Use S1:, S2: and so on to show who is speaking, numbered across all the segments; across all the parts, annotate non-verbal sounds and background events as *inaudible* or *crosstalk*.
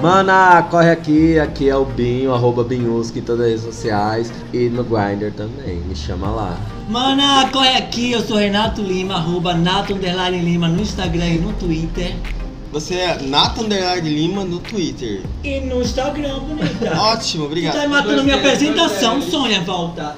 S1: Mana, corre aqui, aqui é o Binho, arroba Binhusca em todas as redes sociais e no Grindr também, me chama lá.
S2: Mana, corre aqui, eu sou Renato Lima, arroba Nato Underline Lima no Instagram e no Twitter.
S3: Você é Nato Underline Lima no Twitter.
S2: E no Instagram, bonita.
S3: Ótimo,
S2: Tu
S3: obrigado.
S2: tá matando minha
S4: Dois dedos,
S2: apresentação,
S4: dois dedos.
S2: Sônia, *laughs* volta.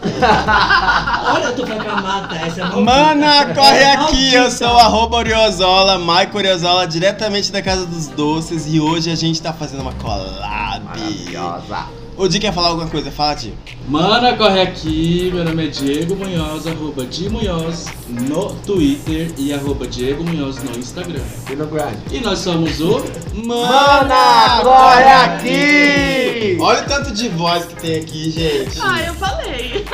S2: Olha, eu tô pra camata, essa é maldita.
S3: Mana, corre aqui! Eu
S2: Maldita.
S3: sou o arroba Oriozola, Maico Oriozola, diretamente da Casa dos Doces, e hoje a gente tá fazendo uma collab.
S1: Maravilhosa.
S3: O Di quer falar alguma coisa? Fala, Di.
S4: Mana, corre aqui. Meu nome é Diego Munhoz, arroba Di Munhoz no Twitter e arroba Diego Munhoz no Instagram.
S1: E no Grindr.
S4: E nós somos o
S1: Mana, corre aqui!
S3: Olha o tanto de voz que tem aqui, gente.
S5: Ah, eu falei.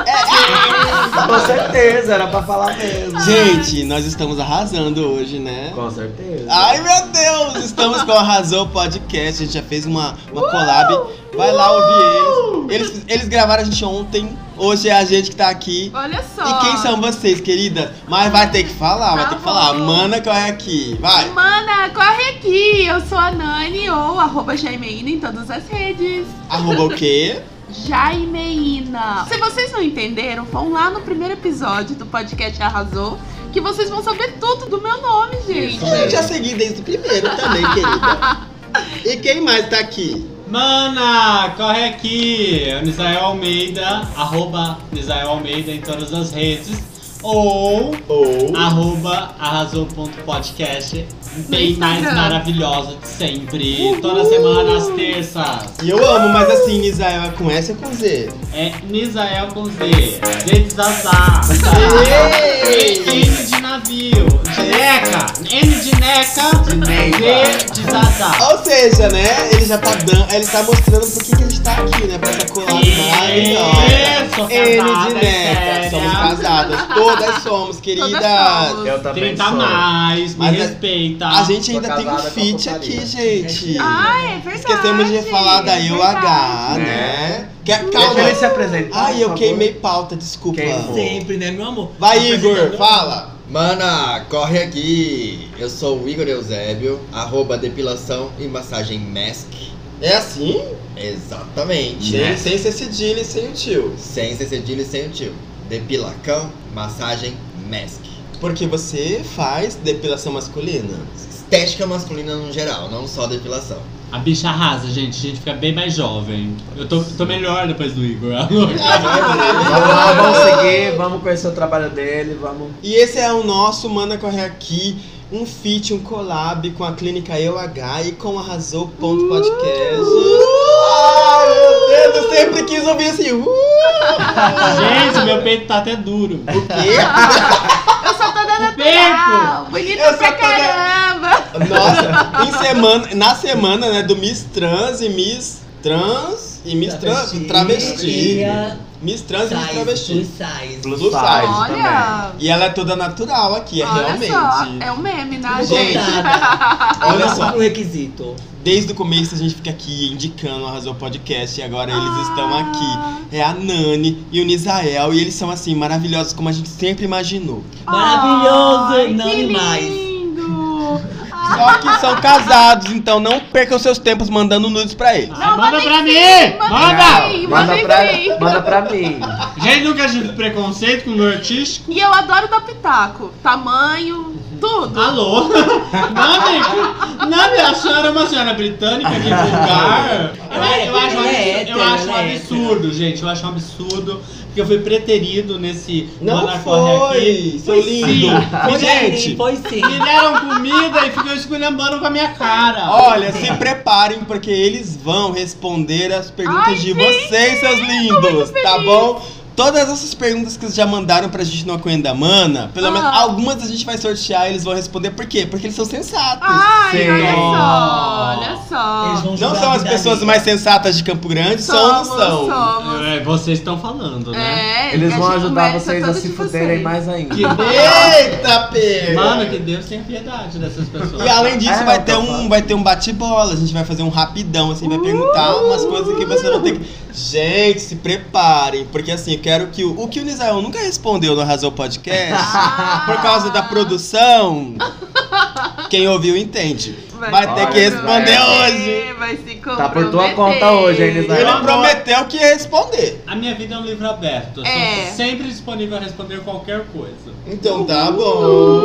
S1: Com certeza, era pra falar mesmo.
S3: Gente, nós estamos arrasando hoje, né?
S1: Com certeza.
S3: Ai meu Deus, estamos com o Arrasou Podcast, a gente já fez uma, uma collab. Vai lá ouvir eles. eles. Eles gravaram a gente ontem, hoje é a gente que tá aqui.
S5: Olha só.
S3: E quem são vocês, querida? Mas vai ter que falar, vai
S5: Tá
S3: ter que falar.
S5: bom.
S3: Mana, corre aqui, vai.
S5: Mana, corre aqui. Eu sou a Nani ou arroba Jaimeína em todas as redes.
S3: Arroba o quê?
S5: Jaimeína. Se vocês não entenderam, vão lá no primeiro episódio do podcast Arrasou, que vocês vão saber tudo do meu nome, gente.
S3: Eu já segui desde o primeiro também, querida. E quem mais tá aqui?
S6: Mana, corre aqui! É o Nisael Almeida, arroba Nisael Almeida em todas as redes. Ou
S3: Ou.
S6: arroba arrasou.podcast, bem mais
S5: Instagram.
S6: maravilhosa de sempre. Toda semana às terças.
S3: E eu amo, mas assim, Israel é com S ou com Z?
S6: É Nisael com Z, Z de Zazá.
S3: Ei!
S6: N de navio, de neca, N de neca, Z de Zazá.
S3: Ou seja, né? Ele já tá dando. Ele tá mostrando por que que a gente tá aqui, né? Pra essa colada maravilhosa.
S6: Isso,
S3: N de
S6: casada,
S3: neta.
S6: é
S3: Somos
S6: séria.
S3: casadas. Todas somos, queridas.
S5: somos.
S1: Eu também
S6: 30 a
S3: tá
S1: sou.
S6: mais, me
S3: Mas é-
S6: respeita.
S3: A gente
S1: Tô
S3: ainda tem um
S1: casada com a
S3: feat
S1: Rosalía.
S3: aqui, gente.
S5: Ah, é verdade.
S3: Esquecemos de falar da IUH,
S1: Verdade.
S3: né? Quer,
S1: Deixa ele
S3: calma.
S1: se apresentar.
S3: Ai, eu
S1: É. por favor.
S3: queimei pauta, desculpa.
S1: Queimou.
S2: Sempre, né, meu amor?
S3: Vai, Igor,
S2: Apresentador.
S3: fala.
S7: Mana, corre aqui! Eu sou o Igor Eusébio, arroba depilação e massagem mask.
S3: É assim?
S7: Exatamente.
S3: Sem, sem ser cedilha e sem o tio.
S7: Sem ser cedilho e sem o tio. Depilacão, massagem mask.
S3: Porque você faz depilação masculina.
S7: Estética masculina no geral, não só depilação.
S6: A bicha arrasa, gente. A gente fica bem mais jovem. Eu tô, tô melhor depois do Igor.
S3: Ah,
S6: *laughs*
S3: é
S1: Vamos lá, vamos seguir, vamos conhecer o trabalho dele, vamos.
S3: E esse é o nosso Mana Corre Aqui, um feat, um collab com a clínica EUH e com Arrasou.podcast. Ai, meu Deus, eu sempre quis ouvir assim. Uh!
S6: gente, meu peito tá até duro.
S3: O quê?
S5: Eu sou toda natural.
S6: Perco.
S5: Bonita
S3: Eu sou
S5: pra
S3: toda-
S5: caramba.
S3: Nossa, em semana, na semana, né, do Miss Trans e Miss Trans e Miss Trans,
S2: Travesti.
S3: travesti.
S2: Travesti.
S3: Miss Trans e Miss
S2: Size,
S3: travesti.
S2: plus size.
S1: Plus
S3: Plus um.
S1: size.
S3: size.
S5: Olha.
S3: E ela é toda natural aqui, é
S5: Olha só,
S3: realmente.
S5: é um meme, né,
S2: Tudo
S5: gente?
S2: contada.
S3: Olha
S2: Vamos
S3: só.
S2: pro requisito.
S3: Desde o começo a gente fica aqui indicando o Arrasou Podcast e agora eles estão aqui. É a Nani e o Nisael e eles são assim maravilhosos como a gente sempre imaginou.
S2: Maravilhoso,
S5: Ai,
S2: não
S5: que
S2: demais.
S5: lindo.
S3: Só que são casados, então não percam seus tempos mandando nudes pra eles.
S6: Ai, manda
S5: mandem
S6: pra
S5: sim,
S6: mim! Manda!
S5: sim,
S1: manda,
S5: mandem
S1: pra,
S5: sim.
S1: manda pra mim.
S6: Gente, nunca tive preconceito com o meu artístico.
S5: E eu adoro dar pitaco. Tamanho, tudo.
S6: Alô? Nani, Nani, a senhora é uma senhora britânica de vulgar. Eu,
S2: Ela é-
S6: eu acho, um
S2: ela é
S6: absurdo,
S2: hétero,
S6: eu acho um
S2: ela é
S6: absurdo, gente. Eu acho um absurdo. Porque eu fui preterido nesse
S3: Não
S6: Mana Corre
S3: foi,
S6: Aqui.
S3: seu
S6: sim.
S3: lindo.
S6: Foi,
S2: sim,
S6: gente,
S2: foi sim.
S6: me deram comida e ficam esculhambando com a minha cara.
S5: Ah,
S3: Olha, se preparem porque eles vão responder as perguntas
S5: Ai,
S3: de vocês, seus lindos, tá bom? Todas essas perguntas que vocês já mandaram pra gente no Aquenda da Mana, pelo menos
S5: Ah.
S3: algumas a gente vai sortear e eles vão responder por quê? Porque eles são sensatos.
S5: Ai, olha
S1: Sim.
S5: só, olha
S2: Eles
S5: só.
S2: vão
S3: Não
S2: julgar
S3: são
S2: a
S3: as
S2: vida
S3: pessoas
S2: alheia.
S3: mais sensatas de Campo Grande, são ou não são?
S5: somos.
S6: É, vocês estão falando, né?
S5: É,
S1: Eles vão
S5: a gente
S1: ajudar
S5: merece
S1: vocês a
S5: todos
S1: se
S5: de
S1: fuderem
S5: vocês.
S1: mais ainda.
S8: *laughs*
S6: Que Deus!
S3: Eita, pega!
S6: Mano, que Deus tenha piedade dessas pessoas.
S3: É. E além disso,
S1: É,
S3: vai,
S1: eu
S3: ter
S1: tô
S3: um,
S1: falando.
S3: vai ter um bate-bola. A gente vai fazer um rapidão, assim, vai
S5: Uh!
S3: perguntar umas coisas que você não tem que. Gente, se preparem, porque assim, eu quero que o, o que o Nisael nunca respondeu no Arrasou Podcast,
S5: *laughs* Ah.
S3: por causa da produção, quem ouviu entende.
S5: Vai,
S3: Vai ter
S1: que responder
S3: hoje.
S5: Vai se
S1: Tá por tua conta hoje, hein, Nisael?
S3: Ele
S6: amor.
S3: prometeu que ia responder.
S6: A minha vida é um livro aberto. Eu
S5: É.
S6: sou sempre disponível a responder qualquer coisa.
S3: Então
S5: Uh!
S3: tá bom.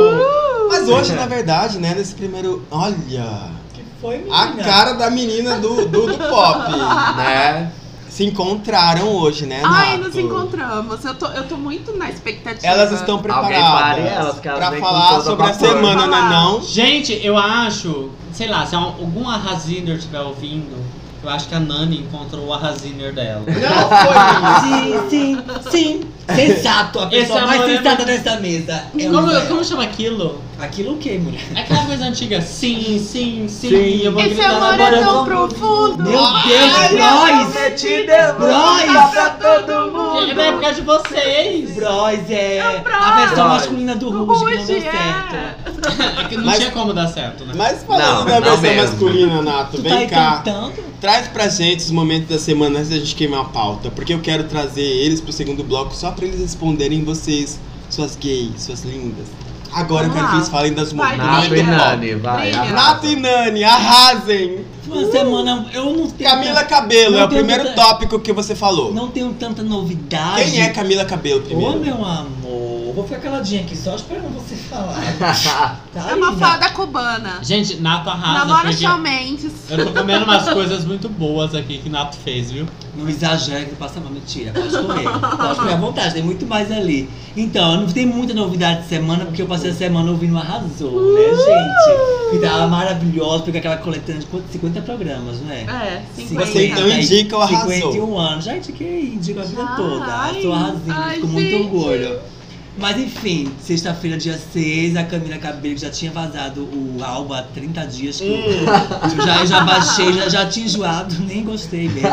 S3: Mas hoje, na verdade, né, nesse primeiro. Olha!
S6: Que foi, menina?
S3: A cara da menina do, do, do
S1: *laughs*
S3: pop, né? Se encontraram hoje, né?
S5: Ai,
S3: Nato?
S5: nos encontramos. Eu tô, eu tô muito na expectativa.
S3: Elas estão preparadas
S1: pare elas, que elas
S3: pra
S1: vêm com
S3: falar
S1: toda
S3: sobre a
S1: vapor.
S3: semana, né?
S5: Falar.
S3: Não?
S6: Gente, eu acho, sei lá, se algum Arrasiner estiver ouvindo, eu acho que a Nani encontrou o Arrasiner dela.
S1: *laughs*
S3: Não foi isso.
S2: Sim, sim, sim. Sensato, a pessoa
S6: Esse
S2: mais
S6: amor é
S2: sensata dessa mesa. É o
S6: Como,
S2: Misael.
S6: como chama aquilo?
S2: Aquilo o quê, mulher?
S6: É Aquela coisa antiga, sim, sim, sim,
S1: Sim.
S6: eu vou
S5: Esse
S6: gritar
S5: amor
S6: agora,
S5: é tão
S6: vamos.
S5: profundo.
S2: Meu Deus, Bros!
S1: Prometi demora
S2: Bros.
S1: pra
S5: tá
S1: todo mundo.
S6: É da época de vocês!
S2: Bros é
S3: um
S5: É o Bros.
S2: a versão
S1: Bros.
S2: masculina do
S5: O
S2: Ruge, que não
S5: Ruge,
S2: deu
S5: é.
S2: certo.
S6: É que não
S3: Mas-
S6: tinha como dar certo, né?
S3: Mas falando
S1: Não,
S3: da
S1: não
S3: versão
S1: mesmo.
S3: masculina, Nato,
S2: Tu tá
S3: vem
S2: aí
S3: cá.
S2: cantando?
S3: Traz pra gente os momentos da semana antes da gente queimar a pauta, porque eu quero trazer eles pro segundo bloco só pra eles responderem vocês, suas gays, suas lindas. Agora eu
S5: Vamos
S3: quero que
S5: lá.
S3: eles falem das
S5: Vai,
S3: momentos.
S1: Nato e
S5: Brilha.
S1: Nani, vai.
S5: Brilha.
S1: arrasa.
S3: Nato e Nani, arrasem!
S2: Uma semana, eu não tenho.
S3: Camila Cabelo,
S2: Não
S3: é o
S2: tem
S3: primeiro
S2: tanta-
S3: tópico que você falou.
S2: Não tenho tanta novidade.
S3: Quem é Camila Cabelo
S2: Ô,
S3: primeiro?
S2: meu amor, vou ficar caladinha aqui só esperando você falar. Tá
S5: É uma
S2: linda.
S5: fada cubana.
S6: Gente, Nato arrasa.
S5: Namora o
S6: porque
S5: Shawn Mendes.
S6: Eu tô comendo umas coisas muito boas aqui que Nato fez, viu?
S2: Não exagere, não passa mal, mentira. Pode comer. Pode comer à vontade, tem muito mais ali. Então, eu não tem muita novidade de semana, porque eu passei a semana ouvindo Arrasou, né, gente? Que tava maravilhosa, porque aquela coletânea de quanto? 50 programas, né?
S5: É,
S3: Você então
S5: 50.
S3: indica o arrasou.
S2: 51 anos. Gente, que indico a vida
S5: Ai,
S2: toda. Eu sou arrasinha,
S5: ai,
S2: fico com muito
S5: gente.
S2: orgulho. Mas enfim, sexta-feira, dia 6, a Camila Cabello já tinha vazado o álbum há 30 dias.
S3: Hum.
S2: Que eu, já, eu já baixei, já, já tinha enjoado, nem gostei
S3: *laughs*
S2: mesmo.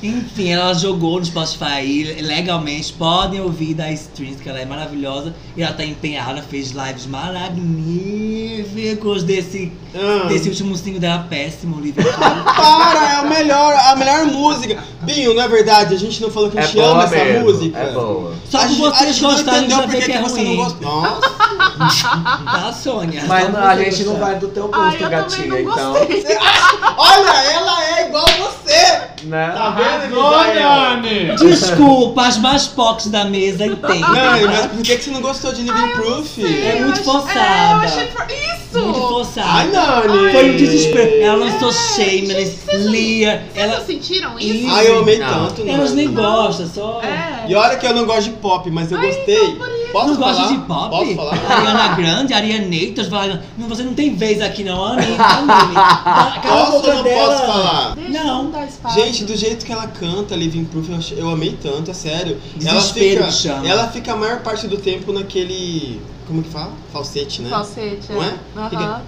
S2: Enfim, ela jogou no Spotify aí, legalmente. Podem ouvir da Strings, que ela é maravilhosa. E ela tá empenhada, fez lives magníficos desse,
S3: Ah.
S2: desse último single tipo dela, é péssimo, Livre
S3: Para, é a melhor, a melhor música. Binho, na verdade, a gente não falou que a
S1: É
S3: gente
S1: boa
S3: ama essa
S1: mesmo,
S3: música.
S1: É boa.
S2: Só
S3: a
S2: que
S3: gente- a
S2: vocês
S3: gente não
S2: gostaram
S3: entendeu
S2: já
S3: por
S2: vê
S3: que
S2: que é
S3: que você
S2: ruim.
S3: não gosta. Nossa,
S2: Tá, Sônia? Só
S1: Mas a
S2: vocês
S1: gente não
S2: gostaram.
S1: vai do teu
S5: Ai,
S1: gosto,
S5: eu
S1: gatinha,
S5: também não
S1: então.
S5: gostei.
S3: olha, ela é igual você.
S1: Né?
S3: Tá vendo,
S6: Arrasou,
S3: Misael?
S6: Nani!
S2: Desculpa, as mais pocs da mesa entendem.
S3: Não, mas por que que você não gostou de Living Proof?
S2: É muito
S5: Eu achei- É, eu
S2: forçada.
S5: achei for... Isso!
S2: Muito
S3: Ai,
S2: forçada.
S3: Nani.
S2: Foi um desespero. Ela lançou Shameless,
S5: vocês não-
S2: Lia.
S5: Vocês não
S2: Ela,
S5: sentiram
S2: Ih,
S5: isso?
S3: Ai, eu amei
S1: Não.
S3: tanto,
S2: elas nem
S3: Nani.
S2: gostam, só.
S5: É.
S3: E olha que eu não gosto de pop, mas eu
S5: Ai,
S3: gostei.
S5: então, por isso.
S3: Posso
S2: não
S3: falar?
S2: gosta de pop?
S3: Posso falar?
S2: Ariana Grande, Ariana Neitas, vai. Não, você não tem vez aqui, não, Anitta.
S3: *laughs*
S2: Anitta. Cala a
S3: Posso
S2: boca
S3: ou não
S2: dela.
S3: posso falar?
S5: Deixa
S2: Não.
S5: eu dar espaço.
S3: Gente, do jeito que ela canta Living Proof, eu, achei- eu amei tanto, é sério.
S2: Desespero
S3: ela
S2: que
S3: fica,
S2: chama.
S3: ela fica a maior parte do tempo naquele. Como que fala? Falsete, né?
S5: Falsete.
S3: Não é?
S5: Aham.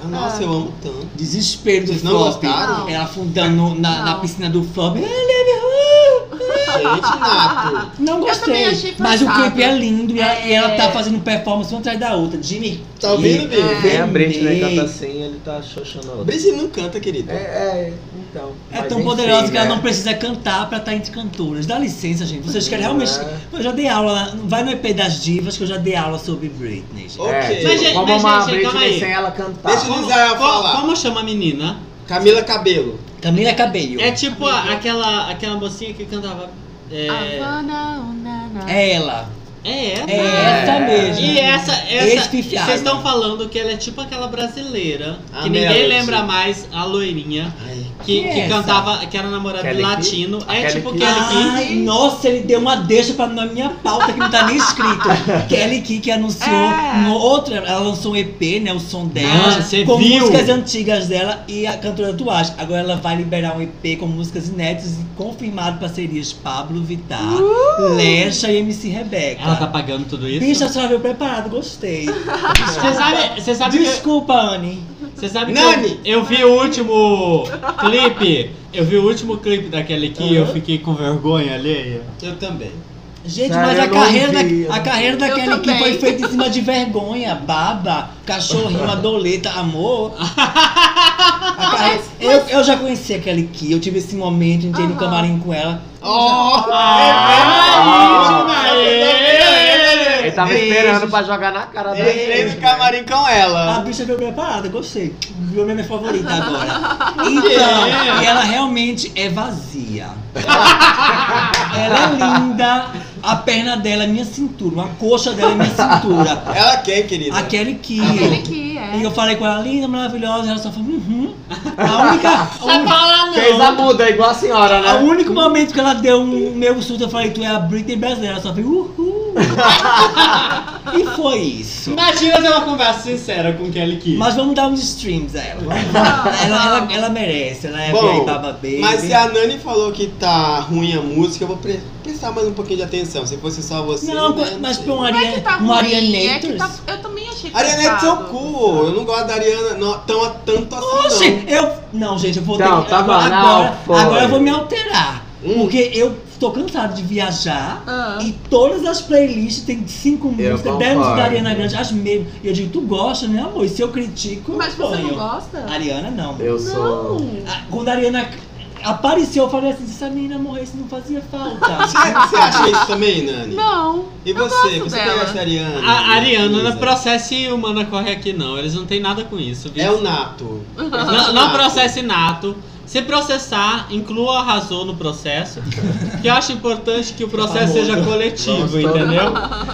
S3: Ah, nossa,
S5: É.
S3: eu amo tanto.
S2: Desespero do
S3: Vocês não
S2: flop.
S3: gostaram?
S2: Ela afundando na, na
S5: Não.
S2: piscina do flop. Ah,
S3: Gente, Nato.
S2: Não
S5: Eu também
S2: gostei.
S5: achei
S2: mas o
S5: forçado.
S2: clipe é lindo e, ela, e
S5: É.
S2: ela tá fazendo performance uma atrás da outra. Jimmy.
S3: Tá ouvindo, Bia?
S5: É.
S1: Vem a Britney
S2: Britney.
S1: canta assim, ele tá xoxando a outra.
S3: Britney não canta, querida.
S1: É, é, então.
S2: É
S1: Mas
S2: tão
S1: enfim,
S2: poderosa que ela
S1: né?
S2: não precisa cantar pra estar entre cantoras. Dá licença, gente. Vocês querem realmente.
S1: É.
S2: Eu já dei aula. Vai no EP das divas que eu já dei aula sobre Britney, gente.
S3: Ok.
S1: É,
S6: Mas, gente,
S1: vamos
S6: mas,
S1: amar a
S6: gente, calma
S1: Britney
S6: aí.
S1: sem ela cantar.
S3: Deixa o
S6: Como,
S3: Misael
S6: co-
S3: falar.
S6: como chama a menina?
S3: Camila Cabelo.
S2: Camila Cabello.
S6: É tipo a- aquela, aquela mocinha que cantava. É,
S5: *laughs* Havana, unana.
S2: É ela.
S6: é essa?
S2: É essa mesmo.
S6: E essa, essa
S2: Ex-fifiada.
S6: vocês estão falando que ela é tipo aquela brasileira,
S3: A
S6: que ninguém
S3: Melody.
S6: lembra mais, a loirinha,
S3: Ai,
S6: que,
S2: Quem é
S6: que
S2: essa?
S6: cantava, que era namorada
S1: Kelly
S6: de latino.
S1: Key?
S6: É
S1: A
S6: tipo
S1: Kelly
S6: Kelly Key.
S2: Ai, nossa, ele deu uma deixa pra, na minha pauta que não tá nem escrito.
S6: *laughs*
S2: Kelly Key que anunciou
S5: É.
S2: no outra, ela lançou um EP, né? O som dela,
S6: Ah, cê
S2: com
S6: viu?
S2: músicas antigas dela e a cantora atuais. Agora ela vai liberar um EP com músicas inéditas e confirmado parcerias Pablo Vittar, Lecha e MC Rebeca.
S6: Uh! Ela tá pagando tudo isso?
S2: Ah. Bicha, a senhora veio preparada, gostei.
S6: Você sabe, você sabe que,
S2: Desculpa, Anne.
S6: você sabe que
S3: Nani!
S6: eu, eu vi o último clipe, eu vi o último clipe daquele que eu fiquei com vergonha alheia.
S3: eu também.
S2: Gente,
S1: Sério,
S2: mas a
S1: eu não
S2: carreira,
S1: vi, eu
S2: da, a
S1: não
S2: carreira da
S5: Eu
S2: Kelly Key
S5: também.
S2: foi feita em cima de vergonha, baba,
S1: *laughs*
S2: cachorrinho, adoleta,
S5: *laughs*
S2: amor. A carreira- eu, eu já conheci a Kelly Key, eu tive esse momento, entrei no
S5: Aham.
S2: camarim com ela.
S3: Oh, é
S6: Ah,
S3: verdade.
S6: Maria!
S1: Ele tava
S3: Beijos.
S1: esperando pra jogar na cara
S3: é,
S1: da
S8: É.
S3: Entrei
S1: gente.
S3: no um camarim com
S2: A
S1: Ah.
S3: ela.
S2: bicha veio preparada, gostei. Virou minha
S5: *laughs*
S2: favorita agora. Então, e ela realmente
S1: *laughs*
S2: é vazia. Ela é linda, a perna dela é minha cintura, a coxa dela é minha cintura.
S1: *laughs*
S3: Ela quem, querida?
S2: A Kelly Key.
S5: Aquele que é.
S2: E eu falei com ela, linda, maravilhosa, e ela só falou, uhum. A
S3: *laughs*
S2: única. a única-
S1: Fez a muda, é igual a senhora,
S2: O
S1: né?
S2: único momento que ela deu um meu surto, eu falei, tu é a Britney brasileira, ela só fez
S3: *laughs*
S2: uhul. e foi isso.
S6: Imagina ter uma conversa sincera com Kelly Key.
S2: Mas vamos dar uns streams a ela. ela, ela, ela merece, ela é
S3: Bom,
S2: bem baba baby.
S3: Mas se a Nani falou que tá ruim a música, eu vou pre- prestar mais um pouquinho de atenção. Se fosse só você.
S2: Não,
S3: né?
S2: mas pra um
S5: Não é que
S2: Ariane,
S5: tá
S2: um
S5: ruim,
S2: Ariane
S5: é que tá... Eu também achei que
S3: Ariana
S2: um
S3: é teu
S5: pesado.
S3: cu. Eu não gosto da Ariana não, tão, tanto assim.
S5: tá
S3: não.
S2: Oxe, eu. Não, gente, eu vou
S1: Não,
S2: ter que.
S1: tá bom,
S2: agora,
S1: não, foi.
S2: agora eu vou me alterar.
S3: Hum.
S2: Porque eu tô cansado de viajar.
S5: Ah.
S2: E todas as playlists tem cinco
S1: Eu
S2: músicas, 10 músicas
S1: concordo.
S2: da Ariana Grande, as mesmas. E eu digo, tu gosta, né, amor? E se eu critico,
S5: Mas
S2: eu
S5: você
S2: ponho.
S5: não gosta?
S2: Ariana, não.
S1: Eu sou.
S5: Não.
S2: Ah, Quando a Ariana apareceu, eu falei assim, se essa menina morresse, não fazia
S3: Você,
S1: *laughs*
S2: falta.
S3: você acha isso também, Nani?
S5: Não.
S3: E você?
S5: gosto
S3: Você
S5: dela.
S3: conhece a Ariana?
S6: A Ariana não é
S3: Luísa?
S6: processe humana corre aqui, não. Eles não têm nada com isso, viu?
S3: É o nato.
S6: Não, não processe nato. Se processar, inclua arrasou no processo. Que eu acho importante que o processo
S2: Famoso.
S6: seja coletivo,
S1: Gostou.
S6: entendeu?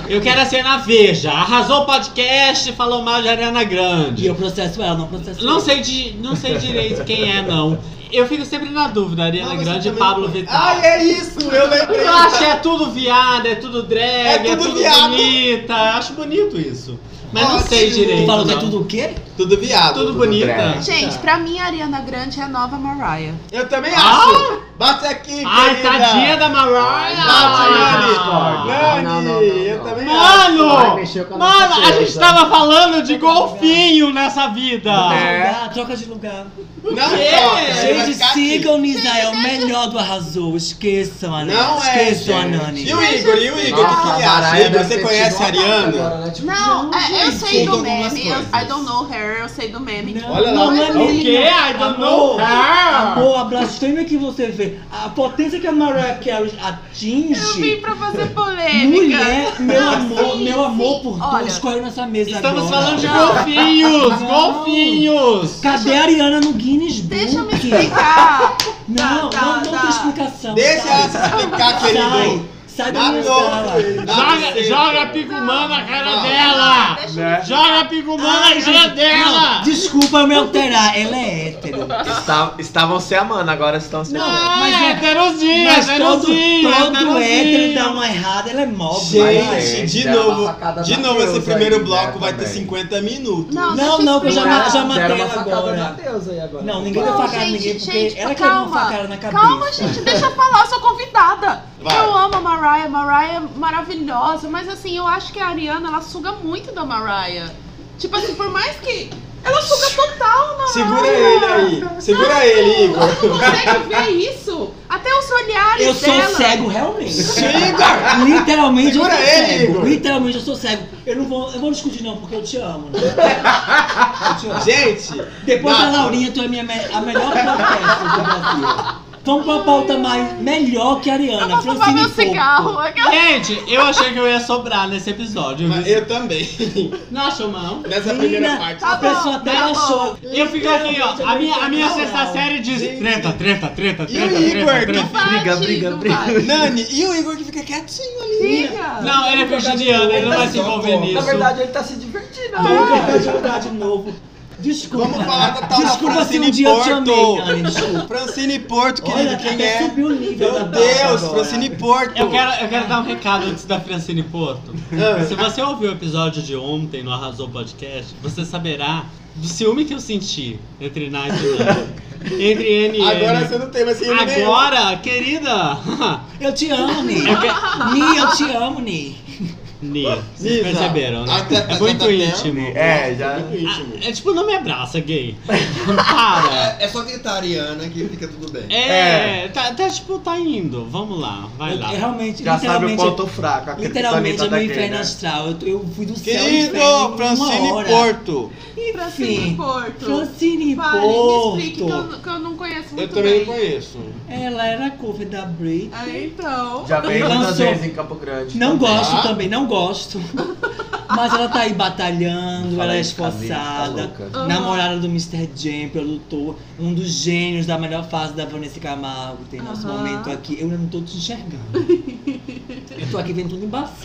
S6: Eu quero a cena veja. Arrasou o podcast, falou mal de Ariana
S2: e
S6: Grande.
S2: eu processo ela, não processo
S6: Não
S2: ela.
S6: sei, di- não sei direito quem é, não. Eu fico sempre na dúvida, Ariana
S3: Mas você
S6: é Grande e
S3: também
S6: Pablo
S3: não conhece.
S6: Vittar.
S3: Ai, é isso! Eu lembrei.
S6: Eu acho que é tudo viado, é tudo drag, é tudo,
S3: tudo viado.
S6: bonita. Eu acho bonito isso. Mas não
S3: Ótimo.
S6: sei
S2: Tu
S6: direito.
S2: falou que é
S6: não. Tá
S2: tudo o quê?
S3: Tudo viado.
S6: Tudo
S1: tudo
S6: bonita.
S1: drag.
S5: Gente, pra mim a Ariana Grande é a nova Mariah.
S3: Eu também acho. Bate aqui,
S6: Ai,
S3: querida.
S6: tadinha da Ah,
S1: Ai,
S6: Mariah!
S1: Discord.
S3: Nani,
S1: Não, não, não, não,
S3: eu
S1: não.
S3: também acho.
S1: Vai
S6: Mano!
S1: mexer com a nossa
S6: Mano, a gente
S1: cabeça.
S6: tava falando de golfinho nessa vida!
S1: É.
S2: Ah, troca de lugar.
S3: Não
S6: quê?
S3: toca, É, vai
S2: Gente,
S3: ficar aqui.
S2: sigam o Israel, melhor do arrasou. Esqueçam a Nani.
S3: Não é,
S2: Esqueçam a
S3: gente.
S2: Nani.
S3: E o Igor? E o Igor? O que
S1: Nossa,
S3: que ele
S1: a
S3: acha?
S1: Mariah
S3: Igor,
S1: deve
S3: você
S1: ter tido
S3: conhece
S1: uma
S3: a
S1: atacada
S3: Ariana?
S1: agora, né? Tipo,
S5: Não, é, eu
S1: gente,
S5: sei do
S7: conta algumas
S5: meme. eu-
S7: coisas.
S5: I don't know her, eu sei do meme.
S2: Não,
S3: Olha lá.
S2: não é
S5: O
S6: O
S2: menina.
S6: quê? I don't know Ah.
S2: Amor,
S6: her!
S2: Amor, a blasfêmia que você vê, a potência que a Mariah Carey
S5: Eu vim
S2: atinge.
S5: pra fazer polêmica.
S2: Mulher, meu amor,
S5: sim,
S2: meu amor
S5: sim.
S2: por
S5: Olha.
S2: Deus, corre nessa mesa
S6: Estamos
S2: agora.
S6: falando de
S5: Não.
S6: golfinhos!
S2: Não.
S6: Golfinhos!
S2: Cadê a Ariana no Guinness Book?
S5: Deixa eu me explicar.
S2: Não,
S5: Tá, tá,
S2: não, não
S5: tá.
S2: tem explicação.
S3: Deixa
S2: sai.
S3: ela se explicar, querido.
S2: Sai, sai
S6: Tá
S2: da minha sala.
S3: Nato.
S6: Joga, joga a pigumã na cara
S3: Não.
S6: dela!
S5: Deixa
S3: Né?
S5: eu me
S8: É.
S5: explicar.
S6: Joga a pigumã
S2: Ai,
S6: na cara
S2: gente,
S6: é dela!
S2: não, desculpa eu me alterar, ela é hétero.
S1: Está- estavam se amando, agora estão se
S2: Não,
S1: amando.
S2: mas
S6: é
S2: é-
S6: heterozinho,
S2: Mas todo,
S6: heterozinho, é
S2: todo hétero
S6: heterozinho.
S2: dá uma errada, ela é móvel.
S1: Mas,
S3: Gente, de
S1: gente, é uma
S3: novo,
S1: sacada
S3: de
S1: da
S3: novo esse
S1: deusa
S3: primeiro
S1: aí, né,
S3: bloco vai ter
S1: também.
S3: 50 minutos.
S2: Não,
S5: Não, deixa
S2: não, que eu
S3: é.
S2: já, ma-
S5: explicar.
S8: é?
S2: já matei
S1: Deram uma
S2: ela
S1: facada na
S2: agora.
S1: deusa aí agora.
S2: Não, ninguém vai
S5: Não,
S2: facar
S5: gente,
S2: ninguém, porque
S5: gente,
S2: ela quer uma
S5: calma.
S2: facada na cabeça.
S5: Calma, gente, deixa eu falar, eu sou convidada.
S3: Vai.
S5: Eu amo a Mariah, Mariah é maravilhosa, mas assim, eu acho que a Ariana, ela suga muito da Mariah. Tipo assim, por mais que. Ela suga total na
S3: Segura
S5: Mariah.
S3: ele aí. Segura ele, Igor.
S5: Você consegue ver isso? Até os olhares
S2: Eu sou
S5: dela.
S2: cego realmente.
S3: Chega!
S2: Literalmente
S3: Segura
S2: eu sou
S3: ele,
S2: cego.
S3: Igor.
S2: Literalmente eu sou cego. Eu não vou, eu vou discutir não, porque eu te amo. Né? Eu te amo.
S3: Gente,
S2: Depois da
S3: Nato.
S2: Laurinha, tu é minha, me- a melhor protesta do Brasil. Vamos pra uma pauta mais, melhor que a
S5: Eu
S2: Ariana,
S5: vou fumar
S2: Francine
S5: meu
S2: Porto.
S5: cigarro. é
S6: Gente, eu achei que eu ia sobrar nesse episódio.
S3: mas
S6: viu?
S3: eu também.
S6: Não achou, não?
S3: Nessa primeira
S2: Menina,
S3: parte.
S5: Tá
S2: a
S5: bom,
S2: pessoa até
S5: tá bom.
S2: achou.
S6: Eu fico aqui, ó. A minha, a minha sexta série diz
S3: Gente.
S6: treta, treta, treta, treta,
S3: E o
S6: treta,
S3: Igor?
S6: treta.
S5: Briga, briga, briga.
S3: Nani, e o Igor que fica quietinho ali?
S5: Briga.
S6: Não, ele é virginiano, ele não vai se envolver
S1: Na
S6: nisso.
S1: verdade, ele tá se divertindo.
S2: Vamos pra jogar de novo. Desculpa.
S3: Vamos falar da tal da
S2: Desculpa se
S3: Francine
S2: um dia eu te amei,
S3: Porto.
S2: Dani. Desculpa.
S3: Francine Porto, querido,
S2: Olha,
S3: quem
S2: até
S3: é?
S2: subiu o nível da
S3: Meu
S2: pauta
S3: Deus,
S2: agora.
S3: Francine Porto.
S6: Eu quero, eu quero dar um recado antes da Francine Porto.
S3: Ah.
S6: Se você ouviu o episódio de ontem no Arrasou Podcast, você saberá do ciúme que eu senti entre
S3: *laughs*
S6: Night e Nani. Entre N e
S3: Agora
S6: N.
S3: você não tem mais ciúme nenhum.
S6: Agora, querida! *laughs*
S2: Eu te amo, Ni. Ni, eu te amo, Ni.
S6: Ni, vocês
S3: Lisa,
S6: perceberam, né?
S3: até-
S6: É muito
S3: até-
S6: íntimo.
S1: É, já.
S3: Íntimo.
S6: É tipo, não me abraça, gay. *laughs* Para!
S7: É, é só gritar Ariana que fica tudo bem.
S6: É, tá, tá, tipo, tá indo. Vamos lá, vai
S2: Eu,
S6: lá.
S2: eu realmente,
S1: Já sabe o
S2: literalmente,
S1: ponto fraco. a
S2: literalmente
S8: tá
S1: criptonita
S8: né?
S2: é meu
S1: daquele,
S2: inferno
S1: né?
S2: astral. Eu, eu fui do céu ao
S3: Querido
S2: inferno em uma
S3: Francine
S2: hora.
S3: Porto,
S2: E
S5: Francine Porto.
S2: Francine
S5: Fale,
S2: Porto.
S5: me explique que eu, que eu não conheço
S3: Eu
S5: muito
S3: também
S5: bem.
S3: não conheço.
S2: Ela era cover da Britney.
S5: Ah, então.
S8: Já veio muitas
S2: Lançou.
S8: vezes em Campo Grande.
S2: Não
S8: também.
S2: gosto também, não gosto. *laughs* Mas ela tá aí batalhando, ela
S8: Fala
S2: é
S8: de Camila, tá
S2: esforçada.
S8: louca.
S5: Aham.
S2: Namorada do Mr. Jam, produtor, um dos gênios da melhor fase da Vanessa Camargo. Tem nosso
S5: Aham.
S2: momento aqui. Eu ainda não tô te enxergando. Eu tô aqui vendo tudo embaçado.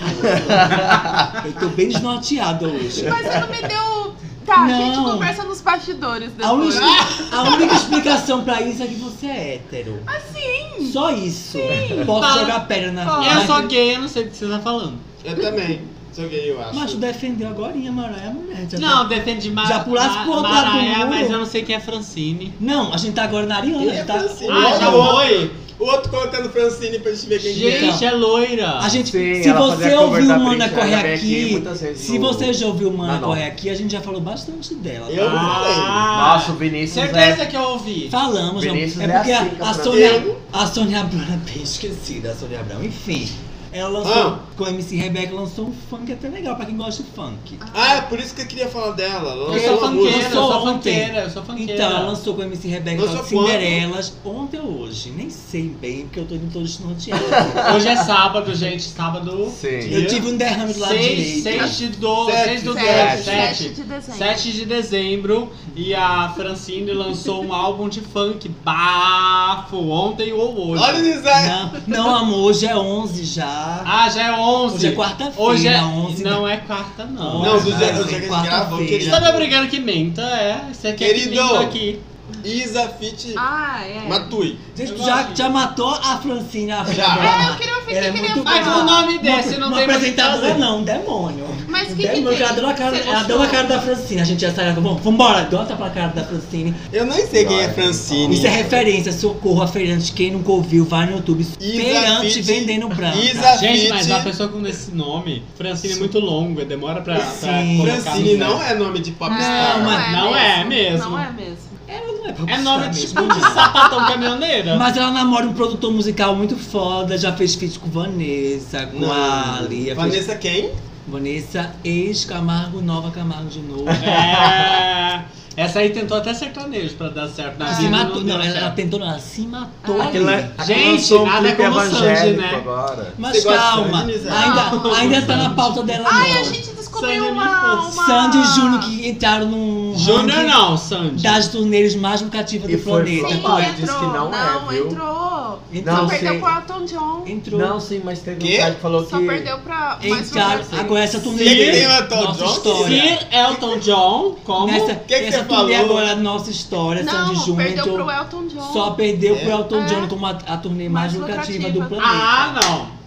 S2: Eu tô bem desnorteada hoje.
S5: Mas você não me deu. Tá, a gente
S2: Não.
S5: conversa nos bastidores
S2: A
S5: depois.
S2: única, a única explicação pra isso é que você é hétero. Assim! Só isso. Posso
S6: Fala.
S2: jogar pedra na
S5: Pode.
S2: cara.
S6: Eu sou gay, eu não sei o que você tá falando.
S3: Eu também. Sou gay, eu acho.
S2: Mas tu defendeu agora, Maranhão é mulher. já tá-
S6: Não, defende Mar...
S2: Já pulasse pro outro lado do
S6: Maraia,
S2: muro.
S6: mas eu não sei quem é Francine.
S2: Não, a gente tá agora na Ariana. A
S3: É
S2: gente, tá...
S3: Francine.
S6: Ah, já
S3: o outro-
S6: foi?
S3: O outro colocando Francine pra gente ver quem que é.
S6: Gente, é loira.
S2: então. a gente-
S8: Sim,
S2: se
S8: ela fazia
S2: você
S8: cover
S2: ouviu
S8: da
S2: o Mana
S8: Britney, ela
S2: Corre
S8: veio aqui
S2: Aqui,
S8: muitas vezes
S2: se
S8: no-
S2: você já ouviu o Mana
S8: Não, não.
S2: Corre Aqui, a gente já falou bastante dela.
S3: Eu
S2: tá?
S6: Ah,
S8: Nossa, o Vinícius
S6: certeza
S8: é...
S6: que eu ouvi.
S2: Falamos, não.
S8: Vinícius
S2: É
S8: é
S2: porque
S8: assim,
S2: a, a
S8: campeão.
S2: Sônia. A Sônia Abrão *laughs* é bem esquecida, a Sônia Abrão. Enfim, ela lançou.
S3: Ah.
S2: Com a MC Rebeca lançou um funk até legal pra quem gosta de funk.
S3: Ah, é por isso que eu queria falar dela. Ela
S6: Eu
S3: lançou
S6: sou
S3: uma
S6: funkeira, eu
S3: música.
S2: Lançou
S6: sou
S2: ontem.
S6: funkeira, eu sou funkeira.
S2: Então, ela lançou com a MC Rebeca
S3: Lançou
S2: as
S3: quando?
S2: Cinderelas ontem ou hoje. Nem sei bem, porque eu tô indo todo desnorteado.
S3: *laughs*
S6: Hoje é sábado, gente. Sábado.
S8: Sim.
S2: eu tive um derrame do lado
S6: 6,
S2: direito.
S6: 6 de 12,
S3: Sete.
S6: 6 do 12,
S5: É, Sete,
S6: 7.
S5: de dezembro.
S6: 7 de dezembro e a Francine lançou um álbum de funk bafo ontem ou hoje.
S3: Olha o Nizar.
S2: Não, não, amor, hoje é 11 já.
S6: Ah, já é 11.
S2: Hoje é quarta-feira, né?
S6: Hoje é
S2: 11.
S6: Não é quarta, não.
S3: Não, do
S2: Ah,
S3: dia do dia
S2: sim,
S3: que a gente
S2: quarta-feira.
S3: gravou, querido.
S6: Você tá me obrigando que minta, é. Você quer que
S3: Querido.
S6: minta aqui.
S3: Isa Fit
S5: Ah, é.
S3: Matui.
S2: Gente, tu
S6: Eu
S2: já,
S6: gosto.
S2: já matou a Francina. A
S3: Já.
S2: Francina.
S5: Eu queria ouvir
S2: Ela é
S5: quem queria
S2: muito
S6: Mas
S5: falar.
S6: o nome desse
S2: não
S6: não, tem muito o que
S2: apresentadora
S6: fazer.
S2: não, demônio.
S5: Mas o que, que tem?
S2: Demônio, ela deu a cara,
S5: Você
S2: ela deu a
S5: gostou?
S2: cara da Francina. A gente já saiu. Bom, vambora, dota pra cara da Francine.
S3: Eu nem sei quem é Francine.
S2: Isso é referência, socorro a feirante. Quem nunca ouviu, vai no YouTube. Feirante
S3: Fit-
S2: vendendo branca.
S3: Isa
S6: Gente, mas uma
S3: tá Fit.
S6: pessoa com esse nome, Francine é muito longo, demora pra, pra
S2: Sim.
S6: colocar no
S3: Francine
S6: lugar.
S3: não é nome de
S5: Não,
S3: popstar.
S2: mas
S6: não é mesmo.
S5: Não é mesmo.
S2: Ela não é pra
S6: É nome
S2: postar
S6: tipo
S2: mesmo,
S6: de
S2: não.
S6: sapatão caminhoneira.
S2: Mas ela namora um produtor musical muito foda, já fez feat com Vanessa, com
S3: Não.
S2: a Alia. Fez...
S3: Vanessa quem?
S2: Vanessa, ex-Camargo, nova Camargo de novo.
S6: É. Essa aí tentou até sertanejo pra dar certo na
S2: Ela
S6: vida.
S2: se matou.
S6: deu
S2: Ah, Não, ela,
S6: certo.
S2: ela tentou, não, ela se matou.
S8: Aquela,
S2: ali.
S8: aquela
S6: Gente,
S8: lançou um
S6: nada
S8: clipe
S6: como Sandy,
S8: evangélico
S6: né?
S8: agora.
S2: Mas
S3: Você gosta de
S2: calma,
S3: Sandy, Zé?
S2: ainda, ainda tá na pauta dela.
S5: Ai,
S2: não.
S5: a gente
S6: Sandy
S5: descobriu
S6: é
S5: uma,
S6: muito
S5: uma.
S2: Sandy e Júnior que entraram num.
S6: Júnior
S2: um ranking
S6: não, Sandy.
S2: Das turneiras mais lucrativas
S8: E
S2: do
S8: foi
S2: planeta.
S5: Sim,
S8: Papai,
S5: entrou.
S8: disse que não é, viu?
S5: entrou.
S2: Entrou.
S8: Não,
S5: Só perdeu
S8: sim.
S5: pro Elton John.
S2: entrou.
S8: Não, sim, mas teve
S3: Quê?
S8: um cara que falou
S5: Só
S8: que...
S5: perdeu pra. mas foi
S2: Entraram.
S5: pra-
S2: Agora essa
S3: Quem que tem
S2: turnê.
S3: o Elton
S2: Nossa
S3: John?
S2: história.
S6: Sir Elton John, como?
S2: Nessa,
S3: que que
S2: nessa
S3: você
S2: turnê
S3: falou?
S2: agora, nossa história, Sandy
S5: Não,
S2: Júnior
S5: perdeu
S2: entrou.
S5: pro Elton John.
S2: Só perdeu pro
S3: É?
S2: Elton
S5: É.
S2: John como a, a turnê mais,
S5: Mais
S2: lucrativa,
S5: lucrativa.
S2: do planeta.
S6: Ah, não.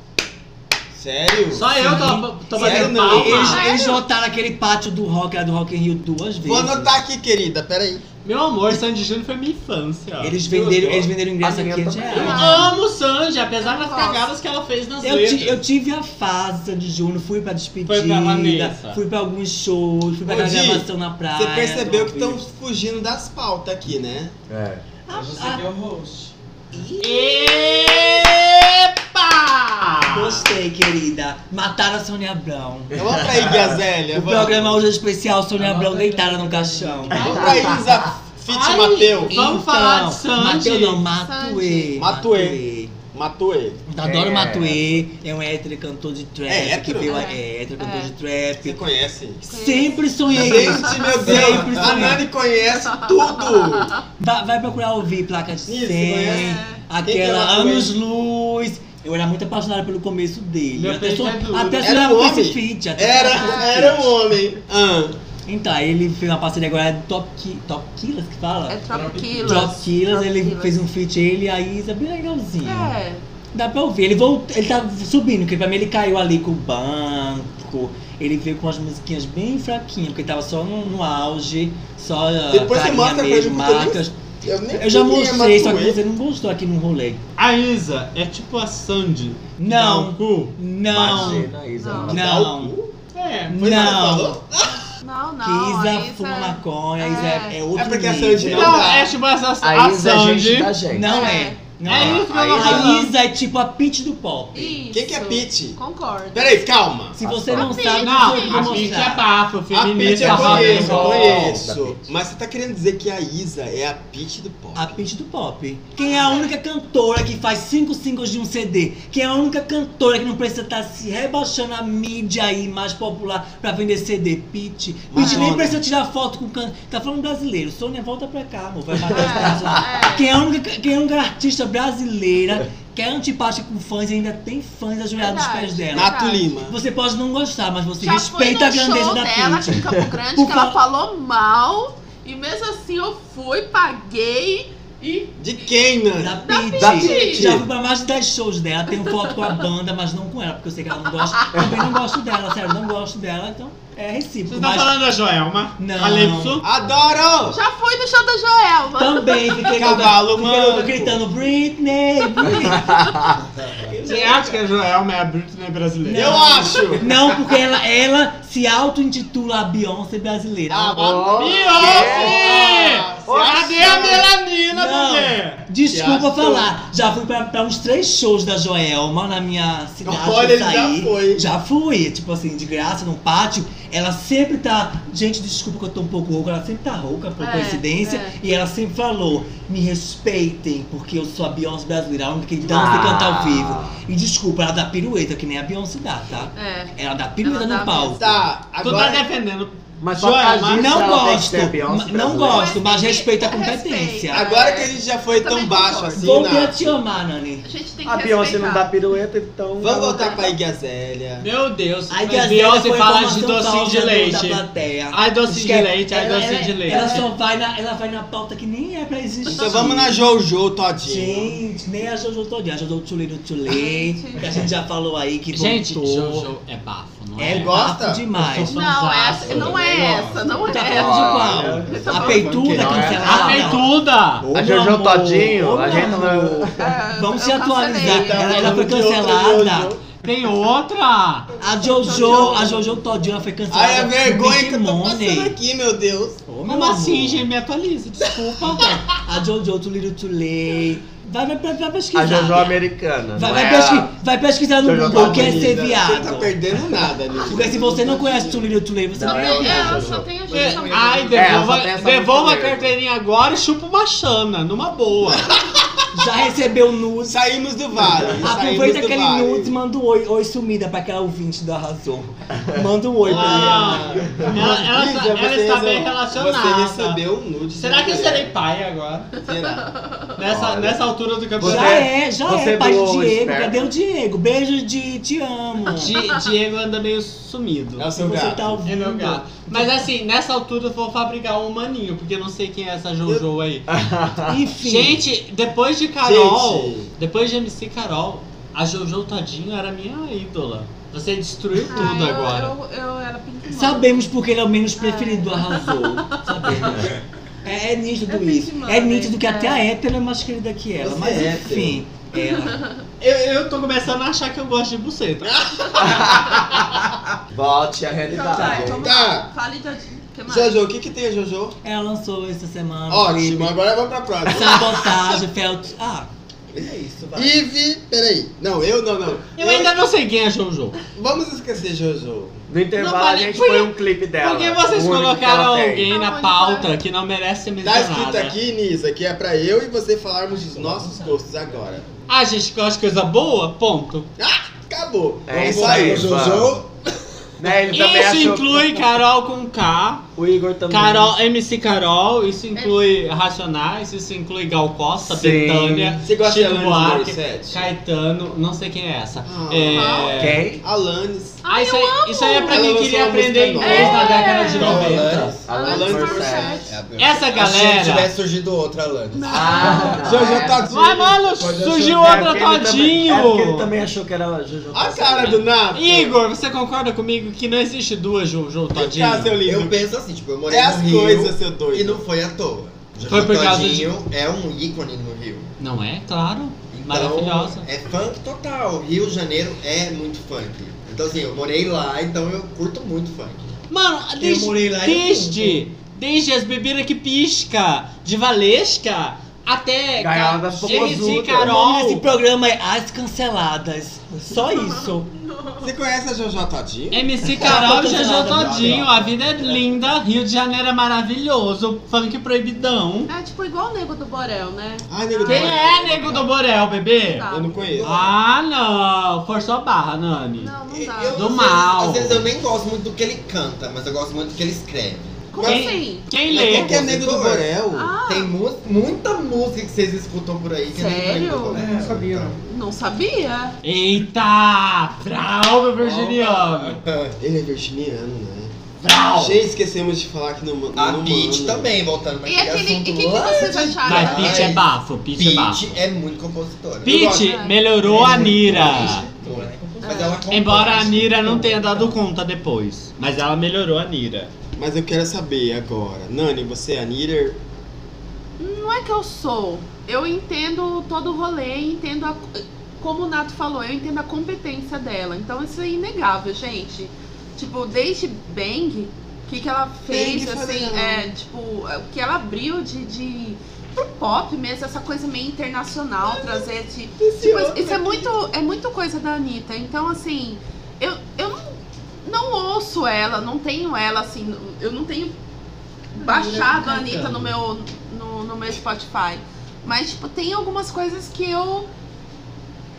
S3: Sério?
S6: Só eu tô, tô
S3: Sim.
S6: batendo
S3: Não,
S6: palma.
S2: eles,
S5: sério?
S2: eles lotaram aquele pátio do rock lá do Rock in Rio duas vezes.
S3: Vou anotar aqui, querida. Peraí.
S6: Meu amor, Sandy Júnior foi minha infância.
S2: Eles venderam,
S6: Eu-
S2: eles venderam ingresso
S8: A minha
S2: aqui a 500
S8: também.
S6: Eu
S2: reais.
S6: amo Sandy, apesar
S5: Eu
S6: das
S5: gosto.
S6: cagadas que ela fez nas
S2: Eu, ti-
S6: letras.
S2: eu tive a fase de Júnior, fui pra despedida,
S6: Foi pra Vanessa.
S2: fui pra alguns shows, fui pra
S3: Ô,
S2: aquela
S3: Gi,
S2: gravação na
S6: Ah,
S2: praia.
S6: é,
S3: Você percebeu que
S2: do
S3: estão fugindo das pautas aqui, né?
S8: É.
S4: Eu já sei que é o host.
S2: Ao Vivo.
S6: Epa!
S2: Gostei, querida. Mataram a Sônia Abrão.
S3: Então, Vamos pra aí, Gazélia.
S6: *laughs*
S2: O
S3: vamos.
S2: programa hoje é especial, Sônia
S4: Anota
S2: Abrão
S4: aí.
S2: deitada no caixão. Então,
S3: Vamos pra Isa Fit
S6: Ai.
S3: Mateu.
S6: Vamos falar de Sandy.
S2: Mateu não, Matuê.
S5: Sandy.
S3: Matuê. Matue.
S2: Adoro
S8: É.
S2: Matuê, é um hétero cantor de trap.
S3: É hétero?
S2: Que veio,
S5: É.
S2: é, hétero cantor
S5: É.
S2: de
S3: Você
S2: trap.
S3: conhece?
S2: Sempre sonhei.
S3: Gente, meu
S2: Sempre
S3: Deus. A
S2: sonhei.
S3: Nani conhece tudo.
S2: Vai, vai procurar ouvir placa de
S3: Isso,
S2: 100,
S3: conhece? Quem que
S2: aquela
S3: ela
S2: Anos Luz. Eu era muito apaixonada pelo começo dele.
S6: Meu
S2: até
S6: peito
S2: sou,
S6: é duro.
S2: até
S3: Era
S2: sonhava com
S3: homem?
S2: esse feat. Até sonhava com
S3: Era,
S2: esse
S3: era
S2: feat.
S3: um homem. Ah,
S2: Então, aí ele fez uma parceria agora é Top, Ki- top Killers que fala?
S5: É Drop Killers.
S2: Drop Killers,
S5: Drop
S2: ele
S5: Killers.
S2: fez um feat, ele e a Isa, bem legalzinho.
S5: É.
S2: Dá pra ouvir. Ele, voltou, ele tá subindo, porque pra mim ele caiu ali com o banco. Ele veio com as musiquinhas bem fraquinhas, porque tava só no, no auge, só ah,
S3: Depois você
S2: carinha
S3: mostra pra
S2: mesmo,
S3: ele, porque eu nem
S2: marcas.
S3: eu, nem
S2: Eu já
S3: sei quem é
S2: mostrei, só que
S3: Matuê.
S2: você não gostou aqui no rolê.
S6: A Isa é tipo a Sandy. Dá um
S2: Não,
S6: cu.
S2: não,
S8: Imagina, Isa.
S5: Não.
S3: Dá o
S2: não.
S3: cu?
S6: É.
S3: Foi isso que ela
S2: Não,
S3: falou?
S5: Não,
S2: que
S5: não. a
S2: Isa fuma maconha, Isa é, é outro
S3: É né? porque a
S2: nível.
S3: Sandy
S6: Não,
S3: dá.
S6: é tipo essa,
S8: A
S6: a
S8: Isa é
S6: Sandy.
S8: gente da gente.
S2: Não é.
S5: É.
S6: Não é isso, meu
S2: A
S6: amor.
S2: Isa é tipo a Peach do pop.
S5: Isso.
S3: Quem que é Pete?
S5: Concordo.
S3: Peraí, calma.
S2: Se você não
S5: Peach.
S2: sabe,
S6: Não,
S2: eu vou
S6: a Pitty
S2: mostrar.
S6: é bafo,
S3: A Pete
S6: feminista.
S2: tá
S3: eu
S6: bafo.
S3: conheço, eu
S1: Da
S3: conheço.
S1: Pitty.
S3: Mas você tá querendo dizer que a Isa é a Pete do pop.
S2: A Pitty do pop. Quem é a única cantora que faz cinco singles de um CD? Quem é a única cantora que não precisa estar se rebaixando a mídia aí mais popular pra vender CD? Pitty. Pitty nem
S3: Madonna.
S2: precisa tirar foto com canto. Tá falando brasileiro. Sônia, volta pra cá, amor. Vai matar os braços.
S5: É, é.
S2: Quem é, a única, quem é a única artista brasileira que é antipática com fãs e ainda tem fãs ajoelhados nos
S5: Verdade.
S2: pés dela?
S3: Nato Lima.
S2: Você pode não gostar, mas você
S5: Já fui
S2: respeita a
S5: num
S2: grandeza
S5: show
S2: da
S5: dela
S2: Pitty.
S5: aqui em Campo Grande
S2: Por
S5: que ela
S2: favor.
S5: falou mal e mesmo assim eu fui, paguei e
S3: De quem, Nani?
S2: Da
S1: Da
S2: Pitty.
S1: Pitty.
S2: Já fui pra mais de 10 shows dela, tenho foto com a banda, mas não com ela, porque eu sei que ela não gosta. Também não gosto dela, sério, não gosto dela, então é
S6: Vocês
S2: recíproco.
S6: estão
S2: Mas
S6: falando da Joelma?
S2: Não.
S6: Calypso?
S3: Adoro!
S5: já fui no show da Joelma.
S2: também fiquei
S3: Cavalo
S2: fiquei
S3: manco.
S2: gritando Britney, Britney.
S6: Você acha que a Joelma é a Britney brasileira?
S3: Eu acho!
S2: Não, porque ela, ela se auto-intitula a Beyoncé brasileira.
S3: Ah,
S1: Oh,
S6: Beyoncé!
S3: Nossa.
S6: Cadê a melanina,
S2: Não.
S6: mulher?
S2: Desculpa
S3: Que
S2: falar, já fui pra, pra uns três shows da Joelma na minha cidade.
S3: Olha,
S2: eu
S3: ele já
S2: saí.
S3: foi.
S2: Já fui, tipo assim, de graça, num pátio. Ela sempre tá. Gente, desculpa que eu tô um pouco rouca, ela sempre tá rouca, por
S5: É,
S2: coincidência.
S5: é.
S2: E ela sempre falou: me respeitem, porque eu sou a Beyoncé brasileira, a única que dança e
S1: Ah.
S2: canta ao vivo. E desculpa, ela dá pirueta, que nem a Beyoncé dá, tá?
S5: É.
S2: Ela dá pirueta
S5: Ela dá
S2: no palco.
S5: mesmo.
S3: Tá,
S6: Tu tá
S3: agora.
S6: defendendo.
S8: Mas só
S6: Joelma,
S8: por causa disso
S2: Não
S8: ela tem que
S2: gosto,
S8: ser a Beyoncé
S2: ma- não
S8: brasileira.
S2: gosto, mas
S5: Mas
S2: respeita a
S5: respeita.
S2: competência.
S3: Agora que a gente já foi tão
S5: Também
S3: baixo
S5: concordo.
S3: assim,
S8: né?
S2: Voltei a
S3: Nath,
S2: te amar, Nani.
S5: A gente tem que
S8: A Beyoncé não dá
S5: respeitar.
S8: pirueta, então.
S3: vamos voltar pra Iggy Azalea.
S6: Meu Deus,
S2: Aí
S6: mas Beyoncé fala de docinho de leite.
S2: Da plateia.
S6: Ai, docinho de
S2: Esquece.
S3: é
S6: leite, ai,
S2: Ela- é
S6: docinho de
S2: ela-
S6: leite.
S2: Ela só vai na, ela vai na pauta que nem é pra existir.
S3: Então vamos na Jojo, todinho.
S2: Gente, nem a Jojo todinha. A Jojo Tchulei no Tchulei.
S5: Gente.
S2: Que a gente já falou aí que
S6: Gente,
S2: voltou.
S6: Jojo é bafo, não é?
S2: É
S3: Gosta?
S2: bafo demais.
S6: Eu
S8: um
S5: Não,
S6: Fanzaço.
S5: essa, não é essa, não é
S2: Tá
S5: essa.
S2: falando de qual? A peituda
S1: Não é-
S6: A
S2: cancelada.
S6: peituda!
S1: A
S8: meu
S1: Jojo
S8: amor,
S1: Todinho,
S8: ô,
S1: a gente não.
S5: É,
S2: Vamos
S5: eu
S2: se
S5: cancelei.
S2: atualizar. Ela, ela foi
S3: Então, de outra
S2: cancelada.
S6: Tem outra!
S2: A Jojo, a Jojo Todinho, ela foi cancelada.
S3: Ai, a
S2: por
S3: vergonha
S2: Big
S3: que eu tô
S2: Money.
S3: passando aqui, meu Deus.
S2: Ô, meu
S6: Como assim,
S2: amor.
S6: gente? Me
S2: *laughs*
S6: atualiza, desculpa.
S2: A Jojo Too Little Too Late. Vai, vai, vai, vai pesquisar.
S1: A Jojo americana.
S2: Vai,
S1: não
S2: vai,
S1: é
S2: pesqui-
S1: a-
S2: vai pesquisar no
S1: Jojo
S2: Google o
S1: tá
S2: que é
S1: bonita.
S2: ser
S3: Você tá
S2: viado.
S3: perdendo nada, né?
S2: Porque se você não conhece Too Little Too Late, você não,
S1: Não,
S2: é
S1: é-
S2: viado.
S5: É, eu só tenho gente também.
S6: Ai,
S1: ela só
S6: devolva,
S1: tem essa
S6: devolva a
S1: música mesmo.
S6: carteirinha agora e chupa uma chana, numa boa.
S2: *laughs* Já recebeu nudes.
S3: Saímos do vale.
S2: Aproveita
S3: saímos Tá
S6: é
S3: do
S2: aquele
S3: vale.
S2: nudes e manda um oi, oi sumida pra aquela ouvinte da Razão. Manda um oi pra
S6: Ah, ela ela,
S3: Lígia,
S6: tá- ela
S3: você
S6: está
S3: recebeu-
S6: bem relacionada.
S3: Você recebeu um nude. de
S6: Será que eu
S3: uma mulher.
S6: serei pai agora? *laughs*
S3: Será?
S6: Nessa,
S1: Olha.
S6: nessa altura do
S2: ele.
S6: campeonato?
S2: Já é, já
S1: você
S2: é, pai
S1: doou
S2: do
S1: o
S2: Diego.
S1: esperma.
S2: Cadê o Diego? Beijo de te amo.
S6: Di- Diego anda meio sumido.
S3: É o
S2: Se
S3: seu
S2: você
S3: gato.
S2: tá
S6: É
S2: ouvindo.
S6: meu gato. Mas assim, nessa altura eu vou fabricar um maninho, porque eu não sei quem é essa Jojo aí.
S2: Enfim.
S6: Gente, depois de Carol, depois de MC Carol, a Jojo Todinho era minha ídola. Você destruiu
S5: Ah,
S6: tudo
S5: eu-
S6: agora.
S5: Eu, eu era Pink
S2: Sabemos porque ele é o menos preferido do Arrasou. Sabemos. É, é nítido
S5: É bem
S2: isso.
S5: demais,
S2: É nítido que
S5: é.
S2: até a hétero é mais querida que ela.
S3: Você
S2: mas
S3: é
S2: enfim, ela.
S6: Eu, eu tô começando a achar que eu gosto de buceta.
S1: Volte à
S5: Então, vai,
S1: realidade.
S5: vamos
S3: Tá. é
S5: lá. Fale de o que mais?
S3: Jojo, o que que tem a Jojo?
S2: Ela lançou essa semana. um
S3: Ótimo,
S2: clipe.
S3: agora vamos pra
S6: *laughs*
S3: próxima.
S2: Sabotagem, Felt. Ah, é isso, vai.
S3: Eve, peraí. Não, eu não, não.
S6: Eu ainda não sei quem é Jojo.
S3: Vamos esquecer Jojo.
S1: No intervalo a
S6: falei-
S1: gente
S6: por que-
S1: põe um clipe dela.
S8: é
S6: Porque vocês
S1: o único que
S6: colocaram
S1: ela tem.
S6: alguém
S5: Não,
S6: na
S5: mas
S6: pauta que não merece ser
S3: Tá
S6: mencionada.
S3: escrito
S7: né?
S3: aqui, Nisa, que é pra eu e você falarmos dos nossos gostos agora.
S6: Ah, gente, que eu acho coisa boa, ponto.
S3: Acabou.
S1: É
S3: Vamos
S1: isso
S3: lá,
S1: aí,
S3: Jojo.
S1: Né, ele também
S6: Isso
S1: achou-
S6: inclui Carol com K,
S1: O Igor também.
S6: Carol, MC Carol, isso inclui Racionais, isso inclui Gal Costa,
S1: Sim.
S6: Betânia,
S3: Você gosta de
S6: Chico
S3: Alanis
S6: Buarque,
S3: Morissette?
S6: Caetano, não sei quem é essa.
S3: Ah.
S6: É,
S1: Quem?
S3: Alanis.
S6: Ah, isso, aí, isso aí é pra
S3: Ela
S6: quem
S3: lançou
S6: queria
S3: uma
S6: aprender
S3: música né?
S6: inglês na
S5: nova.
S6: década de
S5: É.
S6: 90.
S5: Alanis
S1: Alanis
S5: Morissette.
S1: Morissette.
S6: Essa
S7: É Achei
S6: É, galera-
S7: que tivesse surgido outra Alanis. tá
S1: Ah, não,
S3: Jojo
S1: é.
S3: Todinho.
S6: Vai, mano, surgiu
S1: É,
S6: outra
S1: porque ele também- É porque ele
S6: todinho!
S1: também achou que era
S7: um-
S1: Jojo.
S2: Ah,
S3: A
S2: é
S3: cara do Nato.
S6: Igor, você concorda comigo que não existe duas Jojo
S3: Vem cá,
S6: todinho?
S3: seu
S7: Eu
S3: lindo.
S7: penso assim, tipo, eu morei
S3: Tá É as
S7: no Rio
S3: coisas, seu
S7: e
S3: doido.
S7: não foi à toa. Jojo
S6: Foi por causa
S7: Todinho é um ícone no Rio.
S6: Não é? Claro.
S7: Então,
S6: Maravilhosa.
S7: É funk total. Rio de Janeiro é muito funk. Então assim, eu morei lá, então eu curto muito funk.
S6: Mano, desde.
S2: morei lá e
S6: desde, desde as bebidas que pisca, de valesca,
S9: Até.
S10: Gaiola das
S6: Gente,
S10: popozudas.
S2: né?
S9: O nome desse
S6: Carol!
S9: programa é As Canceladas. Só isso.
S3: Você conhece a Jojo Todinho?
S6: MC Carol e Jojo
S9: Cancelada,
S6: Todinho, a vida é linda, Rio de Janeiro é maravilhoso, funk proibidão.
S5: É tipo igual o Nego do Borel, né?
S2: Ai, nego do
S6: Quem
S2: Borel.
S6: é nego do Borel, bebê?
S5: Tá.
S2: Eu não conheço.
S6: Ah, não, forçou a barra, Nani.
S5: Não, não
S3: Eu-
S5: dá.
S3: eu-
S6: Do
S3: às vezes-
S6: mal.
S3: Às vezes eu nem gosto muito do que ele canta, mas eu gosto muito do que ele escreve.
S5: Como
S6: Quem-
S5: assim?
S6: Quem
S3: Mas
S6: lê?
S3: quem
S2: Quem que é nego do Borel?
S5: Ah,
S3: Tem mu- muita música que vocês escutam por aí que é
S5: Sério?
S3: do Borel.
S10: É, eu sabia, não.
S5: não sabia.
S6: Eita! Fralda virginiano!
S2: Ele
S3: *laughs*
S2: é virginiano, né?
S6: Frau!
S2: Gente, esquecemos de falar que no, no
S3: A
S2: no
S3: Peach
S2: Mano-
S3: também, voltando pra
S5: E aquele. E
S3: assunto
S5: quem que
S3: lá
S5: vocês
S3: de-
S5: acharam?
S6: Mas Pitch é
S3: Ai,
S6: bafo, Pitch é bafo.
S3: Peach é muito compositora. Eu gosto
S6: Pitch
S5: gosto.
S6: melhorou a
S3: dela,
S6: Nira.
S3: Mas ela compõe.
S6: Embora a Nira não tenha dado conta depois. Mas ela melhorou a Nira.
S2: Mas eu quero saber agora. Nani, você é a Nitter?
S5: Não é que eu sou. Eu entendo todo o rolê, entendo a- como o Nato falou, eu entendo a competência dela. Então isso é inegável, gente. Tipo, desde Bang, o que, que ela fez,
S2: Bang foi
S5: assim,
S2: legal.
S5: é, tipo, o que ela abriu de, de. pro pop mesmo, essa coisa meio internacional, trazer de. Tipo, isso é muito, é muito coisa da Anitta. Então, assim, eu, eu não, não ouço ela, não tenho ela, assim, eu não tenho baixado a Anitta no meu, no, no meu Spotify. Mas, tipo, tem algumas coisas que eu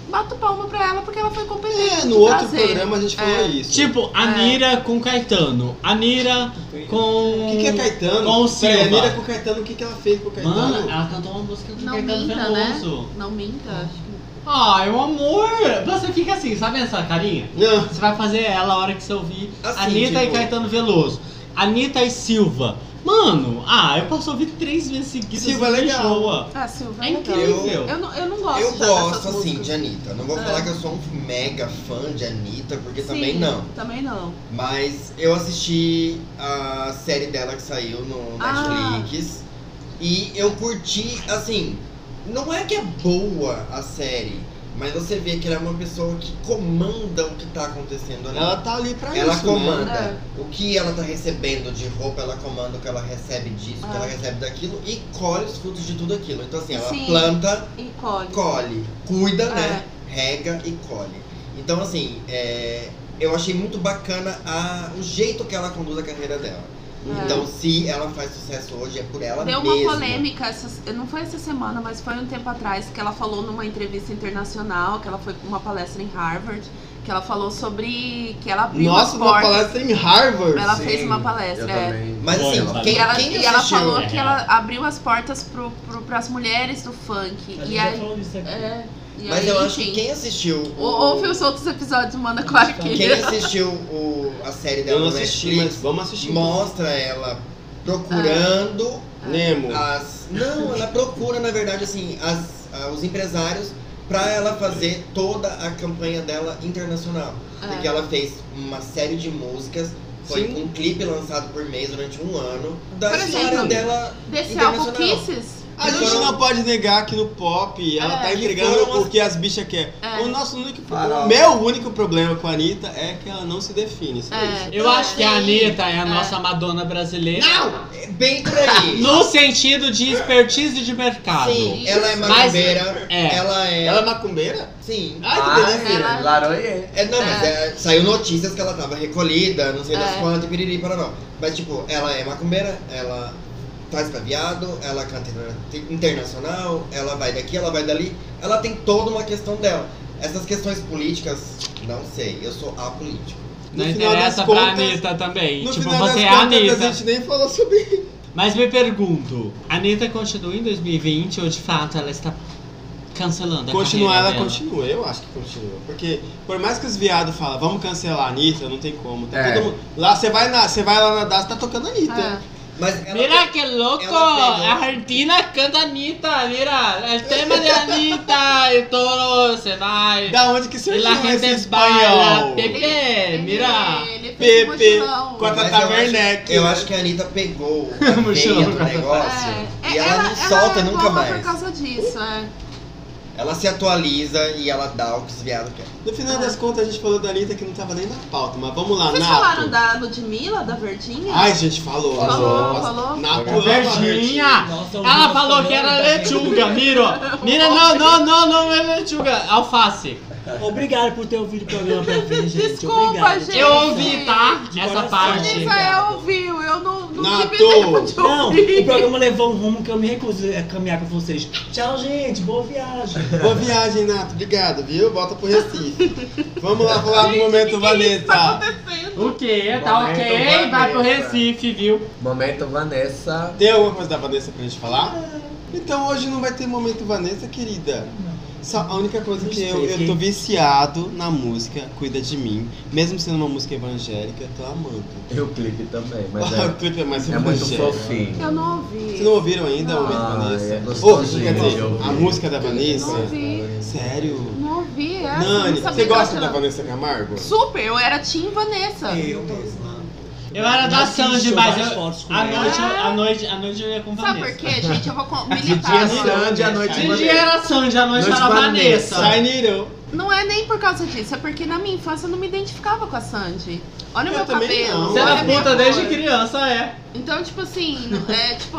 S5: bato palma pra ela porque ela foi competente.
S2: É,
S5: de
S2: no outro
S5: trazer.
S2: programa a gente falou
S5: É.
S2: isso.
S6: Tipo, a Nira com Caetano. A Nira com.
S2: o que, que é Caetano?
S6: Com o
S2: Peraí, a
S6: Silva.
S2: Nira com o Caetano, o que, que ela fez com o Caetano?
S9: Mano, ela cantou uma música do
S5: Não
S9: Caetano
S5: minta, né?
S9: Veloso.
S5: Não minta. acho que-
S6: Ai, meu Ah, é um amor! Você fica assim, sabe essa carinha?
S2: Não.
S6: Você vai fazer ela a hora que você ouvir
S3: Assim,
S6: Anitta e
S3: tipo-
S6: Caetano Veloso. Anitta e Silva. Mano, ah, eu posso ouvir três vezes seguidas.
S2: Silva
S6: e
S2: é
S6: me
S2: legal.
S6: enjoa.
S5: Ah, Silvia,
S6: É
S5: é legal.
S6: incrível.
S5: Eu, não, eu não gosto
S3: Eu
S5: já
S3: gosto,
S5: dessas
S3: assim,
S5: músicas.
S3: de Anitta. Não vou
S5: É.
S3: falar que eu sou um mega fã de Anitta, porque também
S5: Sim,
S3: não.
S5: Também não.
S3: Mas eu assisti a série dela que saiu no
S5: Ah.
S3: Netflix. E eu curti, assim, não é que é boa a série, mas você vê que ela é uma pessoa que comanda o que tá acontecendo ali.
S2: Ela tá ali pra
S3: Ela
S2: isso,
S3: comanda
S2: né?
S5: né?
S3: o que ela tá recebendo de roupa, ela comanda o que ela recebe disso, o que
S5: Ah.
S3: ela recebe daquilo e colhe os frutos de tudo aquilo. Então assim, ela
S5: Sim.
S3: planta,
S5: E colhe.
S3: colhe, cuida,
S5: É.
S3: né? Rega e colhe. Então assim, é, eu achei muito bacana a- o jeito que ela conduz a carreira dela.
S5: É.
S3: Então se ela faz sucesso hoje é por ela
S5: Deu uma
S3: mesma.
S5: polêmica, essa- não foi essa semana, mas foi um tempo atrás, que ela falou numa entrevista internacional, que ela foi pra uma palestra em Harvard, que ela falou sobre que ela abriu
S2: Nossa,
S5: as
S2: uma
S5: portas.
S2: palestra em Harvard.
S5: Ela
S8: Sim,
S5: fez uma
S8: Eu
S5: palestra, é.
S8: também.
S3: Mas assim,
S6: Olha,
S3: quem,
S5: E ela,
S3: quem
S5: e ela
S3: assistiu?
S5: falou
S6: é.
S5: que ela abriu as portas pro, pro, pras mulheres do funk.
S9: A gente
S5: e
S9: já
S5: aí.
S9: falou disso aqui.
S5: É, e
S3: Mas
S5: aí,
S3: eu acho que
S5: enfim.
S3: quem assistiu. o-
S5: Ou- Ouve os outros episódios, manda Clark.
S3: Quem é assistiu o- a série
S2: Eu
S3: dela
S2: não
S3: no
S2: assisti,
S3: Netflix
S2: mas vamos assistir.
S3: mostra ela procurando
S2: Nemo.
S3: as. Não, ela procura, na verdade, assim, as, ah, os empresários pra ela fazer toda a campanha dela internacional.
S5: Ah. É.
S3: Porque ela fez uma série de músicas, foi
S2: Sim.
S3: um clipe lançado por mês durante um ano, da
S5: Por exemplo,
S3: história dela.
S5: Desse álbum
S3: Internacional.
S5: Kisses.
S2: A gente
S3: Foram-
S2: não pode negar que no pop ela
S5: É.
S2: tá
S3: Que
S2: entregando
S3: foram as-
S2: o que as bichas querem.
S5: É.
S2: O nosso único
S8: Farol.
S2: o meu único problema com a Anitta é que ela não se define, só
S5: É.
S6: Eu acho que a Anitta é a
S5: É.
S6: nossa Madonna brasileira.
S3: Não! É Bem por aí!
S6: No sentido de expertise de mercado.
S3: Sim, ela é
S5: Mas-
S3: macumbeira,
S6: é.
S3: ela é.
S2: isso. Ela é macumbeira?
S3: Sim.
S2: Ai, que
S8: Ah,
S2: delícia.
S5: ela-
S8: Laroie.
S3: É, não, mas é, saiu notícias que ela tava recolhida, não sei das
S5: É.
S3: quantas, piriri, parará. Mas, tipo, ela é macumbeira, ela faz pra viado, ela canta interna- internacional, ela vai daqui, ela vai dali. Ela tem toda uma questão dela. Essas questões políticas, não sei, eu sou apolítico.
S6: Não
S2: No final
S6: interessa
S2: das
S6: pra
S2: contas-
S6: Anitta também.
S2: No
S6: Tipo,
S2: final das
S6: você é a
S2: contas,
S6: Anitta.
S2: a gente nem falou sobre isso.
S6: Mas me pergunto, a Anitta continua em 2020 ou de fato ela está cancelando a
S2: Continuar, ela
S6: carreira dela?
S2: continua, eu acho que continua. Porque por mais que os viados falam, vamos cancelar a Anitta, não tem como. Tá
S8: É.
S2: todo mundo. Lá você vai na, você vai lá na DAS, tá tocando a Anitta.
S5: É.
S3: Mas ela.
S6: Mira que louco!
S3: ela pegou-
S6: A Argentina canta Anitta, mira! O tema de Anitta e todo se vai.
S2: Da onde que
S6: E
S2: surgiu
S6: la
S2: esse
S6: gente
S2: espanhol?
S6: baila, Pepe, É, mira!
S5: Ele fez um
S2: Pepe
S5: mochilão.
S2: com a
S3: Mas
S2: Tata
S3: eu acho-
S2: Werneck.
S3: Eu acho que a Anitta *laughs* pegou a
S6: Mochilão
S3: veia do
S6: com a Tata.
S3: negócio
S5: É.
S3: e ela, não
S5: ela
S3: solta
S5: é
S3: nunca
S5: boa
S3: mais.
S5: por causa disso, é.
S7: Ela se atualiza e ela dá o que os viados querem.
S3: No final das contas, a gente falou da Anitta que não tava nem na pauta, mas vamos lá,
S5: Vocês
S3: Nato.
S5: falaram da Ludmilla, da Verdinha?
S3: Ai, gente, falou.
S5: Falou,
S3: Nossa,
S5: falou.
S3: Nato
S1: Falou.
S3: ama a
S6: Verdinha!
S2: Nossa, eu
S6: Ah, Ela
S2: gosto
S6: falou que
S2: muito
S6: era
S2: da
S6: lechuga, Miro! Mira, não, não, não, não é lechuga, alface.
S2: Obrigado por ter ouvido o programa pra mim, gente.
S5: Desculpa,
S2: Obrigado.
S5: gente.
S6: Eu ouvi, tá?
S2: De
S6: Essa
S2: coração.
S5: O
S6: parte.
S5: Israel ouviu, é eu não, não tive
S3: Nato!
S5: tempo de
S2: Não,
S5: ouvir.
S2: o programa levou um rumo que eu me recuso a caminhar com vocês. Tchau, gente. Boa viagem.
S3: Boa viagem, Nato. Obrigado, viu? Volta pro Recife.
S5: *laughs*
S3: Vamos lá falar do
S5: Gente,
S3: momento
S5: que que é isso? Tá
S3: Valeta.
S5: acontecendo.
S6: O quê? Tá
S1: Momento
S3: então
S6: ok? Vai pro
S1: Vanessa.
S6: Recife, viu?
S1: Momento Vanessa.
S3: Tem alguma coisa da Vanessa pra gente falar? Então hoje não vai ter momento Vanessa, querida. Só a única coisa que eu, eu tô viciado na música Cuida de Mim, mesmo sendo uma música evangélica, eu tô amando.
S1: E o clipe também, mas
S3: *laughs* o
S1: é,
S3: clipe é mais
S1: é muito
S3: evangélico.
S1: fofinho.
S5: Eu não ouvi.
S3: Vocês não ouviram ainda o momento
S1: Ah,
S3: Vanessa?
S1: é
S3: Ô,
S1: gostosinho,
S3: quer dizer,
S1: eu ouvi.
S3: a música da Vanessa?
S5: Não ouvi.
S3: Sério?
S5: Não ouvi, é.
S3: Nani, você
S5: não sabia que ela
S3: gosta da
S5: tinha-
S3: Vanessa Camargo?
S5: Super, eu era Tim Vanessa.
S2: Eu mesma.
S6: Eu era da
S2: Assisto
S6: Sanji, mas
S2: várias
S6: eu-
S2: fotos com
S6: à
S2: ela.
S6: noite, à noite, à noite eu ia com
S5: Sabe por
S6: Vanessa.
S5: quê, gente? Eu vou
S3: *laughs*
S5: com-
S1: De dia
S5: militar. agora.
S1: Sandy, à noite
S6: De dia
S1: Vanessa.
S6: era Sanji, à noite
S1: Noite
S6: era
S1: Vanessa.
S6: Vanessa.
S3: Sainiro.
S5: Não é nem por causa disso, é porque na minha infância eu não me identificava com a Sandy. Olha
S3: Eu
S5: o meu
S3: também não.
S5: cabelo.
S6: Você
S5: olha
S6: era
S5: a minha
S6: puta
S5: cor.
S6: desde criança, é.
S5: Então, tipo assim,
S3: *laughs*
S5: é tipo.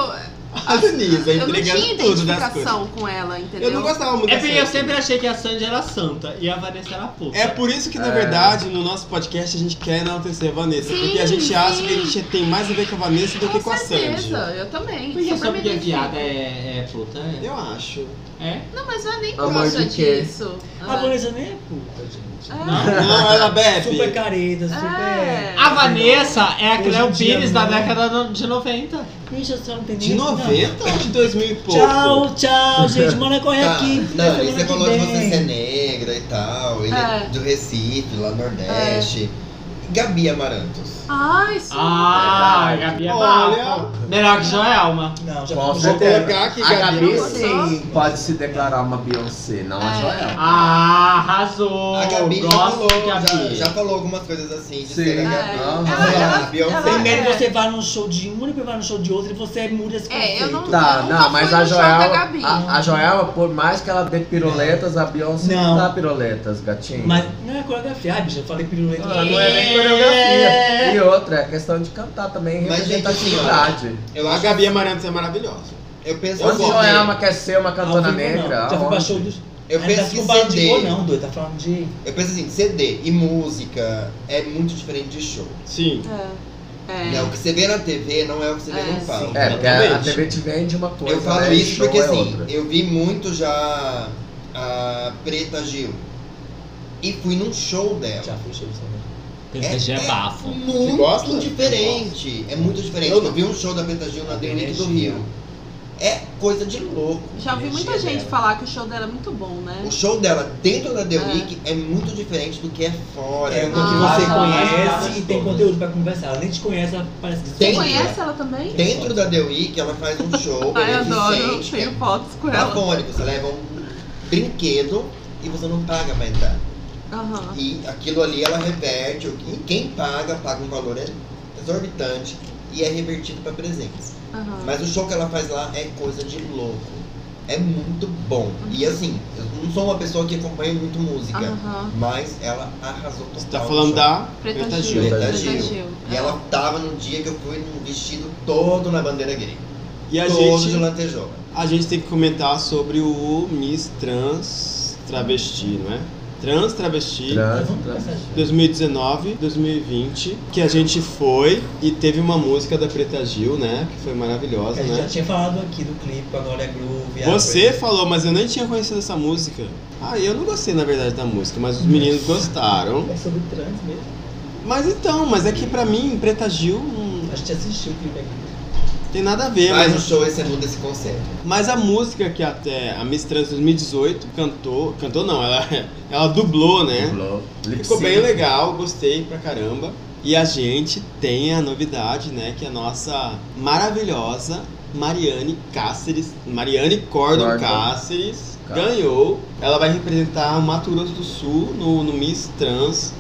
S3: A Denise, a
S5: Eu não
S3: intriga
S5: tinha
S3: tudo das coisas.
S5: identificação com ela, entendeu?
S3: Eu não gostava muito
S6: É
S3: da
S6: porque eu
S3: Sandy.
S6: sempre achei que a Sanji era santa e a Vanessa era puta.
S3: É por isso que, na
S1: É.
S3: verdade, no nosso podcast a gente quer enaltecer a Vanessa.
S5: Sim,
S3: porque a gente acha
S5: sim.
S3: que a gente tem mais a ver com a Vanessa do que com a Sandy.
S5: certeza, eu também.
S6: Por que
S5: super
S6: só
S5: me
S6: porque é
S5: identifico.
S6: viada é, é puta? É?
S3: Eu acho.
S6: É?
S5: Não, mas não é nem por
S1: Amor
S5: causa
S1: de quê?
S5: disso. Ah.
S2: A Vanessa nem é puta, gente.
S5: É.
S6: Não?
S3: Não, ela
S2: Super
S3: bebe.
S2: careta,
S5: É.
S2: super.
S6: A Vanessa é a
S2: Hoje em
S6: Cleo
S2: dia,
S6: Pires da
S2: não. é.
S6: década no- de 90.
S2: Bicha, você não tem
S3: De
S2: nem- não.
S3: 90 ou de 2000 e pouco?
S2: Tchau, tchau, gente. Manda correr
S7: Tá,
S2: aqui.
S7: não, e
S2: Semana
S7: você
S2: que
S7: falou de você
S2: vem.
S7: ser negra e tal, ele
S5: É.
S7: é do Recife, lá do Nordeste. Gabi Amarantos.
S5: Ai, super.
S6: Ah, a Gabi é
S3: Olha.
S6: Olha. Melhor que Joelma.
S2: Não, já
S1: Com
S2: falamos.
S3: Vou
S1: certeza.
S3: colocar aqui,
S1: A
S3: Gabi.
S1: Gabi
S5: Amarantos.
S1: sim pode se declarar uma Beyoncé, não a
S5: É.
S1: Joel.
S6: Ah, arrasou.
S7: a Gabi já
S6: Gosto
S7: falou,
S6: de
S7: já,
S6: Gabi.
S7: já falou algumas coisas assim, de
S1: Sim.
S7: ser a
S1: É.
S7: Gabi.
S1: Ela-
S7: Sei lá,
S5: ela-
S7: Beyoncé.
S5: ela-
S2: Primeiro
S5: É.
S2: você vai num show de um, depois vai num show de outro e você muda esse
S5: É,
S2: conceito.
S5: eu não-
S1: Tá,
S5: Eu nunca
S1: não, mas
S5: fui
S1: a
S5: no show da
S1: Joelma,
S5: Gabi.
S1: a, a Joelma, por mais que ela dê piruletas, a Beyoncé não,
S2: Não.
S1: dá piruletas, gatinho.
S2: Mas não é coreografia. Ai, bicha, eu falei piruleta.
S1: Ah, não é nem coreografia. E outra, é questão de cantar também,
S7: Mas, gente,
S1: representatividade.
S7: Eu
S3: A
S7: acho
S3: Gabi Amarantos é maravilhosa.
S7: Eu penso
S1: Onde
S7: assim,
S8: é
S1: Joelma quer ser uma
S2: Ao vivo,
S1: cantora
S2: não.
S1: negra?
S2: Já fui pra
S1: aonde?
S2: show dos.
S7: eu
S2: Ah, não
S7: penso
S2: tá
S7: que
S2: falando de
S7: CD,
S2: boa, não, doido. Tá falando de.
S7: eu penso assim, CD e música é muito diferente de show.
S3: Sim.
S5: É.
S7: Né? O que você vê na TV não é o que você vê
S5: É,
S7: no palco.
S1: É, porque a, a
S3: Exatamente.
S1: TV te vende uma coisa.
S7: Eu falo
S1: né?
S7: isso
S1: Show
S7: porque
S1: é
S7: assim,
S1: outra.
S7: eu vi muito já a Preta Gil. E fui num show dela.
S2: Já fui show dos.
S6: Esse é bafo.
S3: Você
S7: Muito
S3: gosta?
S7: diferente. É muito diferente.
S3: Eu
S7: Eu,
S3: não.
S7: vi um show da Preta Gil na
S2: A
S7: Drink do
S2: energia.
S7: Rio. É coisa de louco.
S5: Já ouvi
S3: é
S5: muita
S2: Energia
S5: gente
S2: dela.
S5: falar que o show dela é muito bom, né?
S7: O show dela dentro da The Week é muito diferente do que é fora.
S2: É,
S7: do
S2: o
S7: que
S5: Ah,
S2: que você
S5: tá.
S2: conhece e tem conteúdo pra conversar. Ela nem te conhece, ela parece que
S5: Você
S7: Tem-
S5: conhece ela também?
S7: Dentro da The Week ela faz um
S3: é
S7: show
S5: Ai, eu adoro, eu
S7: beneficente.
S5: tenho fotos
S3: Tá
S5: com
S7: É
S5: ela.
S7: afônico. Você leva um brinquedo e você não paga pra entrar.
S5: Aham.
S7: E aquilo ali ela reverte. E quem paga, paga um valor exorbitante e é revertido pra presença.
S5: aham.
S7: Mas o show que ela faz lá é coisa de louco. É muito bom. E assim, eu não sou uma pessoa que acompanha muito música,
S5: Aham.
S7: mas ela arrasou total.
S3: Você tá
S7: no
S3: falando
S7: show.
S3: da
S5: Preta
S3: Preta
S5: Gil.
S3: Gil.
S7: Preta
S5: Preta
S7: Gil.
S5: Gil.
S7: E ela tava no dia que eu fui num vestido todo na bandeira gay.
S3: E a
S7: todo de
S3: gente,
S7: lantejola.
S3: a gente tem que comentar sobre o Miss Trans Travesti, não é? Trans Travesti.
S1: Trans,
S2: Vamos
S1: trans.
S2: conversar.
S3: 2019, 2020, que a gente foi e teve uma música da Preta Gil, né? Que foi maravilhosa,
S2: A gente É, já
S3: né?
S2: tinha falado aqui do clipe com a Glória Groove. é a
S3: Você falou, mas eu nem tinha conhecido essa música. Ah, eu não gostei, na verdade, da música, mas os meninos gostaram.
S2: É sobre trans mesmo.
S3: Mas então, mas é que pra mim, Preta Gil não
S2: A gente assistiu o clipe aqui.
S3: tem nada a ver.
S7: Mas o
S3: Mas,
S7: show esse é muda esse conceito.
S3: mas a música que até a Miss Trans 2018 cantou, cantou não, ela, *laughs* ela dublou, né?
S1: Dublou.
S3: Ficou
S1: Lip-sync.
S3: bem né? legal, gostei pra caramba. E a gente tem a novidade, né? Que a nossa maravilhosa Mariane Cáceres, Mariane Cordon,
S1: Cordon.
S3: Cáceres,
S1: Cáceres.
S3: ganhou. Ela vai representar o Mato Grosso do Sul no, no Miss Trans.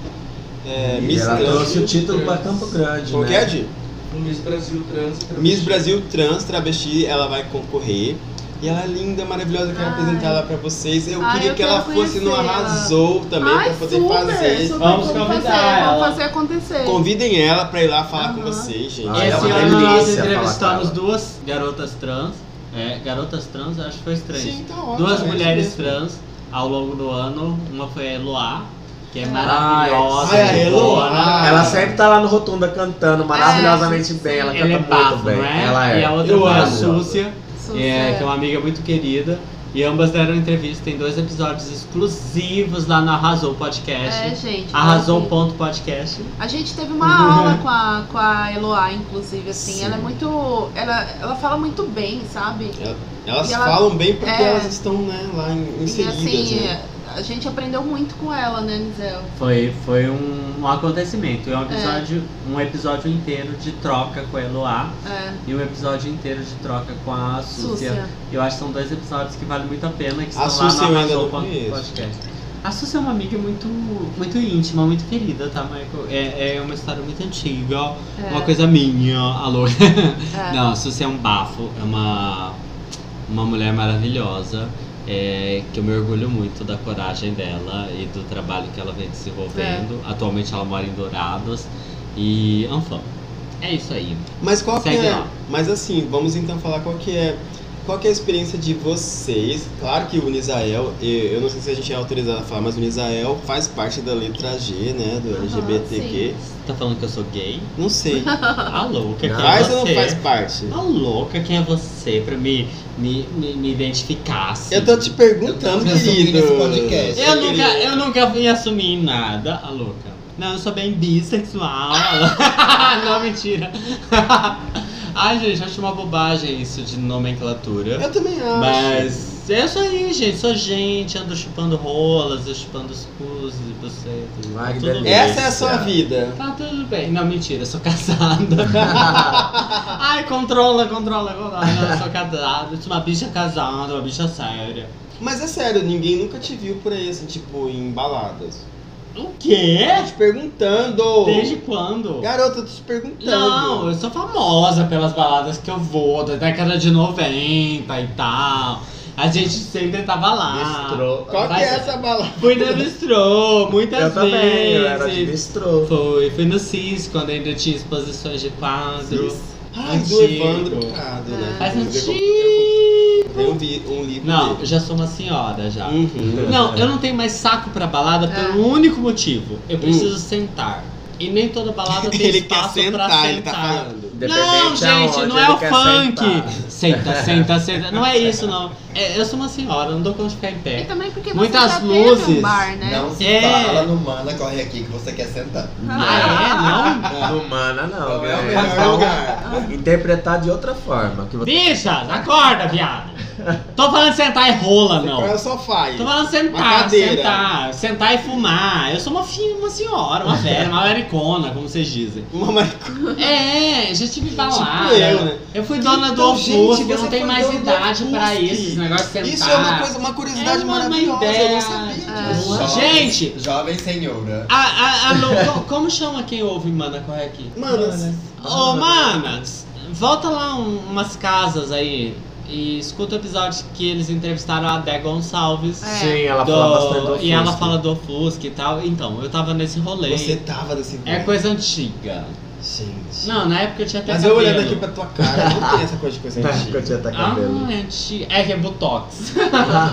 S3: É,
S1: E
S3: Miss
S1: ela trouxe o
S3: Trans.
S1: título pra Campo Grande,
S3: Como
S1: né?
S3: que é, Di?
S4: No Miss Brasil Trans.
S3: Miss Brasil Trans Travesti, ela vai concorrer. E ela é linda, maravilhosa, eu quero
S5: Ai.
S3: apresentar ela pra vocês. Eu
S5: Ai,
S3: queria
S5: eu
S3: que
S5: quero
S3: ela fosse no
S5: conhecer ela.
S3: Arrasou também,
S5: Ai,
S3: pra poder
S5: super,
S3: fazer.
S5: super,
S6: Vamos
S5: vamos
S6: convidar
S5: fazer,
S6: ela.
S5: Vamos fazer acontecer.
S3: Convidem ela pra ir lá falar com
S5: Aham.
S3: vocês, gente.
S1: Ai,
S6: Esse
S1: é uma
S6: ano nós
S1: delícia falar
S6: entrevistamos
S1: com ela.
S6: duas garotas trans. É, garotas trans, eu acho que foi estranho.
S3: Sim, tá ótimo.
S6: duas
S3: é isso
S6: mulheres
S3: mesmo.
S6: trans ao longo do ano. Uma foi a Eloá, que é
S1: Ah,
S6: maravilhosa.
S3: Ai, a
S6: boa, né?
S3: Eloá.
S1: Ela sempre tá lá no Rotunda cantando maravilhosamente
S5: É,
S1: bem. Ela
S6: Ela
S1: canta
S6: é bafo,
S1: muito bem.
S6: não é?
S1: Ela é.
S6: E a outra
S1: Eu
S6: foi a
S1: amo.
S6: Súcia,
S5: Sucesso.
S6: é, que é uma amiga muito querida. E ambas deram entrevista em dois episódios exclusivos lá no Arrasou Podcast.
S5: É, gente.
S6: um
S5: pode
S6: Arrasou.podcast.
S5: ir. A gente teve uma aula com a, com a Eloá, inclusive, assim. Ela é muito. Ela, ela fala muito bem, sabe?
S3: Elas
S5: E ela-
S3: falam bem porque
S5: é.
S3: elas estão né, lá em-
S5: E
S3: inseridas,
S5: assim,
S3: né?
S5: a gente aprendeu muito com ela, né, Nizel?
S6: Foi, foi um, um acontecimento. É um episódio, um episódio inteiro de troca com a Eloá
S5: É,
S6: e um episódio inteiro de troca com a *laughs* Súcia.
S5: Súcia.
S6: Eu acho que são dois episódios que valem muito a pena, que
S3: A
S6: estão
S3: Súcia
S6: lá
S3: eu ainda
S6: no Arrasou
S3: não
S6: Pod-
S3: conheço.
S6: Podcast. A Súcia é uma amiga muito, muito íntima, muito querida, tá, Michael? É, é uma história muito antiga,
S5: É,
S6: uma coisa minha, alô.
S5: é.
S6: Não, a Suzy é um bafo, é uma, uma mulher maravilhosa, é, que eu me orgulho muito da coragem dela e do trabalho que ela vem desenvolvendo.
S3: É.
S6: Atualmente ela mora em Dourados e Anfã. É isso aí.
S3: Mas qual que
S6: Segue
S3: é?
S6: lá.
S3: Mas assim, vamos então falar qual que é. Qual que é a experiência de vocês? Claro que o Nisael, e- eu não sei se a gente é autorizado a falar, mas o Nisael faz parte da letra G, né? Do LGBTQ.
S6: Você tá falando que eu sou gay?
S3: Não sei.
S6: *laughs* A louca, quem é
S3: Faz ou
S6: você?
S3: Ah. não faz parte?
S6: A louca, quem é você pra me, me, me, me identificar? assim?
S3: Eu tô te perguntando,
S7: Eu tô subindo
S3: querido.
S7: esse podcast.
S6: Eu
S3: querido.
S6: nunca, eu nunca me assumi em nada, a louca. Não, eu sou bem
S3: *laughs*
S6: bissexual. não, mentira. *laughs* Ai, gente, acho uma bobagem isso de nomenclatura.
S3: Eu também acho.
S6: Mas é isso aí, gente. Sou gente, ando chupando rolas, eu chupando os cus e bucetas.
S1: Ai, que
S6: Tá
S1: delícia.
S6: tudo bem.
S3: Essa é a sua vida.
S6: Tá tudo bem. Não, mentira, eu sou casada. *laughs* Ai, controla, controla, controla. Não, eu sou casada. Eu sou uma bicha casada, uma bicha séria.
S3: Mas é sério, ninguém nunca te viu por aí, assim, tipo, em baladas.
S6: O quê?
S3: Tô te perguntando.
S6: Desde quando?
S3: Garota, eu tô te perguntando.
S6: Não, eu sou famosa pelas baladas que eu vou, da década de 90 e tal. A gente sempre tava lá.
S1: Bistrô.
S3: Qual que é
S6: Mas-
S3: essa balada?
S6: Fui no bistrô, muitas
S1: Eu
S6: vezes.
S1: também, eu era de bistrô.
S6: Foi, fui no CIS, quando ainda tinha exposições de quadro.
S3: Ai, do
S6: Antigo.
S3: Evandro Prado, né?
S6: Mas
S3: Eu
S6: antigo. tipo
S3: comprei um, vi- um livro
S6: Não,
S3: dele.
S6: eu já sou uma senhora já.
S3: Uhum.
S6: Não, eu não tenho mais saco pra balada pelo único motivo. Eu preciso sentar. E nem toda
S3: *laughs*
S6: balada tem
S3: Ele quer
S6: espaço
S3: sentar,
S6: pra
S3: ele tá
S6: sentar.
S3: falando.
S6: Não,
S1: Independente
S6: gente,
S1: aonde,
S6: não é
S1: ele
S6: o
S1: quer
S6: funk.
S1: sentar.
S6: Senta,
S3: *laughs*
S6: senta, senta. Não é isso, não. É, eu sou uma senhora, eu não dou conta de ficar em
S5: E
S6: pé.
S5: também porque
S6: é. Muitas
S5: você já teve
S6: luzes.
S5: um bar, né?
S7: Não se
S6: É.
S7: fala no Mana Corre Aqui que você quer sentar.
S6: Ah, é? Não?
S1: Humana não,
S7: Não é
S1: né?
S7: o melhor
S1: Então,
S7: lugar.
S1: Interpretar de outra forma. Que você...
S6: Bichas, acorda, viado. Tô falando de sentar e rola, não.
S3: Qual é o sofá?
S6: Tô falando de
S3: Uma
S6: sentar,
S3: cadeira.
S6: sentar, sentar e fumar. Eu sou uma, fi- uma senhora, uma velha, uma maricona, como vocês dizem.
S3: Uma maricona.
S6: É, já tive balada.
S3: Tipo eu, né?
S6: Eu fui dona do
S3: Então, gente,
S6: Ofusco, eu
S3: você
S6: não tenho
S3: foi
S6: mais
S3: dona do
S6: idade pra
S3: Ofusco.
S6: isso, esse negócio de sentar.
S3: Isso é uma coisa, uma curiosidade
S6: É uma- uma
S3: maravilhosa. Eu
S6: ideia.
S3: não sabia disso.
S5: É.
S6: Boa. Gente!
S7: Jovem senhora.
S6: A, a, a Lu- ah, co- como chama quem ouve Mana Corre aqui?
S3: Manas.
S6: Ô, Manas, volta lá um- umas casas aí e escuta o episódio que eles entrevistaram a Dé Gonçalves.
S5: É.
S1: Sim, ela
S6: do-
S1: fala bastante do
S6: E ela
S1: Fusca.
S6: fala do Fusca e tal. Então, eu tava nesse rolê.
S3: Você tava nesse
S6: É coisa antiga.
S3: Gente.
S6: Não, na época eu tinha até
S3: Mas eu
S6: cabelo.
S3: olhando aqui pra tua cara, não tem essa coisa de *laughs* coisa
S1: Na época
S3: antiga.
S1: eu tinha até
S6: Ah, *laughs*
S1: cabelo.
S6: é antiga. É que é Botox.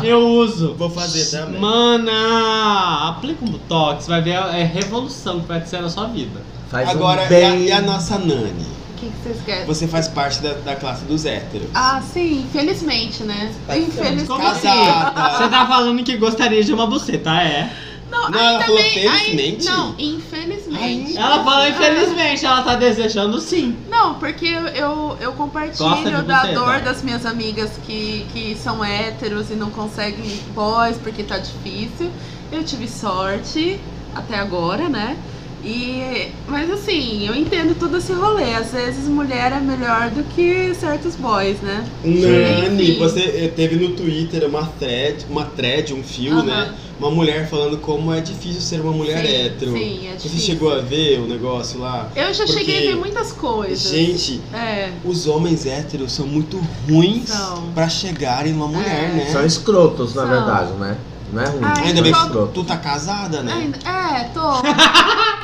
S6: eu uso.
S3: Vou fazer também.
S6: Mana, aplica um Botox, vai ver, é revolução que vai ser na sua vida.
S1: Faz
S3: Agora,
S1: um
S3: e a,
S1: bem...
S3: e a nossa Nani?
S5: O que, que vocês querem?
S3: Você faz parte da, da classe dos héteros.
S5: Ah, sim, infelizmente, né?
S7: Bastante.
S5: Infelizmente.
S6: Como assim?
S3: Casada.
S6: Você tá falando que gostaria de uma buceta, é?
S5: Não,
S3: Não,
S5: aí
S3: ela falou
S5: também- aí-
S3: felizmente?
S5: não, infelizmente.
S6: Ela falou,
S5: Ah,
S6: infelizmente, ela tá desejando sim.
S5: Não, porque eu, eu,
S6: Gosta
S5: eu
S6: de
S5: compartilho da
S6: buceta.
S5: dor das minhas amigas que, que são héteros e não conseguem boys porque tá difícil. Eu tive sorte até agora, né? E, mas assim, eu entendo todo esse rolê. Às vezes mulher é melhor do que certos boys, né?
S3: Nani,
S5: Sim.
S3: você eh, teve no Twitter uma thread, uma thread, um fio,
S5: Aham.
S3: né? Uma mulher falando como é difícil ser uma mulher
S5: Sim,
S3: hétero.
S5: Sim, é
S3: Você
S5: difícil.
S3: chegou a ver o negócio lá?
S5: Eu já
S3: Porque-
S5: cheguei a ver muitas coisas.
S3: Gente,
S5: É.
S3: os homens héteros são muito ruins
S5: São.
S3: pra chegarem numa mulher,
S5: É.
S3: né?
S1: São escrotos, na
S5: São.
S1: verdade, né? Não é ruim.
S5: Ai,
S1: são
S3: Ainda bem
S5: só-
S3: que
S1: escroto.
S3: tu tá casada, né?
S5: Ainda- É,
S3: *laughs*
S5: tô. *laughs*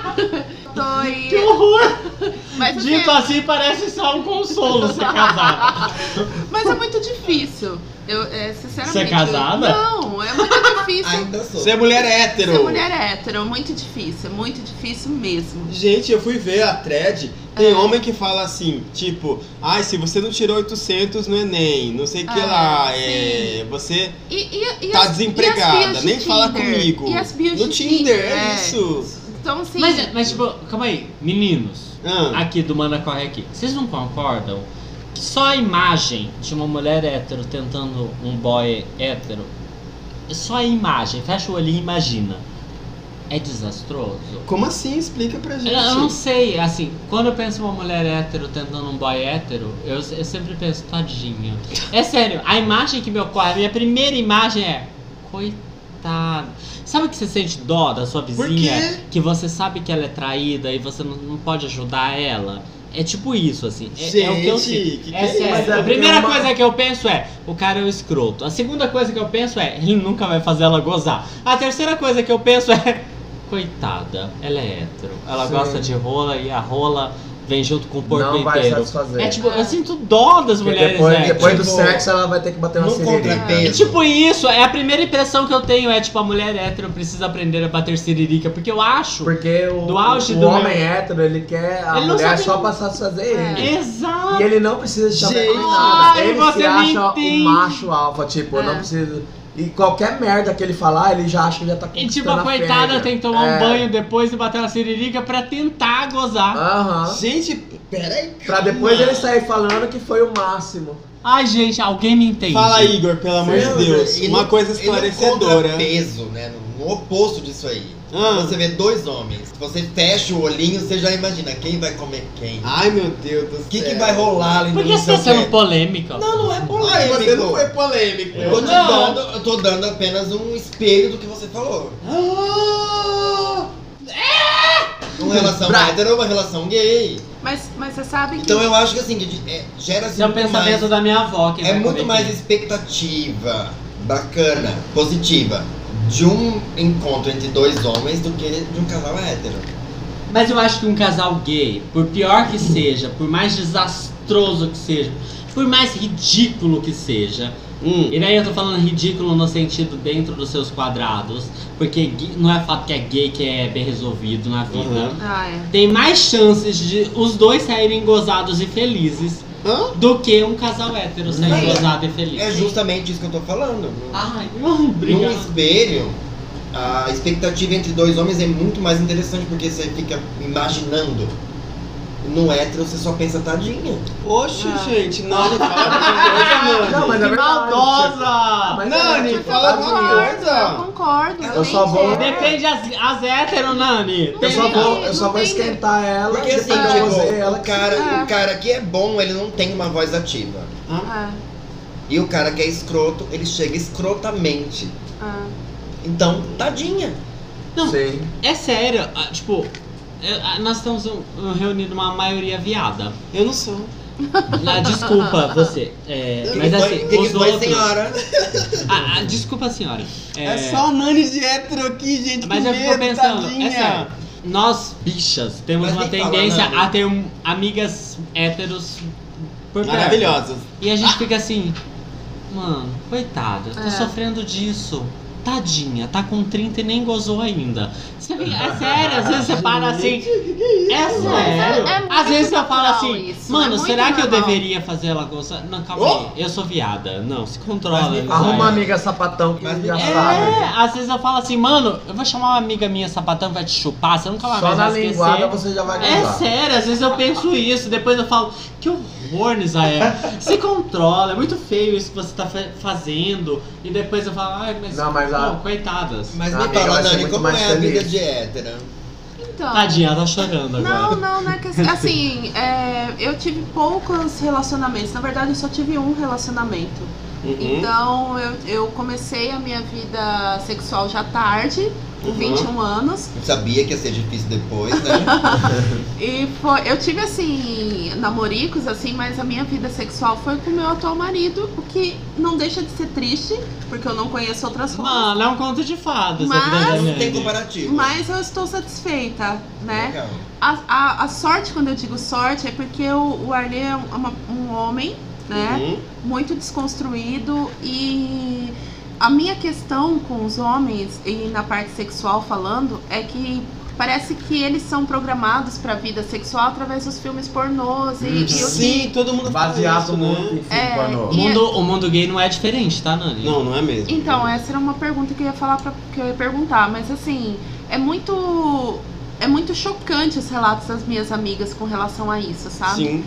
S5: tô e...
S4: Que horror!
S5: Mas, assim,
S4: Dito assim, parece só um consolo ser casado.
S5: mas é muito difícil. Eu, é, sinceramente.
S4: Você é casada?
S5: Não, é muito
S3: *laughs*
S5: difícil
S7: Ainda Ah, então sou.
S3: Você é mulher hétero!
S5: ser mulher hétero. Muito difícil, muito difícil mesmo.
S3: Gente, eu fui ver a thread.
S5: É.
S3: Tem homem que fala assim, tipo, ai, se você não tirou 800 no Enem, não sei o que
S5: Ah,
S3: lá,
S5: sim.
S3: é. Você
S5: E, e, e
S3: tá
S5: as- e as
S3: desempregada,
S5: bios de
S3: nem fala
S5: Tinder?
S3: comigo.
S5: E as bios
S3: no
S5: de
S3: Tinder, é,
S5: é.
S3: isso.
S5: Então, assim.
S6: Mas, mas, tipo, calma aí, meninos,
S3: Ah,
S6: aqui do Mana Corre aqui, vocês não concordam que só a imagem de uma mulher hétero tentando um boy hétero, só a imagem, fecha o olho e imagina, é desastroso?
S3: como assim? Explica pra gente.
S6: Eu, eu não sei, assim, quando eu penso em uma mulher hétero tentando um boy hétero, eu, eu sempre penso, tadinha. É sério, a imagem que me ocorre, a minha primeira imagem é, coitado. Sabe que você sente dó da sua
S3: Por
S6: vizinha?
S3: quê?
S6: Que você sabe que ela é traída e você não, não pode ajudar ela? É tipo isso, assim. É,
S3: Gente,
S6: é o que eu sinto.
S3: que
S6: É
S3: que
S6: sério.
S3: isso?
S6: A primeira coisa que eu penso é, o cara é um escroto. A segunda coisa que eu penso é, ele nunca vai fazer ela gozar. A terceira coisa que eu penso é, *laughs* coitada, ela é hétero. Ela
S1: Sim.
S6: gosta de rola e a rola vem junto com o porco
S1: Não vai
S6: inteiro.
S1: satisfazer.
S6: É tipo, eu sinto dó das
S1: Porque
S6: mulheres
S1: depois,
S6: héteras.
S1: depois do
S6: Tipo,
S1: sexo ela vai ter que bater uma
S7: Não
S1: siririca.
S7: contrapé.
S6: é tipo isso, é a primeira impressão que eu tenho, é tipo, a mulher hétero precisa aprender a bater siririca, porque eu acho...
S1: Porque o,
S6: Do auge
S1: o
S6: do
S1: homem
S6: meu-
S1: hétero, ele quer a
S6: Ele não
S1: mulher
S6: sabe- É.
S1: só pra satisfazer ele.
S6: Exato!
S1: E ele não precisa te chamar
S3: Gente.
S1: com nada.
S6: Ai,
S1: Ele
S6: você
S1: se
S6: me
S1: acha
S6: entende.
S1: um macho alfa, tipo, eu
S5: É.
S1: não preciso. E qualquer merda que ele falar, ele já acha que já tá
S6: E
S1: conquistando
S6: tipo, a coitada
S1: fêmea.
S6: tem que tomar
S1: É.
S6: um banho depois e bater uma siririca pra tentar
S1: Ah.
S6: gozar.
S1: Aham.
S3: Gente, peraí.
S1: Pra depois ele sair falando que foi o máximo.
S6: Ai, gente, alguém me entende.
S3: Fala, Igor, pelo amor de
S7: Meu
S3: Deus.
S7: E
S3: Uma
S7: no-
S3: coisa
S7: E
S3: esclarecedora.
S7: no peso, né? No, no oposto disso aí.
S3: Ah.
S7: Você vê dois homens. Você fecha o olhinho, você já imagina quem vai comer quem. O
S3: Ai, meu Deus do céu.
S7: que, que vai rolar ali
S6: Por que
S7: no
S6: você tá
S7: seu
S6: sendo
S7: pé?
S6: polêmica?
S7: Não, não é
S3: Ai,
S7: polêmico.
S3: você não foi polêmico.
S7: Eu tô, te
S6: Não.
S7: dando, eu tô dando apenas um espelho do que você falou. Ah, Uma relação
S1: Bra-
S7: hétero é uma relação gay.
S5: Mas, mas você sabe que.
S7: Então eu acho que assim, que de- é, gera-se
S6: Esse é o
S7: muito mais,
S6: pensamento da minha avó. Que
S7: é muito mais expectativa bacana, positiva, de um encontro entre dois homens do que de um casal hétero.
S6: Mas eu acho que um casal gay, por pior que seja, por mais desastroso que seja, por mais ridículo que seja,
S3: Hum.
S6: e daí eu tô falando ridículo no sentido dentro dos seus quadrados, porque gay- não é fato que é gay que é bem resolvido na vida.
S3: Uhum.
S5: Ah, é.
S6: Tem mais chances de os dois saírem gozados e felizes
S3: Hã?
S6: do que um casal hétero sair
S7: Mas é-
S6: gozado e feliz.
S7: É justamente isso que eu tô falando.
S6: Ai, não,
S7: Num
S6: obrigado.
S7: espelho, a expectativa entre dois homens é muito mais interessante porque você fica imaginando. No hétero você só pensa tadinha.
S3: Oxe,
S5: Ah.
S3: gente, Nani, fala alguma
S6: *laughs*
S3: coisa,
S1: Não,
S3: Nani.
S1: mas é
S6: Que
S1: verdade.
S6: maldosa!
S1: Mas
S3: Nani,
S1: é, tipo,
S3: fala
S1: a
S3: alguma
S1: minha-
S3: coisa.
S5: Eu concordo.
S1: Eu só
S5: gente,
S1: vou-
S5: é.
S6: Defende as, as hétero, Nani!
S5: Não
S1: Eu
S6: Tem-
S1: só vou,
S5: Não
S1: eu só vou
S5: tem-
S1: esquentar ela
S7: Porque
S1: e
S7: assim,
S6: tá
S1: depois eu vou
S7: tipo,
S1: ver ela
S7: o
S1: que-
S7: cara,
S5: Ah.
S7: o cara que é bom, ele não tem uma voz ativa.
S5: Ah,
S7: E o cara que é escroto, ele chega escrotamente.
S5: ah.
S7: Então, tadinha.
S6: Não.
S1: Sim.
S6: É sério, ah, tipo, eu- ah, nós estamos um- um reunindo uma maioria viada.
S3: Eu não sou.
S6: Ah,
S7: *laughs*
S6: desculpa você. é, mas
S7: Foi-
S6: assim,
S7: que que
S6: os
S7: foi,
S6: outros.
S7: senhora?
S6: Ah, ah, desculpa, senhora.
S3: É, só Nani de hétero aqui, gente.
S6: Mas
S3: que
S6: eu fico
S3: medo,
S6: pensando,
S3: tadinha.
S6: é sério, nós bichas temos
S7: Mas
S6: uma
S7: tem que falar,
S6: tendência
S7: né?
S6: a ter um- amigas héteros por perto.
S3: Maravilhosas.
S6: E a gente fica assim, mano, coitada, tô
S5: É.
S6: sofrendo disso. Tadinha, tá com 30 e nem gozou ainda. Você fica-
S5: *laughs*
S6: é sério, às vezes você para assim. É
S1: isso?
S6: sério.
S5: Mas é- é muito
S6: às vezes eu falo
S5: natural
S6: assim,
S5: isso,
S6: mano,
S5: é muito
S6: será que eu
S5: normal."
S6: deveria fazer ela gozar? Não, calma aí, eu sou viada. Não, se controla.
S3: Mas me-
S6: Isaia.
S1: Oh! Arruma uma amiga sapatão que
S7: Mas-
S1: já
S6: É,
S1: sabe.
S6: às vezes eu falo assim, mano, eu vou chamar uma amiga minha sapatão, vai te chupar, você nunca mais
S1: Só
S6: vai
S1: na
S6: esquecer.
S1: linguada você já vai
S6: É
S1: gozar.
S6: sério, às vezes eu penso isso, depois eu falo, que horror, Nisael. Se controla, é muito feio isso que você tá fa- fazendo. E depois eu falo, ai, mas.
S1: Não, mas a-
S6: pô, coitadas.
S7: Mas
S1: Ah,
S7: me
S8: Tá,
S1: amiga,
S7: fala,
S1: vai ser
S7: Dani,
S1: muito
S7: como
S1: mais
S7: é a vida
S1: feliz.
S7: de hétero?
S5: Então.
S2: Tadinha, ela tá chorando agora.
S5: Não, não, não é que assim, é, eu tive poucos relacionamentos. Na verdade, eu só tive um relacionamento. Então, eu, eu comecei a minha vida sexual já tarde, com
S3: Uhum.
S5: 21 anos.
S7: Eu sabia que ia ser difícil depois, né?
S5: E foi, eu tive, assim, namoricos, assim, mas a minha vida sexual foi com o meu atual marido, o que não deixa de ser triste, porque eu não conheço outras formas.
S2: Mano, é um conto de fadas.
S5: Mas-
S2: a vida da
S7: Mas não
S2: Janaína.
S7: tem comparativo.
S5: Mas eu estou satisfeita, né?
S7: Legal.
S5: A, a, a sorte, quando eu digo sorte, é porque o, o Arley é um, é uma- um homem, né?
S3: Uhum.
S5: Muito desconstruído e a minha questão com os homens, e na parte sexual falando, é que parece que eles são programados pra vida sexual através dos filmes pornôs e, e o que-
S3: Sim, todo mundo fala
S8: Baseado
S3: isso,
S8: muito
S3: né?
S8: em
S5: É,
S8: filme pornô.
S2: O mundo, o mundo gay não é diferente, tá, Nani?
S3: Não, não é mesmo.
S5: Então, essa era uma pergunta que eu ia falar pra, que eu ia perguntar, mas assim, é muito é muito chocante os relatos das minhas amigas com relação a isso, sabe?
S3: Sim.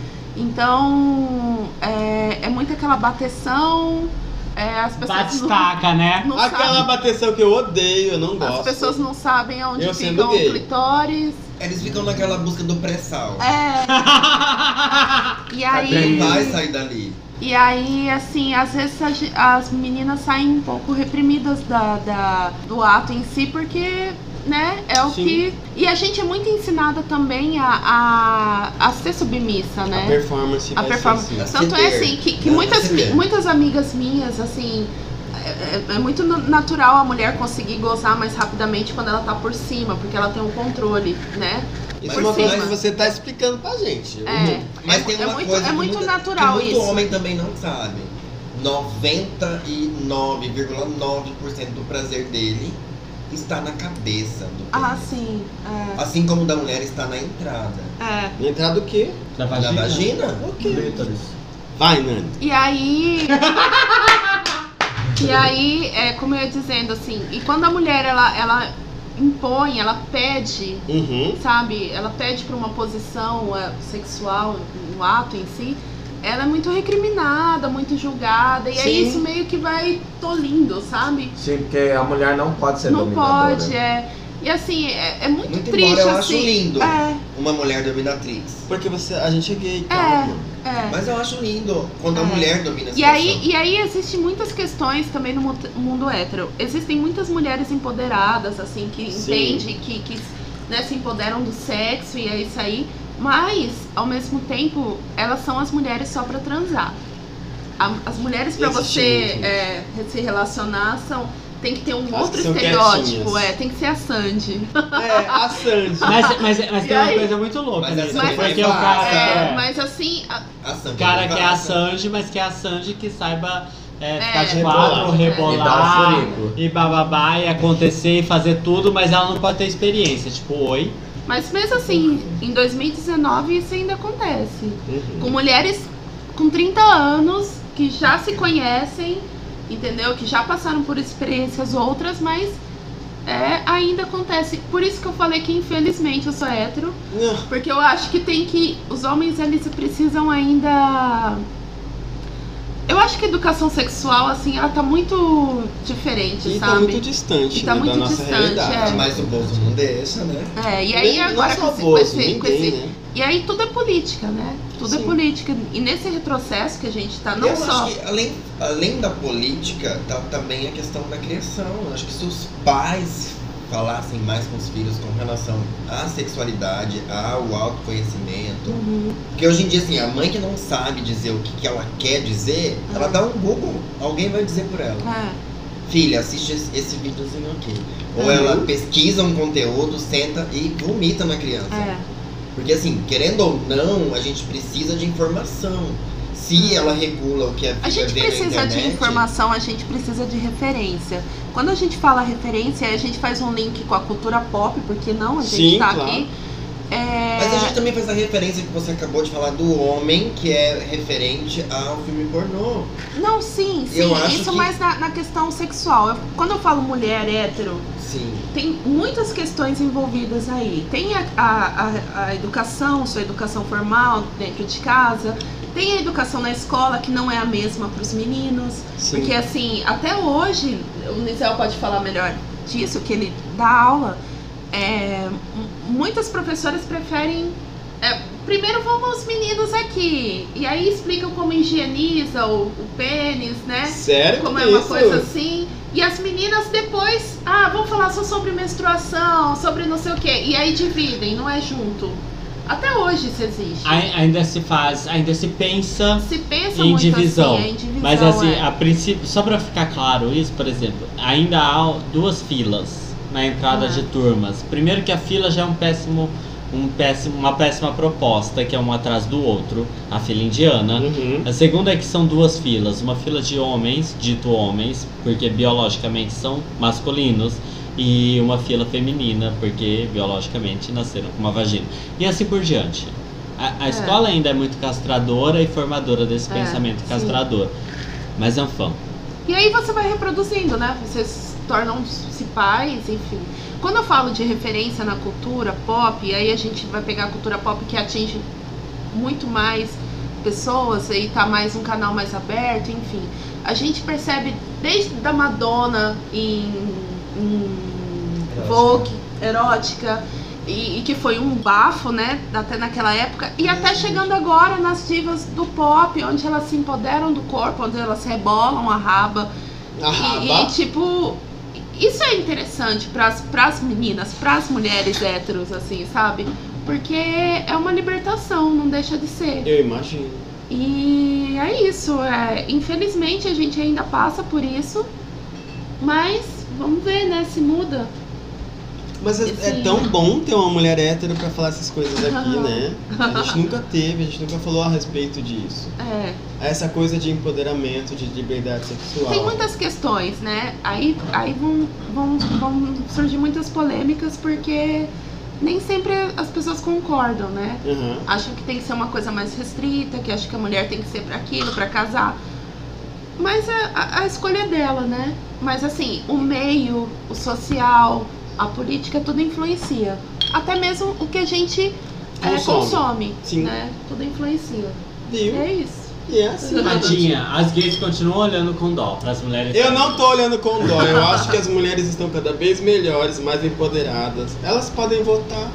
S5: Então, é, é muito aquela bateção, é, as pessoas, não,
S2: Batistaca, Tá né?
S5: *laughs* não
S3: Aquela
S5: sabem,
S3: bateção que eu odeio, eu não gosto.
S5: as pessoas não sabem aonde
S3: Eu sendo
S5: ficam o
S3: gay.
S5: clitóris.
S7: Eles ficam naquela busca do pré-sal.
S5: É, e
S3: Tá
S7: Quem
S5: aí,
S7: vai sair dali?
S5: e aí, assim, às vezes a ge- as meninas saem um pouco reprimidas da, da- do ato em si, porque, né, é o
S3: Sim.
S5: que... E a gente é muito ensinada também a, a, a ser submissa, né?
S3: A performance
S5: A
S3: vai
S5: performance-
S3: ser assim.
S5: Tanto é assim, que, que muitas,
S7: Você vê.
S5: muitas amigas minhas, assim, é, é- é muito na- natural a mulher conseguir gozar mais rapidamente quando ela tá por cima, porque ela tem um controle, né?
S3: Isso é
S7: Por
S3: uma coisa que
S5: cima.
S3: você tá explicando pra gente.
S5: É.
S7: Mas
S5: é,
S7: tem
S5: mu- é
S7: uma
S5: muito,
S7: coisa
S5: é
S7: que
S5: muito
S7: muita-
S5: natural
S7: que muito
S5: isso.
S7: homem também não sabe. 99,9% do prazer dele está na cabeça do
S5: Ah,
S7: pênis.
S5: sim. Ah.
S7: Assim como o da mulher está na entrada.
S5: É, é.
S3: Entrar do quê?
S4: Da
S7: Na vagina?
S3: O quê?
S8: Clítoris.
S3: Vai, Nani.
S5: E
S7: *laughs*
S5: aí. e aí, é, como eu ia dizendo, assim, e quando a mulher ela, ela impõe, ela pede
S3: Uhum.
S5: sabe, ela pede pra uma posição é, sexual, um ato em si, ela é muito recriminada, muito julgada, e aí
S3: Sim.
S5: isso meio que vai tolindo, sabe?
S8: Sim, porque a mulher não pode ser
S5: Não
S8: dominadora.
S5: pode, é. E assim, é, é muito,
S7: Muito
S5: triste,
S7: embora eu acho
S5: assim.
S7: lindo
S5: É,
S7: uma mulher dominatrix.
S3: Porque você, a gente é gay, calma.
S5: é.
S7: Mas eu acho lindo quando a
S5: É.
S7: mulher domina a
S5: E
S7: situação.
S5: aí, e aí existem muitas questões também no mu- mundo hétero. Existem muitas mulheres empoderadas, assim, que
S3: Sim.
S5: entendem, que, que né, se empoderam do sexo e é isso aí. Mas, ao mesmo tempo, elas são as mulheres só pra transar. A- As mulheres pra
S3: Existe
S5: você
S3: muito
S5: é, se relacionar são. Tem que ter um
S3: Elas
S5: outro
S3: são
S5: estereótipo,
S3: quietinhas.
S5: é, tem que ser a Sandy.
S3: É, a Sandy.
S2: *laughs* Mas, mas, mas
S5: E
S2: tem uma
S5: aí?
S2: coisa muito louca
S7: Mas
S1: é
S2: nisso.
S7: essa mulher
S2: Porque o
S7: vai
S2: cara,
S7: Ah,
S5: É,
S2: é,
S5: mas assim, a-
S7: A Sandy
S2: o cara que é a
S7: Barata.
S2: Sanji, mas que é a Sanji que saiba é, ficar de
S3: Rebolar.
S2: quatro,
S8: E dá
S2: rebolar.
S8: um furico.
S2: E bababá, e acontecer e fazer tudo, mas ela não pode ter experiência. Tipo, oi.
S5: mas mesmo assim, em 2019 isso ainda acontece.
S3: Uhum.
S5: com mulheres com 30 anos que já se conhecem, entendeu? Que já passaram por experiências outras, mas é, ainda acontece. Por isso que eu falei que infelizmente eu sou hétero,
S3: Não,
S5: porque eu acho que tem que os homens eles precisam ainda eu acho que a educação sexual assim, ela tá muito diferente,
S3: e
S5: sabe?
S3: tá muito distante
S5: E tá
S3: né,
S5: muito
S3: da nossa
S5: distante,
S3: realidade.
S5: é.
S7: Mas o bolso não deixa, né?
S5: É, e aí
S3: Nem-
S5: agora
S3: não
S5: com
S3: só
S5: esse, com
S3: bolso,
S5: esse- com esse-
S3: ninguém, né?
S5: e aí tudo é política, né? Tudo é
S3: Sim.
S5: política. E nesse retrocesso que a gente tá não
S7: eu
S5: só
S7: acho que além, além da política, tá também a questão da criação. Eu acho que se os pais falassem mais com os filhos com relação à sexualidade, ao autoconhecimento.
S5: Uhum.
S7: Porque hoje em dia, assim, a mãe que não sabe dizer o que, que ela quer dizer,
S5: Ah.
S7: ela dá um Google, alguém vai dizer por ela.
S5: É.
S7: Filha, assiste esse, esse videozinho aqui. Ou
S5: Uhum.
S7: ela pesquisa um conteúdo, senta e vomita na criança.
S5: É,
S7: Porque assim, querendo ou não, a gente precisa de informação. Se ela regula o que a vida
S5: Hum. A gente
S7: vê na
S5: precisa de
S7: internet,
S5: informação, a gente precisa de referência. Quando a gente fala referência, a gente faz um link com a cultura pop, porque não, a gente
S3: Sim,
S5: tá
S3: claro.
S5: aqui. É,
S7: Mas a gente também faz a referência que você acabou de falar do homem, que é referente ao filme pornô.
S5: Não, sim, sim.
S7: Eu acho
S5: isso
S7: que-
S5: mais na, na questão sexual. Eu- quando eu falo mulher hétero,
S7: Sim.
S5: tem muitas questões envolvidas aí. Tem a, a, a, a educação, sua educação formal dentro de casa. Tem a educação na escola, que não é a mesma para os meninos.
S3: Sim.
S5: Porque assim, até hoje, o Nisel pode falar melhor disso, que ele dá aula. É, mu- muitas professoras preferem. é, primeiro vão os meninos aqui. E aí explicam como higieniza o, o pênis, né?
S3: Sério?
S5: Como
S3: que
S5: é uma
S3: isso?
S5: coisa assim. E as meninas depois, ah, vão falar só sobre menstruação, sobre não sei o quê. E aí dividem, não é junto. Até hoje isso existe.
S6: Ai- Ainda se faz, ainda se pensa
S5: Se pensa
S6: Em
S5: muito
S6: divisão.
S5: assim, é em divisão.
S6: Mas assim,
S5: é.
S6: a princípio, só pra ficar claro isso, por exemplo, ainda há duas filas na entrada
S5: Ah.
S6: de turmas. Primeiro que a fila já é um péssimo, um péssimo, uma péssima proposta, que é um atrás do outro, a fila indiana.
S5: assim,
S3: Uhum.
S6: A segunda é que são duas filas, uma fila de homens, dito homens, porque biologicamente são masculinos, e uma fila feminina, porque biologicamente nasceram com uma vagina. E assim por diante. A, a
S5: É.
S6: escola ainda é muito castradora e formadora desse
S5: É,
S6: pensamento
S5: sim.
S6: castrador. Mas é um fã.
S5: E aí você vai reproduzindo, né? Vocês tornam-se pais, enfim. Quando eu falo de referência na cultura pop, e aí a gente vai pegar a cultura pop que atinge muito mais pessoas e tá mais um canal mais aberto, enfim. A gente percebe desde da Madonna em, em
S7: Erótica.
S5: Vogue, erótica, e, e que foi um bafo, né? Até naquela época. E até chegando agora nas divas do pop, onde elas se empoderam do corpo, onde elas rebolam a raba.
S3: A
S5: E-
S3: raba.
S5: E, tipo, isso é interessante pras, pras meninas, pras mulheres héteros, assim, sabe? Porque é uma libertação, não deixa de ser.
S3: Eu imagino.
S5: E é isso. É. Infelizmente a gente ainda passa por isso, mas vamos ver, né? Se muda.
S3: Mas é, é
S5: Sim.
S3: tão bom ter uma mulher hétero pra falar essas coisas
S5: *laughs*
S3: aqui, né? A gente nunca teve, a gente nunca falou a respeito disso.
S5: É.
S3: Essa coisa de empoderamento, de liberdade sexual.
S5: Tem muitas questões, né? Aí, aí vão, vão, vão surgir muitas polêmicas porque nem sempre as pessoas concordam, né?
S3: Aham.
S5: acham que tem que ser uma coisa mais restrita, que acham que a mulher tem que ser pra aquilo, pra casar. Mas a, a- a escolha é dela, né? Mas assim, o meio, o social, a política, tudo influencia. Até mesmo o que a gente é,
S3: Consome.
S5: consome,
S3: Sim.
S5: né? Tudo influencia. E
S3: Deu.
S5: é isso.
S3: E é assim.
S5: Uhum.
S6: Tadinha, as gays continuam olhando com dó pras mulheres.
S3: Eu não tô olhando com dó, eu acho que as mulheres estão cada vez melhores, mais empoderadas. Elas podem votar.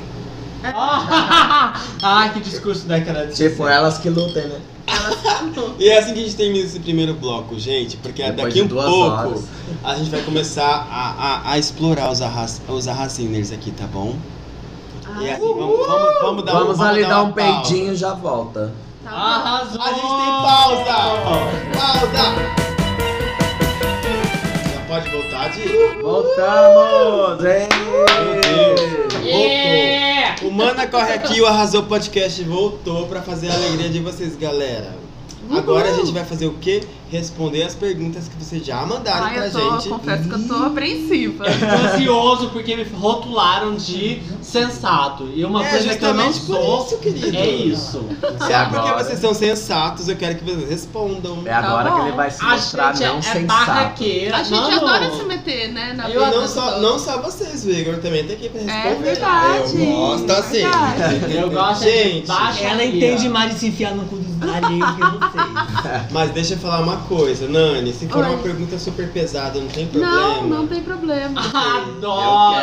S6: *laughs* ah, que discurso daquela
S8: Tipo, elas que lutem, né?
S3: E é assim que a gente termina esse primeiro bloco, gente, porque
S8: Depois
S3: daqui
S8: de
S3: um
S8: duas
S3: pouco
S8: horas.
S3: a gente vai começar a, a, a explorar os, arras, os arrasiners aqui, tá bom?
S5: Ah,
S3: E é assim, vamos, vamos, vamos dar um
S8: Vamos ali dar um
S3: pausa.
S8: peidinho e já volta.
S5: Tá bom?
S3: Ah,
S6: Arrasou!
S3: A gente tem pausa! Pausa! Já pode voltar, Di?
S8: Voltamos! hein?
S6: Yeah!
S3: Voltou. O Mana Corre Aqui, o Arrasou Podcast voltou pra fazer a alegria de vocês, galera. Agora a gente vai fazer o quê? Responder as perguntas que vocês já mandaram
S5: Ai,
S3: é pra
S5: eu tô,
S3: gente.
S5: confesso que eu tô *laughs* apreensiva.
S6: Tô ansioso porque me rotularam de sensato. E uma
S3: É
S6: coisa que eu não
S3: justamente por
S6: sou
S3: isso, querido.
S6: é isso.
S8: É
S3: Só porque
S8: agora.
S3: vocês são sensatos, eu quero que vocês respondam.
S8: É agora
S5: bom.
S8: que ele vai se
S6: A
S8: mostrar
S6: gente
S8: não
S6: é
S8: sensato.
S6: barraqueira.
S5: A gente
S6: mano.
S5: adora se meter, né? Na
S6: Eu
S5: vida
S3: não
S5: dos
S3: só,
S5: outros.
S3: não só vocês, o Igor também tá aqui pra responder.
S5: É verdade. É
S7: Eu gosto assim.
S5: verdade.
S6: Eu gosto
S3: Gente,
S6: de baixa
S2: Ela
S6: aqui,
S2: entende
S6: ó.
S2: mais de se enfiar no cu dos alheios que
S6: *laughs*
S2: vocês.
S3: Mas deixa eu falar uma coisa, Nani. Se for
S5: Oi.
S3: uma pergunta super pesada, não tem problema.
S5: Não, não tem problema.
S8: Eu
S6: Adoro!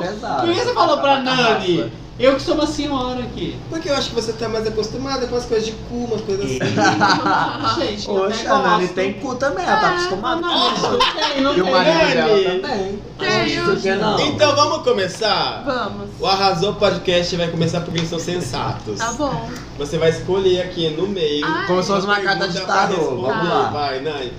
S8: quero
S6: Por que você falou
S8: Tá
S6: pra Nani? Eu que sou uma senhora aqui.
S3: Porque eu acho que você tá mais acostumada com as coisas de cu, umas coisas assim.
S5: Ah. *laughs*
S6: Gente,
S8: Poxa, a Nani tem cu também, ela tá acostumada.
S6: Não tem, não
S8: E o
S6: tem.
S8: marido
S3: Nani.
S8: dela também.
S5: Tenho,
S8: Por que *laughs* é não?
S3: Então vamos começar?
S5: Vamos.
S3: O Arrasou Podcast vai começar porque eles são sensatos.
S5: Tá bom.
S3: Você vai escolher aqui no meio.
S5: Ai.
S8: Como se fosse uma
S3: pergunta
S8: carta de
S3: pra
S8: tarô.
S3: responder.
S8: Vamos lá.
S3: Vai, Nani.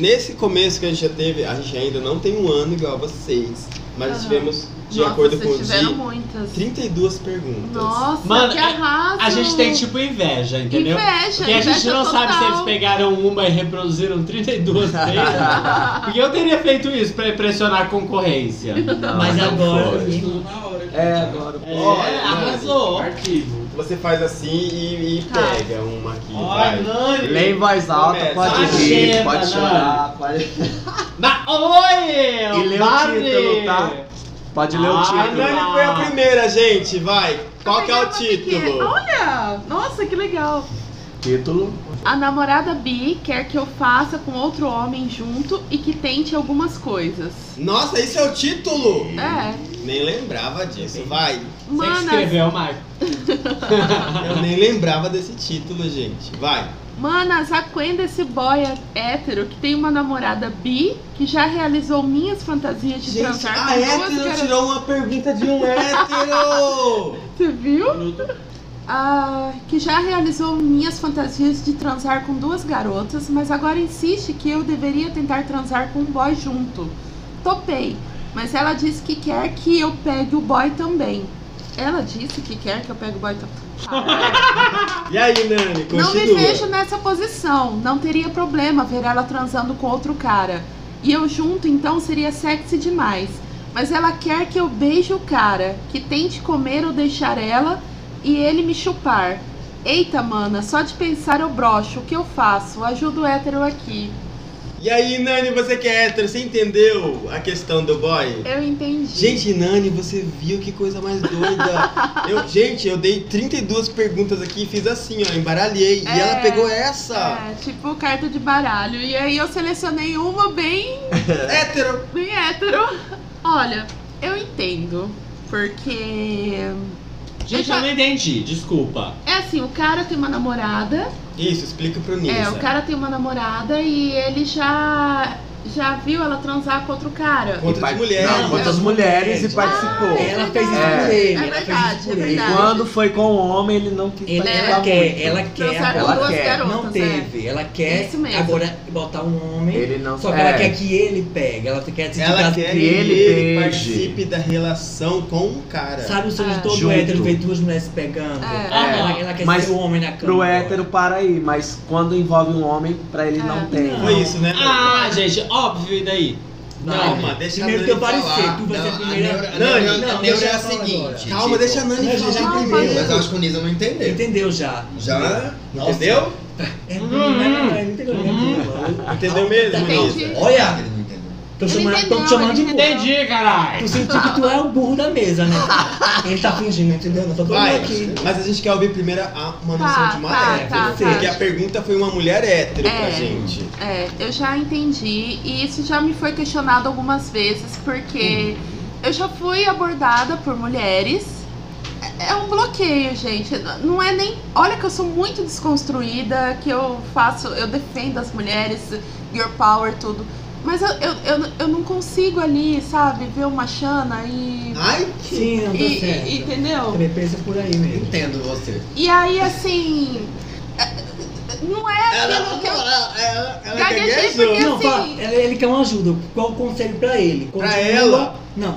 S3: Nesse começo que a gente já teve, a gente ainda não tem um ano igual a vocês. Mas
S5: Aham.
S3: tivemos, de
S5: Nossa,
S3: acordo com o
S5: vocês tiveram
S3: Di,
S5: muitas.
S3: 32 perguntas.
S5: Nossa,
S6: Mano,
S5: que
S6: a-
S5: arraso.
S6: A gente tem tipo inveja, entendeu?
S5: Inveja,
S6: Porque a gente
S5: inveja
S6: não sabe se
S5: total.
S6: eles pegaram uma e reproduziram 32
S8: *laughs*
S6: vezes. Porque eu teria feito isso pra impressionar a concorrência.
S5: Ah,
S8: Não,
S2: Mas
S5: é-
S8: não
S2: agora.
S8: foi.
S4: Tudo na hora. aqui,
S8: É,
S4: cara.
S8: agora.
S6: É, arrasou.
S4: Arquivo.
S3: Você faz assim e, e
S5: Tá.
S3: pega uma aqui. vai.
S6: Ai, Nani!
S8: Lê em voz alta,
S3: Começa.
S8: pode
S6: Agenda,
S8: rir, pode
S6: não.
S8: chorar, pode,
S6: Na... Oi!
S8: E lê o
S6: Mari!
S8: título, tá? pode ler o
S6: Ai,
S3: A
S8: título.
S3: Nani foi a primeira, gente. Vai. Qual que é o
S5: Como que
S3: título?
S5: Olha, nossa, que legal.
S8: Título.
S5: A namorada bi quer que eu faça com outro homem junto e que tente algumas coisas.
S3: Nossa, esse é o título?
S5: É.
S3: Nem lembrava disso, vai.
S4: Você que
S5: Manas,
S4: escreveu, Marco.
S3: Eu *laughs* nem lembrava desse título, gente. Vai.
S5: manas, acuenda esse boy é hétero que tem uma namorada bi que já realizou minhas fantasias de
S3: Gente,
S5: transar
S3: a
S5: com duas
S3: hétero
S5: garotas.
S3: tirou uma pergunta de um hétero!
S5: Você viu? Ah, que já realizou minhas fantasias de transar com duas garotas, mas agora insiste que eu deveria tentar transar com um boy junto. Topei, mas ela disse que quer que eu pegue o boy também. Ela disse que quer que eu pegue o boy também.
S3: *laughs* E aí, Nani, continua.
S5: Não me vejo nessa posição. Não teria problema ver ela transando com outro cara. E eu junto, então, seria sexy demais. Mas ela quer que eu beije o cara, que tente comer ou deixar ela e ele me chupar. Eita, mana, só de pensar eu broxo. O que eu faço? Ajudo o hétero aqui.
S3: E aí, Nani, você que é hétero, você entendeu a questão do boy?
S5: Eu entendi.
S3: Gente, Nani, você viu que coisa mais
S5: *laughs*
S3: doida. Eu, gente, eu dei 32 perguntas aqui e fiz assim, ó, embaralhei.
S5: É,
S3: e ela pegou essa.
S5: É, tipo carta de baralho. E aí eu selecionei uma bem
S3: Hétero.
S5: Bem hétero. *laughs* Olha, eu entendo. Porque.
S6: Gente, eu não entendi, desculpa.
S5: É assim, o cara tem uma namorada.
S3: Isso, explica pro Nilson.
S5: É, o cara tem uma namorada e ele já. Já viu ela transar com outro cara.
S3: Quantas
S8: E par-
S3: mulheres?
S8: Não, quantas mulheres e participou.
S5: Ah,
S2: Ela fez isso
S8: É.
S2: por ele.
S5: É
S2: ela fez
S5: verdade,
S2: isso por
S5: é
S2: ele.
S8: E
S5: verdade.
S8: quando foi com o homem, ele não quis
S2: Ele-
S8: participar
S2: ela quer,
S8: muito.
S2: ela quer.
S5: Transar com
S8: ela
S5: duas
S8: quer.
S5: garotas.
S2: não
S5: é.
S2: teve. Ela quer
S5: Isso mesmo.
S2: agora botar um homem.
S8: Ele não
S2: Só que ela
S8: é.
S2: quer que ele pegue. Ela quer se
S3: Ela
S2: tirar-
S3: quer que
S8: que
S3: ele,
S8: ele beije.
S3: participe da relação com o cara.
S2: Sabe o sonho
S5: É.
S2: de todo
S8: Junto.
S2: hétero ver duas mulheres se pegando?
S5: É.
S2: Ela, ela quer
S8: Mas
S2: ser o homem na cama.
S8: É, Pro hétero para aí, mas quando envolve um homem, pra ele
S5: É.
S8: não tem.
S2: Não.
S3: Foi isso, né?
S6: Ah, gente, óbvio, e daí?
S2: Não,
S3: Calma, deixa
S2: Primeiro
S3: a
S2: teu
S3: Nani falar.
S2: parecer, tu vai
S7: Não,
S2: ser a primeira.
S7: a
S3: Nani,
S7: neura, a
S2: não,
S7: neura
S2: deixa
S7: é a
S2: ela falar agora.
S7: seguinte.
S3: Calma, deixa tipo, a Nani
S2: Não,
S3: falar
S5: calma.
S3: primeiro.
S7: Mas eu acho que o Nisa não entendeu.
S2: Entendeu já?
S7: Já?
S2: Nossa.
S7: Entendeu?
S2: É,
S5: Uhum.
S2: não é, entendeu? Tá
S3: Entendeu mesmo,
S5: Entendi.
S3: Nisa?
S2: Olha,
S7: Ele não entendeu.
S2: tô
S5: Uhum. Ele
S2: chamando, tô
S5: entendeu,
S2: te chamando de
S5: ele
S2: burro.
S5: entendeu.
S6: Entendi, caralho!
S2: Tu sentiu que tu é o burro da mesa, né? Ele tá fingindo, entendeu? Não tô todo mundo
S3: Vai,
S2: aqui.
S3: mas a gente quer ouvir primeiro a- uma noção
S5: Tá,
S3: de uma
S5: tá,
S3: hétero.
S5: tá,
S2: tá.
S3: Porque a pergunta foi uma mulher hétero pra
S5: É.
S3: gente.
S5: É, eu já entendi e isso já me foi questionado algumas vezes porque eu já fui abordada por mulheres. É- É um bloqueio, gente. N- Não é nem. Olha que eu sou muito desconstruída, que eu faço, eu defendo as mulheres, girl power, tudo. Mas eu, eu, eu, eu não consigo ali, sabe, ver uma Xana e.
S3: Ai,
S2: Sim, não
S5: e,
S2: tá certo.
S5: e- entendeu?
S2: Também pensa por aí mesmo.
S7: Entendo você.
S5: E aí, assim. é- Não é aquilo que eu.
S3: ela, ela, ela
S5: Gaguejei
S3: gaguejou.
S5: porque-
S2: Não,
S5: assim-
S2: fala, ele, ele quer uma ajuda. Qual o conselho pra ele?
S3: Pra ela?
S2: Não.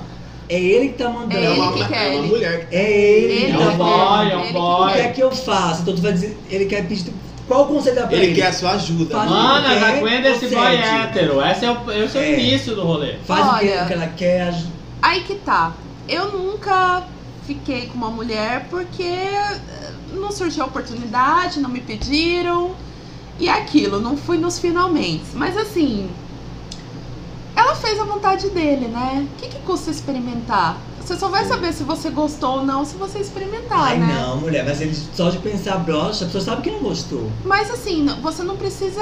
S2: É ele que tá mandando.
S5: É
S3: É
S5: ele
S3: uma,
S5: que quer,
S3: é uma
S5: ele.
S3: mulher.
S2: É ele.
S5: Ele
S2: que
S6: É
S2: tá
S6: um
S5: que
S2: falando.
S6: boy,
S5: quer,
S6: é um
S5: ele que
S6: boy.
S2: O que é que eu faço? Então tu vai dizer. Ele quer pedir. Qual o conselho dá pra ele?
S3: Ele quer a sua ajuda.
S2: Faz-
S6: Manas,
S2: Quer
S6: aguenta esse
S2: concede.
S6: boy hétero. Esse é o, esse é o
S2: É.
S6: início do rolê.
S2: Faz o que-
S5: Olha.
S2: o que ela quer. aj-
S5: Aí que tá. Eu nunca fiquei com uma mulher porque eh, não surgiu a oportunidade, não me pediram. E é aquilo, não fui nos finalmente. Mas assim, ela fez a vontade dele, né? O que, que custa experimentar? Você só vai saber se você gostou ou não se você experimentar,
S2: Ai,
S5: né?
S2: não, mulher, mas ele só de pensar brocha, a pessoa sabe que não gostou.
S5: Mas assim, não- você não precisa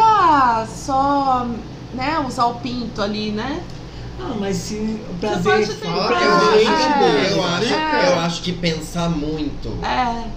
S5: só né, usar o pinto ali, né?
S2: Ah, mas se o prazer.
S5: pode
S2: o
S5: tentar,
S7: Fala,
S2: prazer-
S5: é,
S7: eu, acho, eu, acho,
S5: é.
S7: eu acho que pensar muito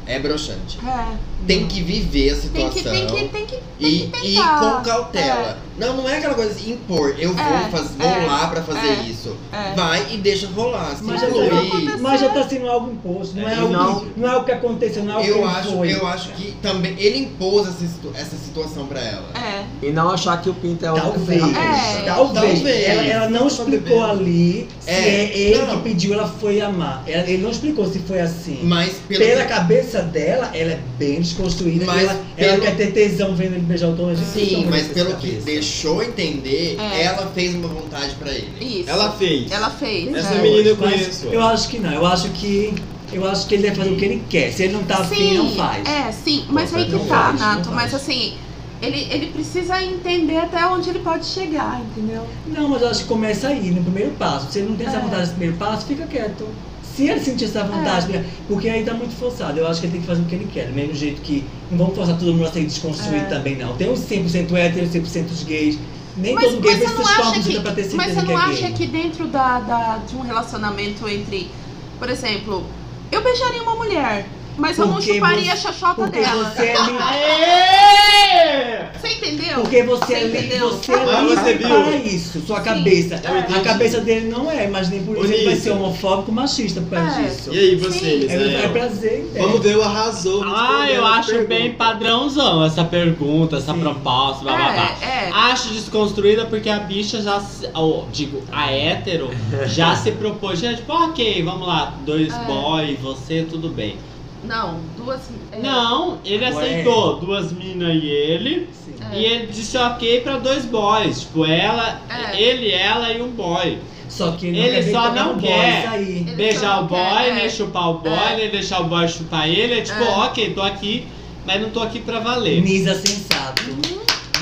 S5: É,
S7: é broxante.
S5: é.
S7: Tem que viver a
S5: Tem
S7: situação.
S5: que, tem que, tem que.
S7: E,
S5: que
S7: e
S5: tentar.
S7: com cautela. Não, não é aquela coisa de impor. Eu vou,
S5: É,
S7: faz, vou
S5: é,
S7: lá pra fazer
S5: é,
S7: isso.
S5: É.
S7: Vai e deixa rolar. Se
S2: Mas
S5: já
S7: fluir.
S5: tá acontecendo.
S2: Mas já tá sendo algo imposto, não é,
S7: É,
S2: algo,
S8: não.
S2: Que, não é algo que aconteceu, não é algo
S7: Eu
S2: que
S7: acho,
S2: foi.
S7: eu acho que também ele impôs essa, situ- essa situação pra ela.
S5: É.
S8: E não achar que o pinto é a única
S2: Talvez.
S8: ferramenta.
S5: É.
S2: Talvez.
S7: Talvez.
S2: Ela, ela não
S7: Só
S2: explicou
S7: bebendo.
S2: ali se
S7: É,
S2: é ele
S7: não.
S2: que pediu, ela foi amar. Ela- ele não explicou se foi assim.
S7: Mas pelo
S2: Pela cabeça dela, ela é bem desconstruída.
S7: Mas
S2: e ela, ela
S7: pelo-
S2: quer ter tesão vendo ele beijar o Tom.
S7: Sim, mas pelo que deixou entender,
S5: É.
S7: ela fez uma vontade pra ele.
S5: Isso.
S3: Ela fez.
S5: Ela fez.
S3: Essa
S5: é.
S3: menina- eu
S2: Mas
S3: conheço.
S2: Eu acho que não. Eu acho que. Eu acho que ele deve fazer o que ele quer. Se ele não tá afim, não faz.
S5: É, sim, mas aí que
S2: não
S5: tá,
S2: faz, não
S5: Nato.
S2: faz.
S5: Mas assim, ele, ele precisa entender até onde ele pode chegar, entendeu?
S2: Não, mas eu acho que começa aí, no primeiro passo. Se ele não tem essa
S5: É.
S2: vontade nesse primeiro passo, fica quieto. Se ele sentir essa vontade, porque aí tá muito forçado. Eu acho que ele tem que fazer o que ele quer. Do mesmo jeito que não vamos forçar todo mundo a ser desconstruído
S5: É.
S2: também, não. Tem uns 100% héteros, 100% gays. Nem
S5: Mas,
S2: todo um gay
S5: mas você
S2: precisa
S5: não
S2: chupar uma
S5: acha
S2: buzina pra ter é
S5: que. Mas
S2: certeza
S5: você
S2: que
S5: não
S2: é
S5: acha
S2: gay.
S5: que dentro da, da- de um relacionamento entre Por exemplo, eu beijaria uma mulher, mas eu não
S2: Porque
S5: chuparia
S2: você-
S5: a chachota
S2: Porque
S5: dela.
S2: você
S5: *laughs*
S2: é livre.
S5: Você entendeu?
S2: Porque você é
S5: Você
S2: livre,
S5: entendeu?
S2: você é
S3: Mas Ah, você É
S2: livre
S3: viu?
S2: para isso. Sua
S5: Sim.
S2: cabeça.
S3: Eu entendi.
S2: A cabeça dele não é, mas nem por isso ele vai ser homofóbico machista por causa
S5: É.
S2: disso.
S3: E aí, você,
S5: Sim.
S2: É, é
S3: Misael?
S2: prazer, né?
S3: Vamos ver o arrasou.
S6: Ah, eu
S3: respondendo a
S6: acho bem
S3: pergunta.
S6: padrãozão essa pergunta, essa
S2: Sim.
S6: proposta, blá blá blá.
S5: É, é.
S6: Acho desconstruída porque a bicha já se. ou, digo, a hétero
S3: *laughs*
S6: já se propôs. Já, tipo, ok, vamos lá, dois
S5: É.
S6: boy, você, tudo bem.
S5: Não, duas. é,
S6: Não, ele aceitou duas minas e ele.
S2: Sim.
S5: É.
S6: E ele disse ok pra dois boys. Tipo, ela,
S5: É.
S6: ele, ela e um boy.
S2: Só que ele,
S6: Ele
S2: quer ver
S6: só
S2: pegar
S6: não
S2: um boy
S6: quer.
S2: sair.
S5: Ele só
S6: Beijar
S5: não
S6: o boy,
S5: quer, é.
S6: nem chupar o boy,
S5: É.
S6: nem deixar o boy chupar ele. É tipo,
S5: É.
S6: ok, tô aqui, mas não tô aqui pra valer.
S2: Nisa sensato.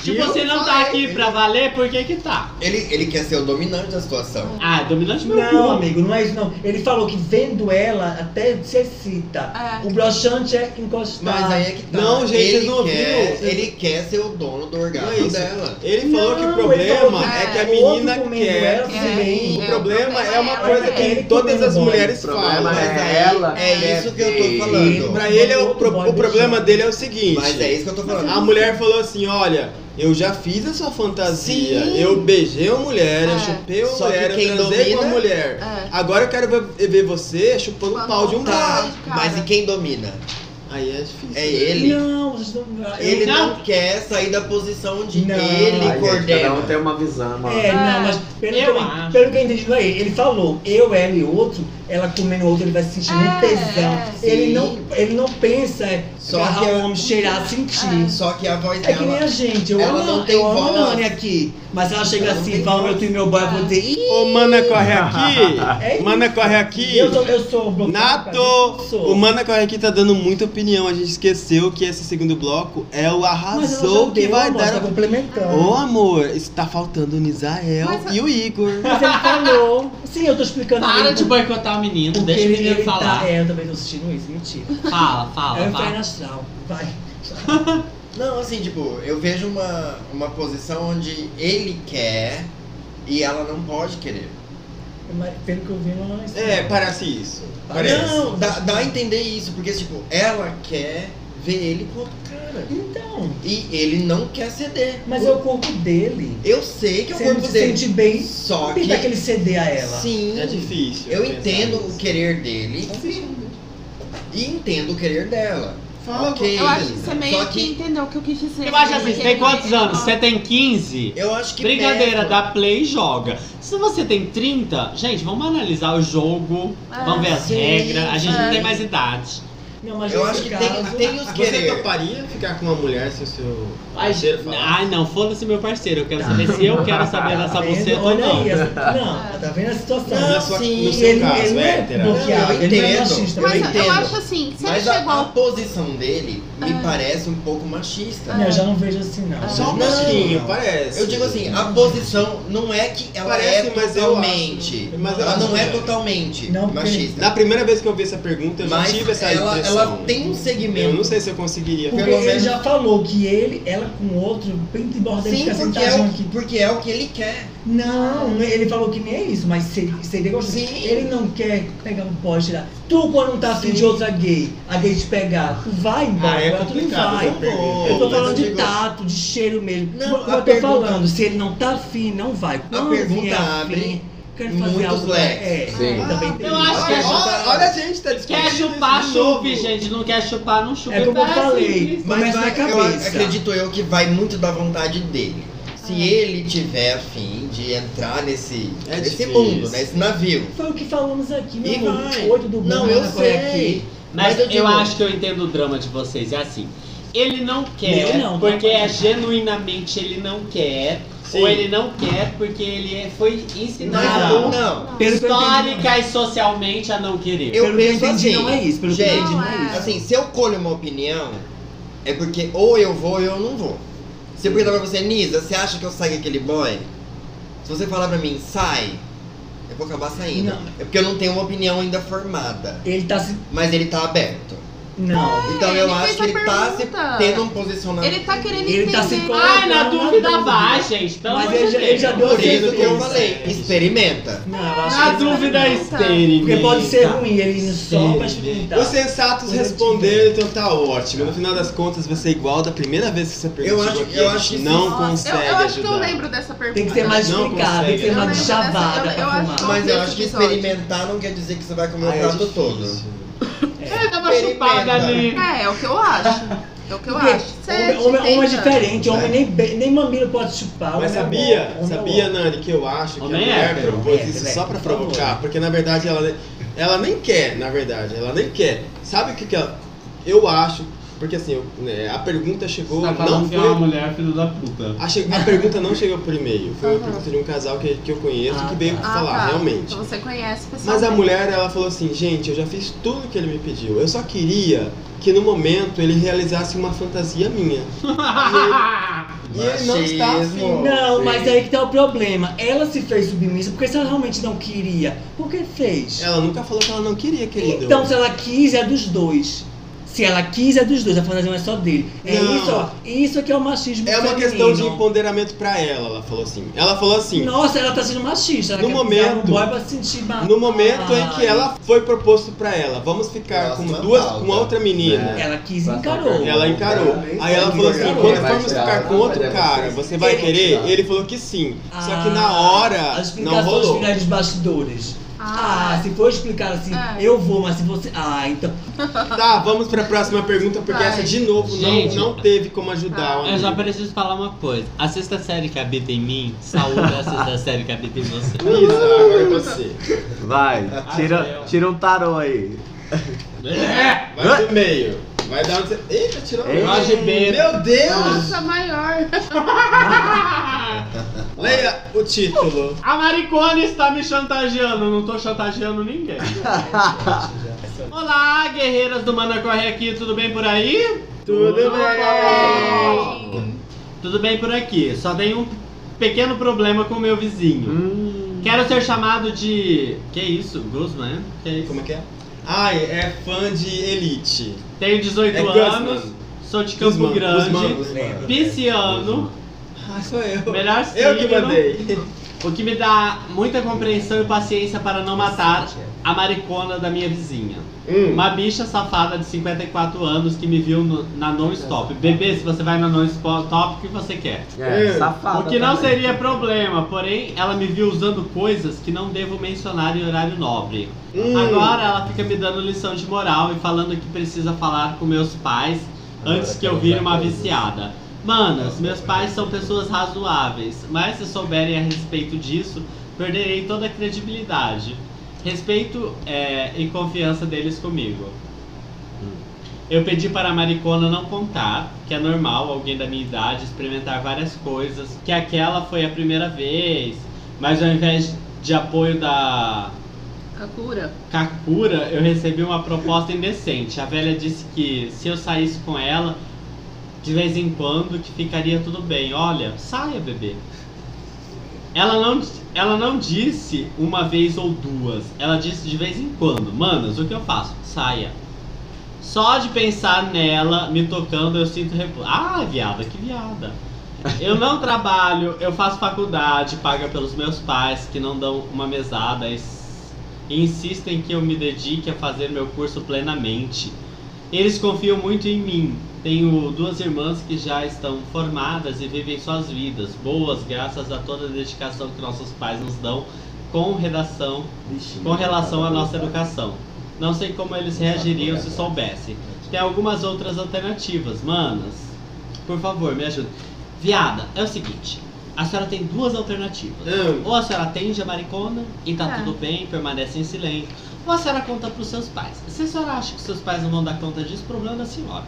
S6: Tipo,
S7: Eu
S6: você não tá
S7: falei.
S6: aqui pra valer, por que que tá?
S7: Ele, ele quer ser o dominante da situação.
S6: Ah, dominante meu
S2: Não,
S6: cu.
S2: amigo, não é isso não. Ele falou que vendo ela até se excita.
S5: É.
S2: O broxante é encostar.
S7: Mas aí é que tá.
S3: Não, gente,
S7: ele
S3: vocês não ouviram?
S7: quer, Ele quer ser o dono do
S3: Não é
S7: orgasmo
S3: isso.
S7: dela.
S3: Ele falou que o
S2: Não,
S3: problema
S2: ele falou
S3: é que a
S2: o outro
S3: menina
S2: comendo
S3: quer.
S2: ela também.
S3: O
S5: É,
S3: problema é uma
S5: ela
S3: coisa
S5: também.
S3: que todas as mulheres falam.
S8: problema
S7: Mas
S8: é
S7: aí
S8: ela
S7: é
S8: quer
S7: isso que eu
S8: ter.
S7: tô falando.
S3: Pra ele, é o, pro- o problema dele é o seguinte.
S7: Mas é isso que eu tô falando.
S3: A mulher falou assim: olha, eu já fiz a sua fantasia.
S7: Sim.
S3: Eu beijei uma mulher, eu
S5: É.
S3: chupei uma
S7: Só que
S3: mulher, eu
S7: quem
S3: transei com uma
S7: domina-
S3: mulher.
S5: É.
S3: Agora eu quero ver- ver você chupando o
S5: Quando
S3: pau de um
S5: tá.
S3: cara.
S5: Ai, cara.
S7: Mas e quem domina?
S3: Aí é difícil.
S7: É ele.
S2: Não, vocês não.
S7: Ele
S2: não.
S7: não quer sair da posição de
S2: Não.
S7: ele
S8: Ai, gente, cada um
S7: coordena.
S8: tem uma visão, mano.
S2: É, não, mas pelo, que, eu,
S6: Ah, Eu acho.
S2: pelo que eu entendi, não é ele. Ele falou, eu, ela e outro, ela comendo outro, ele vai se sentir
S6: Ah,
S2: muito
S5: É,
S2: tesão.
S5: é.
S2: ele,
S7: Sim.
S2: não, ele não pensa é,
S7: Só
S2: agarrar
S7: que
S2: o
S7: é-
S2: homem, cheirar, sentir.
S7: Só que a
S6: ah,
S7: voz
S2: É que nem
S7: dela.
S2: a gente, eu
S7: ela
S2: amo,
S7: não tem
S2: eu amo a
S7: voz.
S2: Nani aqui. Mas ela chega
S7: Ela não
S2: assim,
S7: tem
S2: fala
S7: voz.
S2: meu tu e meu boy, eu vou dizer, "Ih,
S3: Ô, mana corre
S7: *laughs*
S3: aqui!
S2: é isso.
S3: Mana corre aqui!
S2: Eu sou, eu sou bloqueado,
S3: Nato!
S2: cara, eu sou.
S3: O Mana Corre aqui tá dando muita opinião. A gente esqueceu que esse segundo bloco é o
S2: Mas eu
S3: arrasou
S2: já
S3: que
S2: dei,
S3: vai
S2: amor,
S3: dar.
S2: Tá complementando.
S3: Ô amor, está faltando o Nisael
S5: Mas-
S3: e o Igor.
S2: Mas ele falou. Sim, eu tô explicando.
S6: Para
S2: ele,
S6: de boicotar o menino,
S2: porque
S6: deixa o
S2: ele,
S6: menino
S2: ele
S6: falar.
S2: Tá, é, eu também tô assistindo isso, mentira.
S6: Fala,
S2: é o
S6: fala,
S2: inferno
S6: fala.
S2: astral, vai.
S7: Não, assim, tipo, eu vejo uma, uma posição onde ele quer e ela não pode querer.
S2: Mas pelo que eu vi, não é isso.
S3: É, parece isso.
S2: Parece.
S7: Não, dá, dá a entender isso, porque, tipo, ela quer ver ele com outro cara.
S2: Então,
S7: E ele não quer ceder.
S2: mas é o corpo dele.
S7: Eu sei que é o
S2: Se ele
S7: corpo
S2: não se
S7: dele.
S2: sente bem,
S7: Só
S2: tem
S7: que.
S2: que aquele CD a ela.
S7: Sim,
S3: É difícil.
S7: eu
S3: pensar
S7: entendo
S3: nisso.
S7: o querer dele e entendo o querer dela.
S3: Fala,
S7: Ok,
S5: Eu acho que você
S7: Só
S5: meio
S7: que-
S5: que entendeu o que eu quis dizer.
S6: Eu acho assim, você tem quantos anos? Você tem 15?
S7: Eu acho que.
S6: Brincadeira,
S7: pega.
S6: dá play e joga. Se você tem 30, gente, vamos analisar o jogo,
S5: É.
S6: vamos ver as
S7: Sim.
S6: regras. A gente
S5: É.
S6: não tem mais idade.
S2: Não, mas
S7: Eu
S2: nesse
S7: acho que
S2: caso,
S7: tem, tem os
S3: Ah, Você tá
S7: querer.
S3: toparia ficar com uma mulher se o seu
S6: Ai,
S3: parceiro falar?
S6: ai, não, foda-se meu parceiro. Eu quero saber se eu quero saber dessa
S2: tá vendo?
S6: buceta ou
S2: Olha
S6: não.
S2: aí, essa- não, tá vendo a situação?
S3: Na
S7: Não,
S3: sua-
S7: sim.
S3: no
S2: E
S3: seu
S2: ele,
S3: caso,
S2: ele não é
S3: hétera.
S2: bloqueado,
S7: Não, eu
S2: ele não é
S7: entendo.
S2: machista.
S7: Eu
S5: Mas eu,
S7: entendo.
S5: acho assim, se
S7: Mas
S5: ele chegou
S7: a, a
S5: ao
S7: posição dele me
S5: Ah.
S7: parece um pouco machista.
S2: Não, eu já não vejo assim, não.
S3: Só um
S7: Não.
S3: pouquinho, parece.
S7: Eu digo assim, a posição não é que ela
S3: Parece,
S7: é
S3: mas eu
S7: totalmente.
S3: acho. Mas eu
S7: ela
S3: acho
S7: não é
S3: que é.
S7: totalmente
S2: Não, porque-
S7: machista.
S3: Na primeira vez que eu vi essa pergunta, eu já
S7: Mas
S3: tive essa
S7: ela,
S3: impressão.
S7: ela tem um
S3: Eu
S7: segmento.
S3: não sei se eu conseguiria.
S2: Porque
S7: Pelo
S2: ele
S7: menos-
S2: já falou que ele, ela com o outro, bem de borda, ele
S7: Sim,
S2: fica
S7: porque é,
S2: sentadinho
S7: o,
S2: aqui.
S7: porque é o que ele quer.
S2: Não, não- ele falou que nem é isso, mas seria, seria gostoso.
S7: Sim.
S2: Ele não quer pegar um pó e tirar. Tu, quando tá afim de outra gay, a gay te pegar, tu vai embora,
S3: Ah, é
S2: agora tu não
S3: complicado
S2: vai.
S3: essa pergunta.
S2: Eu tô
S7: Mas
S2: falando
S7: eu
S2: de
S7: digo-
S2: tato, de cheiro mesmo.
S7: Não,
S2: Não,
S7: a
S2: eu tô
S7: pergunta-
S2: falando, se ele não tá afim, não vai. Quando vier
S7: pergunta
S2: afim,
S7: abre
S2: quero fazer
S7: muitos
S2: algo.
S7: leques.
S2: É,
S1: Sim.
S2: também tem
S6: Eu
S2: isso.
S6: acho que é
S3: Olha, olha, olha a gente, tá discutindo.
S6: Quer chupar,
S3: isso de novo.
S6: chupe, gente. Não quer chupar, não um chupa.
S2: É como eu falei,
S7: Mas
S2: começa na
S7: vai, eu ac-
S2: cabeça. Ah.
S7: acredito eu que vai muito da vontade dele. Se ele tiver afim de entrar nesse,
S3: É
S7: nesse
S3: difícil.
S7: mundo, nesse navio.
S6: é-
S2: Foi o que falamos aqui,
S7: E
S2: meu amor.
S7: vai.
S2: Oito do
S7: Não,
S2: Bruno,
S7: eu
S2: né, foi aqui.
S7: sei.
S6: Mas,
S7: Mas eu
S6: eu,
S7: digo-
S6: acho que eu entendo o drama de vocês. É assim. Ele não quer,
S2: Eu não, tá?
S6: porque é genuinamente ele não quer.
S3: Sim.
S6: Ou ele não quer porque ele é- foi
S7: Não,
S6: ensinado
S7: não.
S2: Pelo que eu entendi,
S6: *laughs* histórica e socialmente a não querer.
S7: Eu
S2: Pelo que eu
S7: penso
S2: entendi,
S7: assim,
S2: não é isso. Pelo que eu
S7: gente,
S2: entendi, não
S5: não
S2: é
S5: é.
S2: isso.
S7: Assim, se eu colho uma opinião, é porque ou eu vou ou eu não vou. Se eu perguntar pra você, Nisa, você acha que eu saio com aquele boy? Se você falar pra mim, sai, eu vou acabar saindo.
S2: Não.
S7: É porque eu não tenho uma opinião ainda formada.
S2: Ele tá se.
S7: Mas ele tá aberto.
S2: Não.
S7: Então
S5: É, ele
S7: eu
S5: fez
S7: acho que
S5: a
S7: ele tá se
S5: pergunta.
S7: tendo um posicionamento.
S5: Ele tá querendo
S2: Ele
S5: entender.
S2: tá se
S6: Ai, na
S2: Não,
S6: dúvida
S2: não,
S6: vai,
S2: não.
S6: gente. Pelo
S2: Mas
S6: amor
S2: ele
S6: de
S2: já-
S6: Deus.
S2: ele já deu a
S7: Por isso que eu
S2: certeza.
S7: falei, experimenta.
S2: Não, eu acho
S6: Na
S2: que-
S6: dúvida é experimenta.
S2: Tá. Porque pode ser
S3: tá
S2: ruim ele indo só pra experimentar.
S3: Os sensatos responderam, então tá ótimo. No final das contas, você é igual da primeira vez que você perguntou
S7: Eu acho-
S3: aqui.
S7: eu
S3: a
S7: acho
S3: gente
S7: que sim.
S3: não
S5: Nossa,
S3: consegue
S5: eu, eu acho
S3: ajudar.
S5: que eu lembro dessa pergunta.
S2: Tem que ser mais
S3: Não
S2: explicado, tem que ser
S3: consegue.
S2: mais
S5: Eu lembro dessa-
S2: chavada
S5: eu-
S2: pra
S5: eu acho
S2: fumar.
S5: que
S7: Mas eu acho que
S5: Esse episódio.
S7: experimentar não quer dizer que você vai comer
S3: Ah,
S7: o
S3: é
S7: prato
S3: difícil.
S7: todo.
S6: Ele dá uma chupada ali.
S5: É, é o que eu acho. É o que eu
S2: Porque Homem,
S5: acho. Sete,
S2: homem- homem é
S5: tenta.
S2: diferente, homem nem, be- nem mamilo pode chupar. homem
S3: Mas
S2: é
S3: sabia,
S2: homem é
S3: sabia,
S2: homem.
S3: Nani, que eu acho que
S6: Homem
S3: a mulher
S6: hétero.
S3: propôs
S2: Hétero,
S3: isso
S2: é,
S3: só pra
S2: por favor.
S3: provocar, porque na verdade ela, ela nem quer, na verdade, ela nem quer. Sabe o que, que ela. Eu acho, porque assim, eu- né, a pergunta chegou,
S11: Você tá falando
S3: não
S11: que é uma
S3: foi.
S11: mulher filho da puta.
S3: A, che- a pergunta não chegou por e-mail, foi uma
S5: Aham.
S3: pergunta de um casal que, que eu conheço
S2: Ah,
S3: que veio
S2: tá.
S5: Ah,
S3: falar,
S5: tá.
S3: realmente.
S5: Então você conhece pessoas.
S3: Mas a mulher, ela falou assim, gente, eu já fiz tudo que ele me pediu. Eu só queria que no momento ele realizasse uma fantasia minha. E ele não está afim.
S7: Machismo.
S2: Não,
S7: Sim.
S2: mas aí que tá o problema. Ela se fez submissa porque se ela realmente não queria, por que fez?
S3: Ela é nunca falou que ela não queria, querido.
S2: Então, se ela quis, é dos dois. Se ela quis, é dos dois. A fantasia não é só dele. É
S3: Não.
S2: isso, ó. Isso é que é o machismo
S3: É uma
S2: feminino.
S3: questão de empoderamento pra ela, ela falou assim. Ela falou assim,
S2: Nossa, ela tá sendo machista. Ela
S3: No
S2: quer
S3: momento-
S2: pegar um boy pra se sentir Ah, ma-
S3: no momento em que
S2: Ai.
S3: ela foi proposto pra ela, vamos ficar
S7: Nossa,
S3: com
S7: uma
S3: duas,
S7: pausa.
S3: com outra menina.
S2: Ela quis e
S11: Vai
S2: encarou.
S3: Ela encarou. Aí ela falou assim,
S2: Vai
S3: quando
S2: tirar,
S3: formos ficar com outro cara, você vai
S2: Ele-
S3: querer? Ele falou que sim. Só que na
S2: Ah,
S3: hora,
S2: As
S3: não
S2: explicações
S3: rolou.
S2: finais dos bastidores. Ah,
S5: Ah,
S2: se for explicar assim,
S5: Ah.
S2: eu vou, mas se você. Ah, então.
S3: Tá, vamos pra próxima pergunta, porque
S5: Vai.
S3: essa de novo
S12: Gente.
S3: não, não teve como ajudar o
S2: Ah,
S12: Eu já
S3: amigo.
S12: preciso falar uma coisa. A sexta série que habita em mim, saúde é a sexta série que habita em você.
S3: Isa, agora é você.
S8: Vai,
S2: Ah,
S11: Ai,
S8: tira, tira um tarô aí.
S3: Vai do meio. Vai dar onde você. Eita, tirou
S8: Ei.
S3: Meu Deus!
S5: nossa, é maior.
S3: Leia o título.
S6: A maricona está me chantageando, eu não tô
S3: *laughs*
S6: chantageando ninguém. Olá, guerreiras do Mana Corre aqui, tudo bem por aí?
S3: Tudo
S2: É.
S5: Bem.
S6: Tudo bem por aqui, só tem um pequeno problema com o meu vizinho.
S8: Hum.
S6: Quero ser chamado de. Que é isso? Guzman? né? Que isso?
S3: Como é que é? Ai, é fã de Elite.
S6: Tenho 18
S3: É
S6: anos,
S3: Guzman.
S6: sou de Campo
S3: Guzman,
S6: Grande,
S3: Guzman, Guzman.
S6: pisciano,
S3: Ah, sou eu.
S6: melhor
S3: Eu que
S6: signo,
S3: mandei.
S6: O que me dá muita compreensão e paciência para não matar a maricona da minha vizinha.
S3: Hum.
S6: Uma bicha safada de 54 anos que me viu no- na non-stop. Bebê, se você vai na non-stop, o que você quer?
S8: É,
S3: É.
S8: safado.
S6: O que não seria problema, porém, ela me viu usando coisas que não devo mencionar em horário nobre.
S3: Hum.
S6: Agora ela fica me dando lição de moral e falando que precisa falar com meus pais antes que eu vire uma viciada. Manas, meus pais são pessoas razoáveis, mas se souberem a respeito disso, perderei toda a credibilidade. Respeito é, e confiança deles comigo. Eu pedi para a maricona não contar, que é normal alguém da minha idade experimentar várias coisas, que aquela foi a primeira vez, mas ao invés de apoio da
S5: Kakura.
S6: Kakura, eu recebi uma proposta indecente. A velha disse que se eu saísse com ela, de vez em quando, que ficaria tudo bem. Olha, saia, bebê. Ela não, ela não disse uma vez ou duas. Ela disse de vez em quando. Manas, o que eu faço? Saia. Só de pensar nela, me tocando, eu sinto repulso. Ah, viada, que viada. Eu não trabalho, eu faço faculdade, paga pelos meus pais, que não dão uma mesada e s- e insistem que eu me dedique a fazer meu curso plenamente. Eles confiam muito em mim. Tenho duas irmãs que já estão formadas e vivem suas vidas, boas graças a toda a dedicação que nossos pais nos dão com redação com relação à nossa educação. Não sei como é. eles reagiriam se soubessem. Tem algumas outras alternativas, manas. Por favor, me ajuda. Viada, é o seguinte. A senhora tem duas alternativas.
S3: Hum.
S6: Ou a senhora atende a maricona e tá
S5: É.
S6: tudo bem, permanece em silêncio. Ou a senhora conta pros seus pais. Se a senhora acha que seus pais não vão dar conta disso, problema da senhora.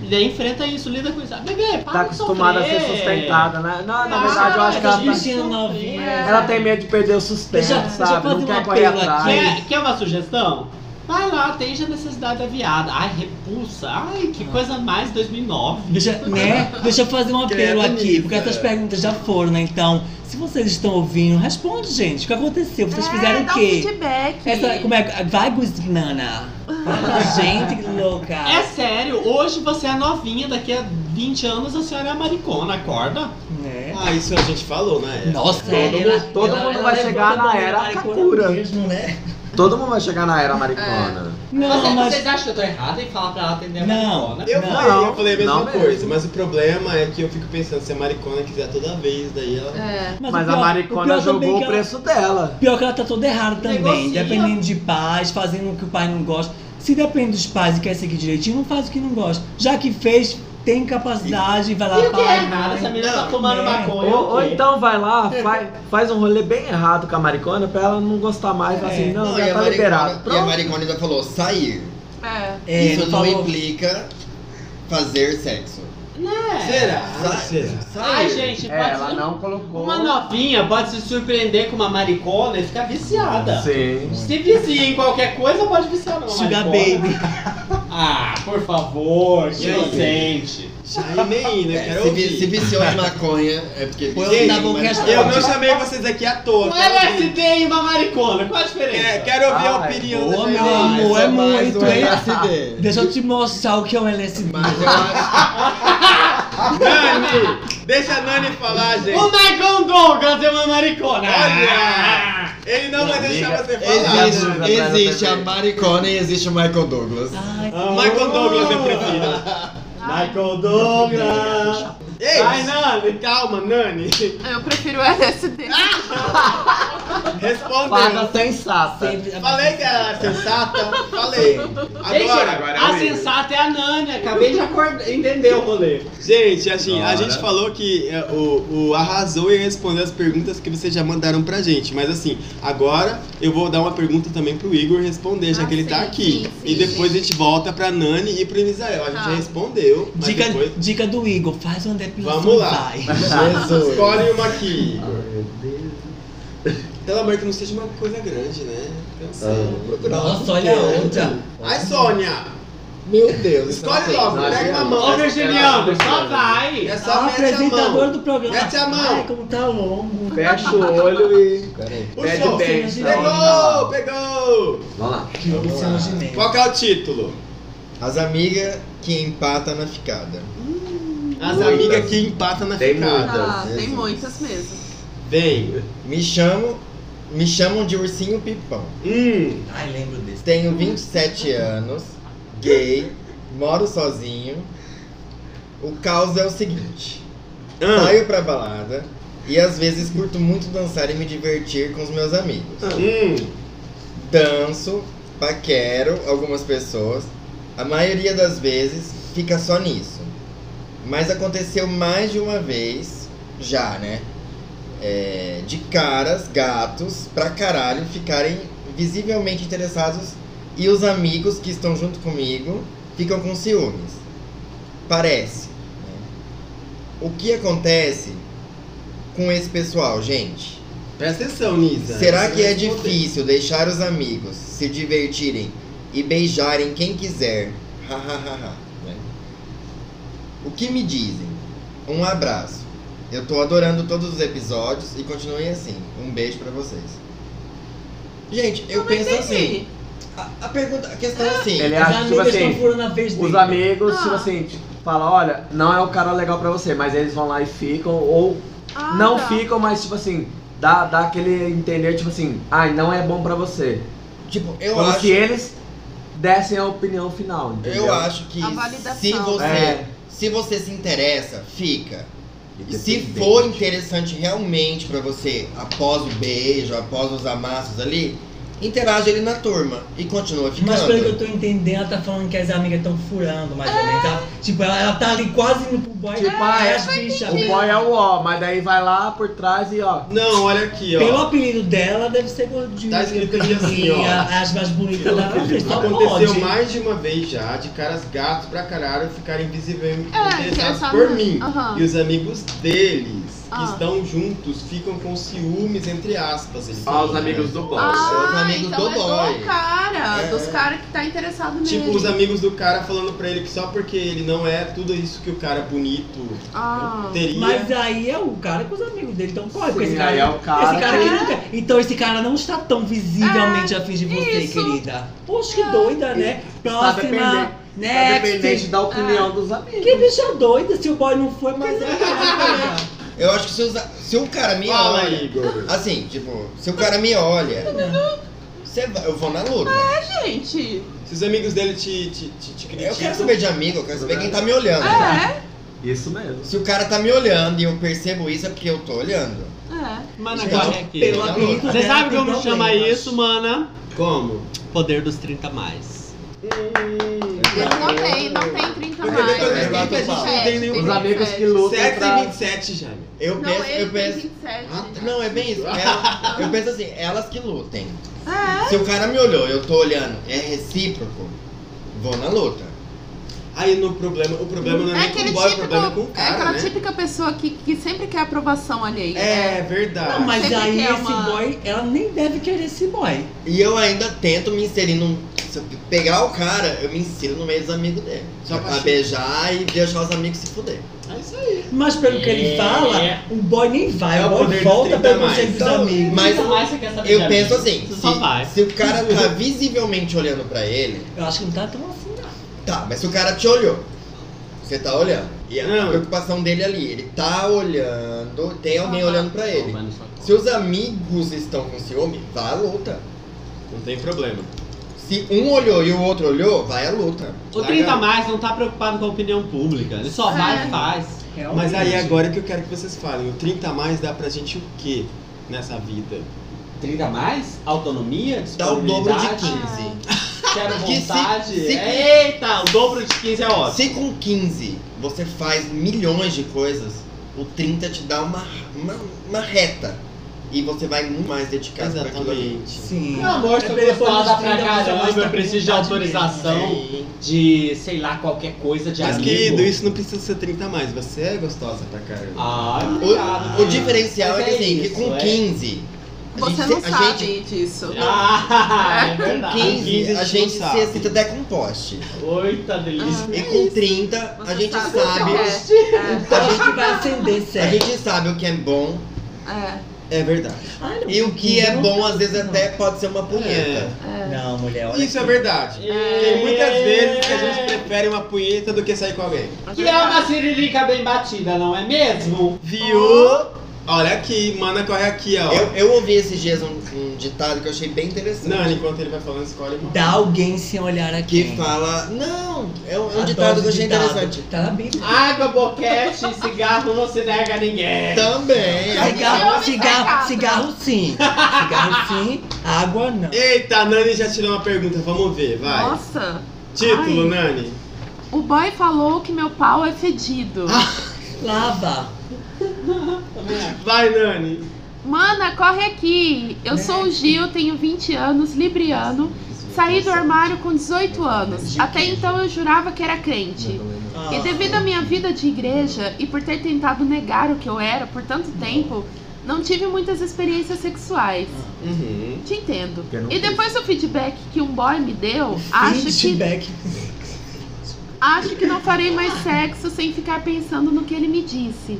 S6: E daí enfrenta isso, lida com isso. Ah, Bebê, para
S8: Tá
S6: de
S8: acostumada a ser
S6: sofrer.
S8: sustentada, né? Não, na
S5: Ah,
S8: verdade eu acho que ela, tá-
S2: Bichinha
S5: É.
S2: novinha.
S8: ela tem medo de perder o suspense,
S2: Deixa- deixa eu
S8: sabe?
S2: fazer
S8: não
S2: um
S8: quer correr
S2: apelo aqui.
S8: atrás.
S6: Quer, quer uma sugestão? Vai lá, atende a necessidade da viada. Ai, repulsa. Ai,
S8: Ah.
S6: que coisa mais 2009.
S2: Deixa, né? Deixa eu fazer um apelo
S3: Credo,
S2: aqui,
S3: Nisa.
S2: porque essas perguntas já foram, né? Então, se vocês estão ouvindo, responde, gente. O que aconteceu? Vocês
S5: É,
S2: fizeram
S5: dá
S2: o
S5: um
S2: quê?
S5: feedback.
S2: Essa, como é? Vai, Guzmana. Gente que louca.
S13: É sério, hoje você é novinha, daqui a 20 anos a senhora é maricona, acorda.
S2: Né?
S3: Ah, isso a gente falou, né?
S2: Nossa,
S8: Todo
S2: ela- é
S8: mundo- todo
S2: ela-
S8: mundo
S2: ela
S8: vai
S2: levou
S8: chegar
S2: todo
S8: na
S2: mundo
S8: era
S2: para a cor
S8: Kakura.
S2: mesmo, né?
S8: Todo mundo vai chegar na era maricona.
S2: Não,
S6: Você-
S2: mas-
S6: Vocês acham que eu tô errada em falar pra ela atender a
S2: Não.
S6: maricona?
S3: Eu,
S2: Não.
S3: falei, eu falei a mesma
S8: Não mesmo.
S3: coisa, mas o problema é que eu fico pensando, se a maricona quiser toda vez, daí ela.
S5: É.
S2: o
S8: Mas
S2: pior-
S8: a
S2: o
S8: maricona
S2: pior também
S8: jogou
S2: que
S8: o
S2: ela-
S8: preço dela.
S2: Pior que ela tá toda errada também,
S6: Negocia.
S2: dependendo de pais, fazendo o que o pai não gosta. Se depende dos pais e quer seguir direitinho, não faz o que não gosta. Já que fez, tem capacidade, vai lá,
S13: E o que é
S2: pai,
S13: errado?
S2: mãe.
S13: Essa menina tá
S2: Não,
S13: fumando
S2: né?
S13: maconha.
S8: Ou, ou
S13: o quê?
S8: então vai lá, faz, faz um rolê bem errado com a maricona pra ela não gostar mais. fala assim,
S2: É.
S8: não,
S7: e,
S8: já
S7: a
S8: tá
S7: maricona,
S8: liberado.
S7: e a
S8: Pronto.
S7: maricona ainda falou sair.
S5: É.
S2: É,
S7: Isso
S2: ele
S7: não
S2: falou-
S7: implica fazer sexo.
S13: Né?
S3: Será? Será?
S13: Ai, gente,
S8: É,
S13: pode
S8: ela não colocou.
S13: Uma novinha pode se surpreender com uma maricona e ficar
S7: Tá.
S13: viciada.
S8: Sim.
S13: Se vicia em qualquer coisa, pode viciar numa
S2: Sugar
S13: maricona.
S2: Baby.
S13: *laughs* Ah, por favor, que
S3: E aí?
S13: inocente.
S3: Jaime aí, né?
S7: É,
S3: Quero
S7: se, vi- se
S3: ouvir.
S7: viciou em maconha, é porque
S2: Põe
S7: viciou
S2: na
S7: em
S2: boca
S7: maconha.
S2: essa-
S3: Eu não chamei vocês aqui à toa.
S13: Um
S3: quero ouvir.
S13: LSD e uma maricona, qual a diferença?
S3: É, quero ouvir a
S8: Ai,
S3: opinião
S2: boa,
S3: da
S2: meu
S3: Jaime.
S2: amor.
S7: Só
S2: é
S7: mais
S2: muito,
S7: um
S2: hein?
S7: LSD.
S2: Deixa eu te mostrar o que é um LSD.
S7: Mas eu acho.
S3: Nani! Deixa a Nani falar,
S13: O
S3: gente.
S13: Michael Douglas é uma maricona! Ah.
S3: Olha! Ele não vai deixar você falar.
S2: é
S8: existe-
S7: um
S3: Nani.
S8: Existe- existe a
S7: maricona e existe o Michael Douglas.
S2: Ai,
S13: Ah,
S3: Michael Douglas é eu prefiro.
S5: Ai,
S13: Michael Douglas!
S3: Ei,
S13: Ai, Nani, calma,
S3: *laughs*
S13: Nani!
S5: eu prefiro o LSD.
S3: Ah, respondendo.
S8: Fada sensata.
S2: sempre-
S3: Falei que era sensata. Falei. Agora, agora.
S13: a sensata é a Nani, acabei de acordar, entender o rolê.
S3: Gente, assim, a
S7: Ora.
S3: gente falou que é, o, o Arrasou ia responder as perguntas que vocês já mandaram pra gente. Mas assim, agora eu vou dar uma pergunta também pro Igor responder, já
S5: Ah,
S3: que ele
S5: sim,
S3: tá aqui.
S5: sim,
S3: e
S5: sim,
S3: depois
S5: sim.
S3: a gente volta pra Nani e pro Misael. A gente
S5: Tá.
S3: já respondeu, mas
S2: Dica,
S3: depois...
S2: dica do Igor, faz uma depilação.
S3: Vamos lá.
S2: vai.
S5: Ah.
S7: Jesus.
S3: Escolhe uma aqui, Igor. Pelo amor que não seja uma coisa grande, né? Cansei.
S2: Nossa, olha a outra.
S3: Ai, Sônia!
S7: um é Meu Deus.
S3: Escolhe logo,
S8: não,
S2: né?
S3: pega
S8: não,
S3: na
S13: Ô,
S3: mão.
S13: Virginiano, só vai!
S3: É
S5: Ah,
S3: só
S2: A
S3: mete a
S2: apresentadora
S3: mão.
S2: do programa.
S3: Mete a mão.
S2: Ai, como tá longo.
S8: Fecha o olho e.
S7: Peraí.
S3: Puxou.
S8: Pede bem,
S3: Pegou, pegou!
S8: Vamos lá.
S2: Que opção de merda.
S3: Qual que é o título?
S7: As amigas que empatam na ficada.
S3: As
S7: Muitas.
S3: amigas que empatam na
S8: Tem
S3: ficada.
S5: Ah, tem
S7: Jesus.
S5: muitas mesmo.
S3: Vem.
S7: Me chamo. Me chamam de ursinho pipão.
S3: Hum.
S2: Ai, lembro desse.
S7: Tenho 27 anos, gay, moro sozinho. O caos é o seguinte.
S3: Ah.
S7: Saio pra balada e às vezes curto muito dançar e me divertir com os meus amigos.
S3: Hum.
S7: Danço, paquero algumas pessoas, a maioria das vezes fica só nisso. Mas aconteceu mais de uma vez, já, né? É, de caras, gatos, pra caralho ficarem visivelmente interessados e os amigos que estão junto comigo ficam com ciúmes. Parece. né? O que acontece com esse pessoal, gente?
S3: Presta atenção, Nisa.
S7: Será
S3: Você
S7: que
S3: vai
S7: é
S3: responder.
S7: difícil deixar os amigos se divertirem e beijarem quem quiser? Hahaha. né? o que me dizem? Um abraço. Eu tô adorando todos os episódios e continuem assim. Um beijo pra vocês. Gente, eu
S5: Não
S7: penso assim.
S5: entendi.
S7: A, a pergunta, a questão é assim.
S8: Ele
S2: As
S8: acha, tipo
S2: amigas estão
S8: assim,
S2: furando a vez dele.
S8: os amigos, tipo
S5: Ah.
S8: assim, fala, olha, não é o cara legal pra você, mas eles vão lá e ficam, ou
S5: Ah,
S8: não
S5: tá.
S8: ficam, mas tipo assim, dá, dá aquele entender, tipo assim, ai, não é bom pra você.
S7: Tipo, eu
S8: Como
S7: acho.
S8: se eles dessem a opinião final, entendeu?
S7: Eu acho que
S5: A validação.
S7: se você,
S8: É.
S7: se você se interessa, fica. E se for interessante realmente pra você, após o beijo, após os amassos ali, interage ele na turma e continua
S2: Mas pelo que eu
S7: ficando.
S2: tô entendendo, ela tá falando que as amigas estão furando, mais ou menos. Ela- tipo, ela, ela tá ali quase indo pro boy.
S8: Tipo, ah,
S2: ai,
S8: é,
S2: as bichas.
S8: O boy é o ó, mas daí vai lá por trás e ó.
S3: Não, olha aqui, ó.
S2: Pelo apelido dela, deve ser gordinha.
S3: Tá escrito aqui assim, ó.
S2: pequenininha, As mais bonitas da frente. Só
S3: Aconteceu
S2: pode.
S3: mais de uma vez já de caras gatos pra caralho ficarem visivelmente
S5: É,
S3: interessados
S5: interessado
S3: por
S5: no-
S3: mim.
S5: Aham.
S3: E os amigos deles, que
S5: Ah.
S3: estão juntos, ficam com ciúmes, entre aspas. eles
S8: Ó, os
S3: falam,
S8: amigos
S3: né?
S8: do boy.
S7: São os
S5: Ah,
S7: amigos
S5: então
S7: do
S5: é
S7: boy.
S5: do cara,
S7: É.
S5: dos caras que tá interessado nele.
S3: Tipo, os amigos do cara falando pra ele que só porque ele não é tudo isso que o cara bonito
S5: Ah.
S3: teria.
S2: Mas aí é o cara com os amigos dele, então corre. porque
S8: Sim,
S2: esse cara,
S8: aí é o cara
S2: esse cara
S8: que-
S2: que não quer. Então esse cara não está tão visivelmente afim de você,
S5: É, isso.
S2: querida. Poxa, que doida, né? Próxima.
S8: dependendo- É
S2: Next.
S8: dependente da opinião dos amigos.
S2: Que bicha doida se o boy não foi, mas é cara.
S7: Eu acho que se, usa- se o cara me
S3: Fala,
S7: olha.
S3: Igor.
S7: Assim, tipo, se o cara me olha. Você vai, eu vou na luta.
S5: Gente,
S3: Se os amigos dele te, te, te, te
S2: É.
S7: Eu
S3: criticam.
S7: quero saber de amigo, eu quero saber quem tá me olhando.
S5: é,
S8: Isso mesmo.
S7: Se o cara tá me olhando e eu percebo isso, é porque eu tô olhando.
S5: é.
S13: Mana,
S7: Gente,
S13: corre aqui.
S6: tá
S2: Pelo apelido
S13: Você
S2: dela
S13: sabe
S2: tem
S13: como chama
S2: problemas.
S13: isso, mana?
S3: Como?
S6: Poder dos 30 mais.
S5: Eu não tem, não tem 30
S3: Porque
S5: mais.
S3: depois
S5: tem
S3: não
S7: dos 30 a gente
S5: 27,
S3: tem nenhum-
S8: Os amigos
S5: 27.
S8: que lutam
S3: Sexo
S8: pra...
S3: em 27, Jaime.
S7: Eu
S5: Não,
S7: penso,
S5: ele
S7: eu
S5: tem
S7: penso.
S5: 27.
S7: Ah, tá. não, é bem isso. Ela- eu penso assim, elas que lutem.
S5: É.
S7: Se o cara me olhou, eu tô olhando, é recíproco, vou na luta.
S3: Aí no problema, o problema não é,
S5: É
S3: nem com
S5: aquele
S3: o boy, o
S5: típico,
S3: problema é com o
S5: é
S3: cara,
S5: aquela
S3: né?
S5: típica pessoa que, que sempre quer aprovação alheia.
S3: É
S2: Não,
S7: Ah.
S3: verdade.
S2: mas
S5: Sempre
S2: aí
S5: quer
S2: esse
S5: uma-
S2: boy, ela nem deve querer esse boy.
S7: E eu ainda tento me inserir num. Se eu pegar o cara, eu me insiro no meio dos amigos dele.
S3: Só
S7: Só
S3: pra
S7: pra
S3: chu-
S7: beijar e deixar os amigos se fuder.
S3: É isso aí.
S2: Mas pelo que ele
S13: É.
S2: fala, o boy nem vai,
S3: É o
S2: o boy
S3: poder dos
S2: volta
S3: 30
S2: pra
S3: mais.
S2: vocês dos
S7: Então,
S2: amigos.
S7: mas-
S13: Nunca mais você quer saber de
S7: Eu
S13: amigo.
S7: penso assim,
S13: Você
S7: se,
S13: só vai.
S7: se o
S3: *laughs*
S7: cara tá visivelmente olhando pra ele,
S2: Eu acho que não tá tão assim, não.
S7: tá, mas se o cara te olhou, você tá olhando. E a
S3: Não.
S7: preocupação dele ali, ele tá olhando, tem alguém olhando pra ele.
S13: Mano, só-
S7: Se os amigos estão com ciúme, vai à luta.
S5: tipo-
S3: Não tem problema.
S7: Se um olhou e o outro olhou, vai à luta.
S13: O 30 a mais não tá preocupado com a opinião pública. Ele só vai
S5: É.
S13: e faz.
S3: Mas aí agora que eu quero que vocês falem, o 30 a mais dá pra gente o quê nessa vida?
S13: 30 a mais? Autonomia?
S7: Dá o dobro de
S13: disponibilidade,
S7: 15.
S13: Quero
S7: Que se-
S13: vontade.
S7: se-
S13: É, Eita, o dobro de 15 é
S6: Ah.
S13: ótimo.
S7: Se com 15 você faz milhões de coisas, o 30 te dá uma, uma, uma reta. E você vai muito mais dedicado pra aquilo ali.
S3: Exatamente.
S2: Sim.
S13: Meu amor,
S2: É
S13: tô
S2: pelo
S13: gostosa
S2: menos
S13: pra
S2: 30 mais,
S13: caramba,
S2: tá
S13: eu preciso de
S2: com vontade
S13: autorização.
S2: mesmo.
S13: De, sei lá, qualquer coisa de
S3: Mas
S13: amigo.
S3: querido, isso não precisa ser 30 a mais, você é gostosa pra caramba.
S13: Ai, Ah, obrigado.
S6: Ah.
S7: O, o diferencial é
S13: Mas
S7: que assim, que
S13: isso,
S7: com
S13: é.
S7: 15. a
S5: Você
S7: gente
S5: não
S7: se- a
S5: sabe
S7: gente-
S5: disso.
S13: Ah, é
S7: com
S13: verdade.
S7: 15,
S3: 15 a
S7: a
S3: gente
S7: gente
S3: não sabe.
S7: se excita até com poste.
S13: Oita delícia.
S7: e com 30,
S5: Você
S7: a gente
S5: sabe
S7: sabe.
S5: o que É,
S2: Eu acho que vai acender
S7: A
S2: sério.
S7: gente sabe o que é bom,
S5: é,
S3: É verdade.
S2: Ai, não,
S7: e o que é
S2: não.
S7: bom às vezes
S2: não.
S7: até pode ser uma punheta.
S5: é.
S2: Não, mulher, Ah, olha.
S3: Isso é
S13: Ah.
S3: verdade. Tem muitas vezes que a
S8: É.
S3: gente prefere uma punheta do que sair com alguém.
S13: Que é uma cirilica bem batida, não é mesmo?
S3: Viu? Olha aqui, mana corre aqui, É, ó.
S7: Eu, eu ouvi esses dias um, um ditado que eu achei bem interessante.
S3: Não, enquanto ele vai falando, escolhe uma.
S2: Dá alguém sem olhar aqui.
S7: Que fala. Não, é um, é um
S2: Adoro
S7: ditado que eu achei
S2: ditado.
S7: interessante.
S2: Tá na Bíblia.
S13: Água, boquete
S8: *laughs*
S13: e cigarro não se nega a ninguém.
S7: Também.
S5: Ai, eu
S2: Cigarro,
S5: me
S2: cigarro,
S5: sacava.
S2: cigarro sim. Cigarro sim, água não.
S3: Eita, a Nani já tirou uma pergunta, vamos ver, vai.
S5: Nossa,
S3: Título, Nani.
S5: o boy falou que meu pau é fedido.
S2: Lava.
S3: Vai, Nani.
S5: Mana, corre aqui. Eu sou o Gil, tenho 20 anos, libriano. Saí do armário com 18 anos. Até então eu jurava que era crente. E devido à minha vida de igreja e por ter tentado negar o que eu era por tanto tempo, não tive muitas experiências sexuais.
S3: Uhum.
S5: Te entendo.
S8: Porque não
S5: E depois do feedback que um boy me deu, acho que
S2: Feedback.
S5: Acho que não farei mais sexo sem ficar pensando no que ele me disse.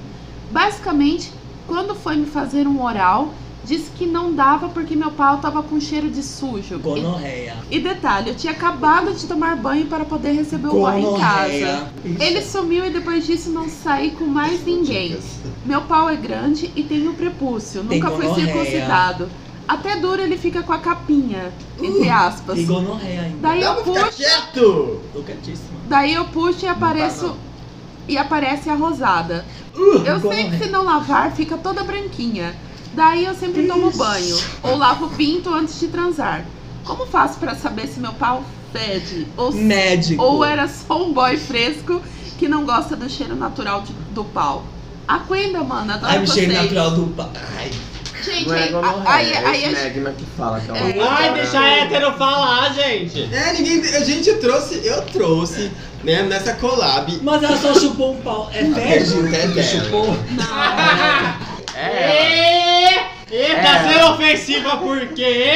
S5: Basicamente, quando foi me fazer um oral, disse que não dava porque meu pau tava com cheiro de sujo. E,
S2: Gonorreia.
S5: e detalhe, eu tinha acabado de tomar banho para poder receber o boy em casa. Ele sumiu e depois disso não saí com mais ninguém. Meu pau é grande e tem um prepúcio,
S2: Tem
S5: nunca fui
S2: gonorreia.
S5: circuncidado. Até duro ele fica com a capinha, entre aspas.
S2: E Uh, gonorreia ainda.
S5: Daí eu puxo.
S3: Quieto!
S2: Tô quietíssima.
S5: Daí eu puxo e apareço. E aparece a rosada. eu sei que se não lavar, fica toda branquinha. Daí eu sempre tomo banho. Ou lavo o pinto antes de transar. Como faço pra saber se meu pau fede? Ou, se-
S2: Médico.
S5: ou era só um boy fresco que não gosta do cheiro natural de- do pau? Acuenda, mano, adoro
S2: Ai, o
S5: vocês.
S2: cheiro natural do pai. Ai,
S5: Gente,
S8: Não é
S5: aí,
S8: gonorreia,
S5: aí,
S8: é
S5: aí,
S8: esse
S5: aí-
S8: Megma que fala que é
S5: É.
S8: uma
S13: Vai deixar hétero falar, gente.
S3: É, ninguém. A gente trouxe, eu trouxe, né, nessa collab.
S2: Mas ela só chupou um pau. É fede?
S7: pergunta é
S2: que
S7: dela.
S2: chupou?
S8: É.
S13: tá É. Eita, ser ofensiva porque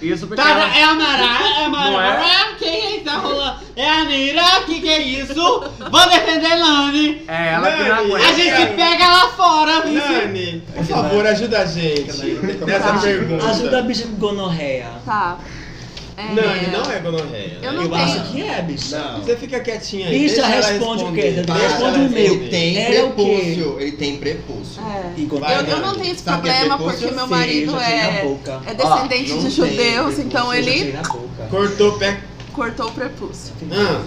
S8: Isso porque.
S13: Cara,
S8: ela-
S13: é a Mará, é a
S8: Não é?
S13: Mará, quem é que tá rolando? É a Nira, que que é isso? Vou defender Lani.
S8: É ela que não
S3: Não,
S13: A
S8: aguenta.
S13: gente pega lá fora, viu?
S3: Nani, por favor, ajuda a gente nessa pergunta.
S2: Ajuda a bicha com gonorreia.
S5: Tá. É,
S3: Nani, não é gonorreia.
S5: Eu
S2: Eu,
S5: não
S2: acho
S5: tenho.
S2: que é, bicha.
S7: Não.
S3: Você fica quietinha aí.
S2: Bicha,
S3: deixa ela
S2: responde o
S3: responder.
S2: quê?
S3: Deixa
S2: Responde
S3: ela
S2: o meu.
S7: Ele tem
S2: Era o quê?
S7: prepúcio. Ele tem prepúcio.
S5: É.
S2: E gonorreia.
S5: Eu, eu não tenho esse
S7: Sabe que é
S5: problema
S7: depois
S5: porque
S7: eu
S5: meu
S2: Sei,
S5: marido
S2: já tirei na
S5: é,
S2: boca.
S5: é descendente
S7: não
S5: de
S7: tem
S5: judeus, então
S2: Eu já
S5: ele
S2: tirei na boca.
S3: Cortou o pé.
S5: cortou o prepúcio.
S3: Ah,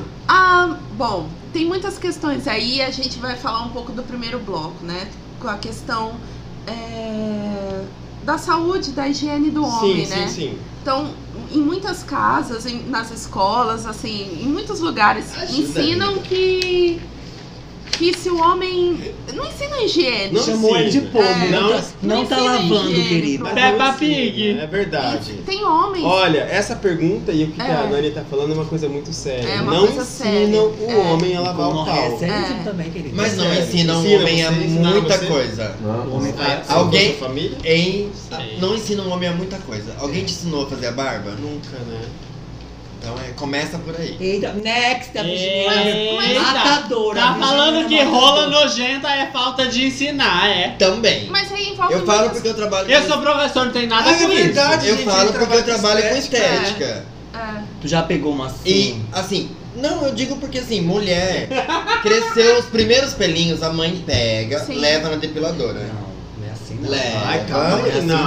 S5: Ah, bom, tem muitas questões aí. A gente vai falar um pouco do primeiro bloco, né? Com a questão é, da saúde, da higiene do homem,
S3: sim,
S5: né?
S3: sim, sim.
S5: Então, em muitas casas, em- nas escolas, assim, em muitos lugares,
S7: Ajuda,
S5: ensinam que que se o homem não ensina higiene.
S3: Não
S2: Chamou ele de
S3: ensina.
S2: povo.
S5: É.
S2: Não, tá-
S5: Não
S2: não tá
S5: ensina
S2: lavando,
S5: higiene,
S2: querido.
S5: pô.
S13: Peppa
S3: Sim,
S13: Pig.
S3: É verdade.
S5: E Tem homens.
S3: Olha, essa pergunta e o que, que a
S5: É.
S3: Nani tá falando é uma coisa muito séria.
S5: É uma
S3: não
S5: coisa séria.
S3: ensinam o
S5: É.
S3: homem a lavar o
S2: Gonorreia é
S3: pau.
S2: sério
S5: É.
S2: também, querido.
S7: Mas não
S3: Sério.
S7: ensina o
S3: Ensina
S7: homem a
S3: você, ensinaram
S7: muita
S3: você?
S7: coisa.
S2: O homem
S3: Ah,
S2: faz-
S3: se eu
S7: É. Alguém-
S3: fosse a família?
S7: Em,
S13: Sim.
S7: não ensina o homem a muita coisa. Alguém te ensinou a fazer a barba?
S3: Nunca, né?
S7: Então é, começa por aí.
S2: Eita, next,
S13: Eita.
S2: a Virginia matadora. a
S13: Tá
S2: Virginia
S13: falando que
S2: matadora.
S13: rola nojenta é falta de ensinar, é.
S7: Também.
S5: Mas aí envolve
S7: Eu
S2: é
S7: falo
S5: muitas-
S7: porque eu trabalho
S13: Eu
S7: com
S13: sou professor, não tem nada
S3: Ah, é
S13: com isso.
S3: verdade,
S7: Eu
S3: gente,
S7: falo porque eu trabalho com
S5: estética.
S7: estética.
S5: É.
S2: Tu já pegou uma
S7: E,
S2: assim?
S7: assim, não, eu digo porque, assim, mulher cresceu os primeiros pelinhos, a mãe pega,
S5: Sim.
S7: leva na depiladora.
S2: Não, não é assim não.
S7: Leva.
S3: Ai, calma aí, não.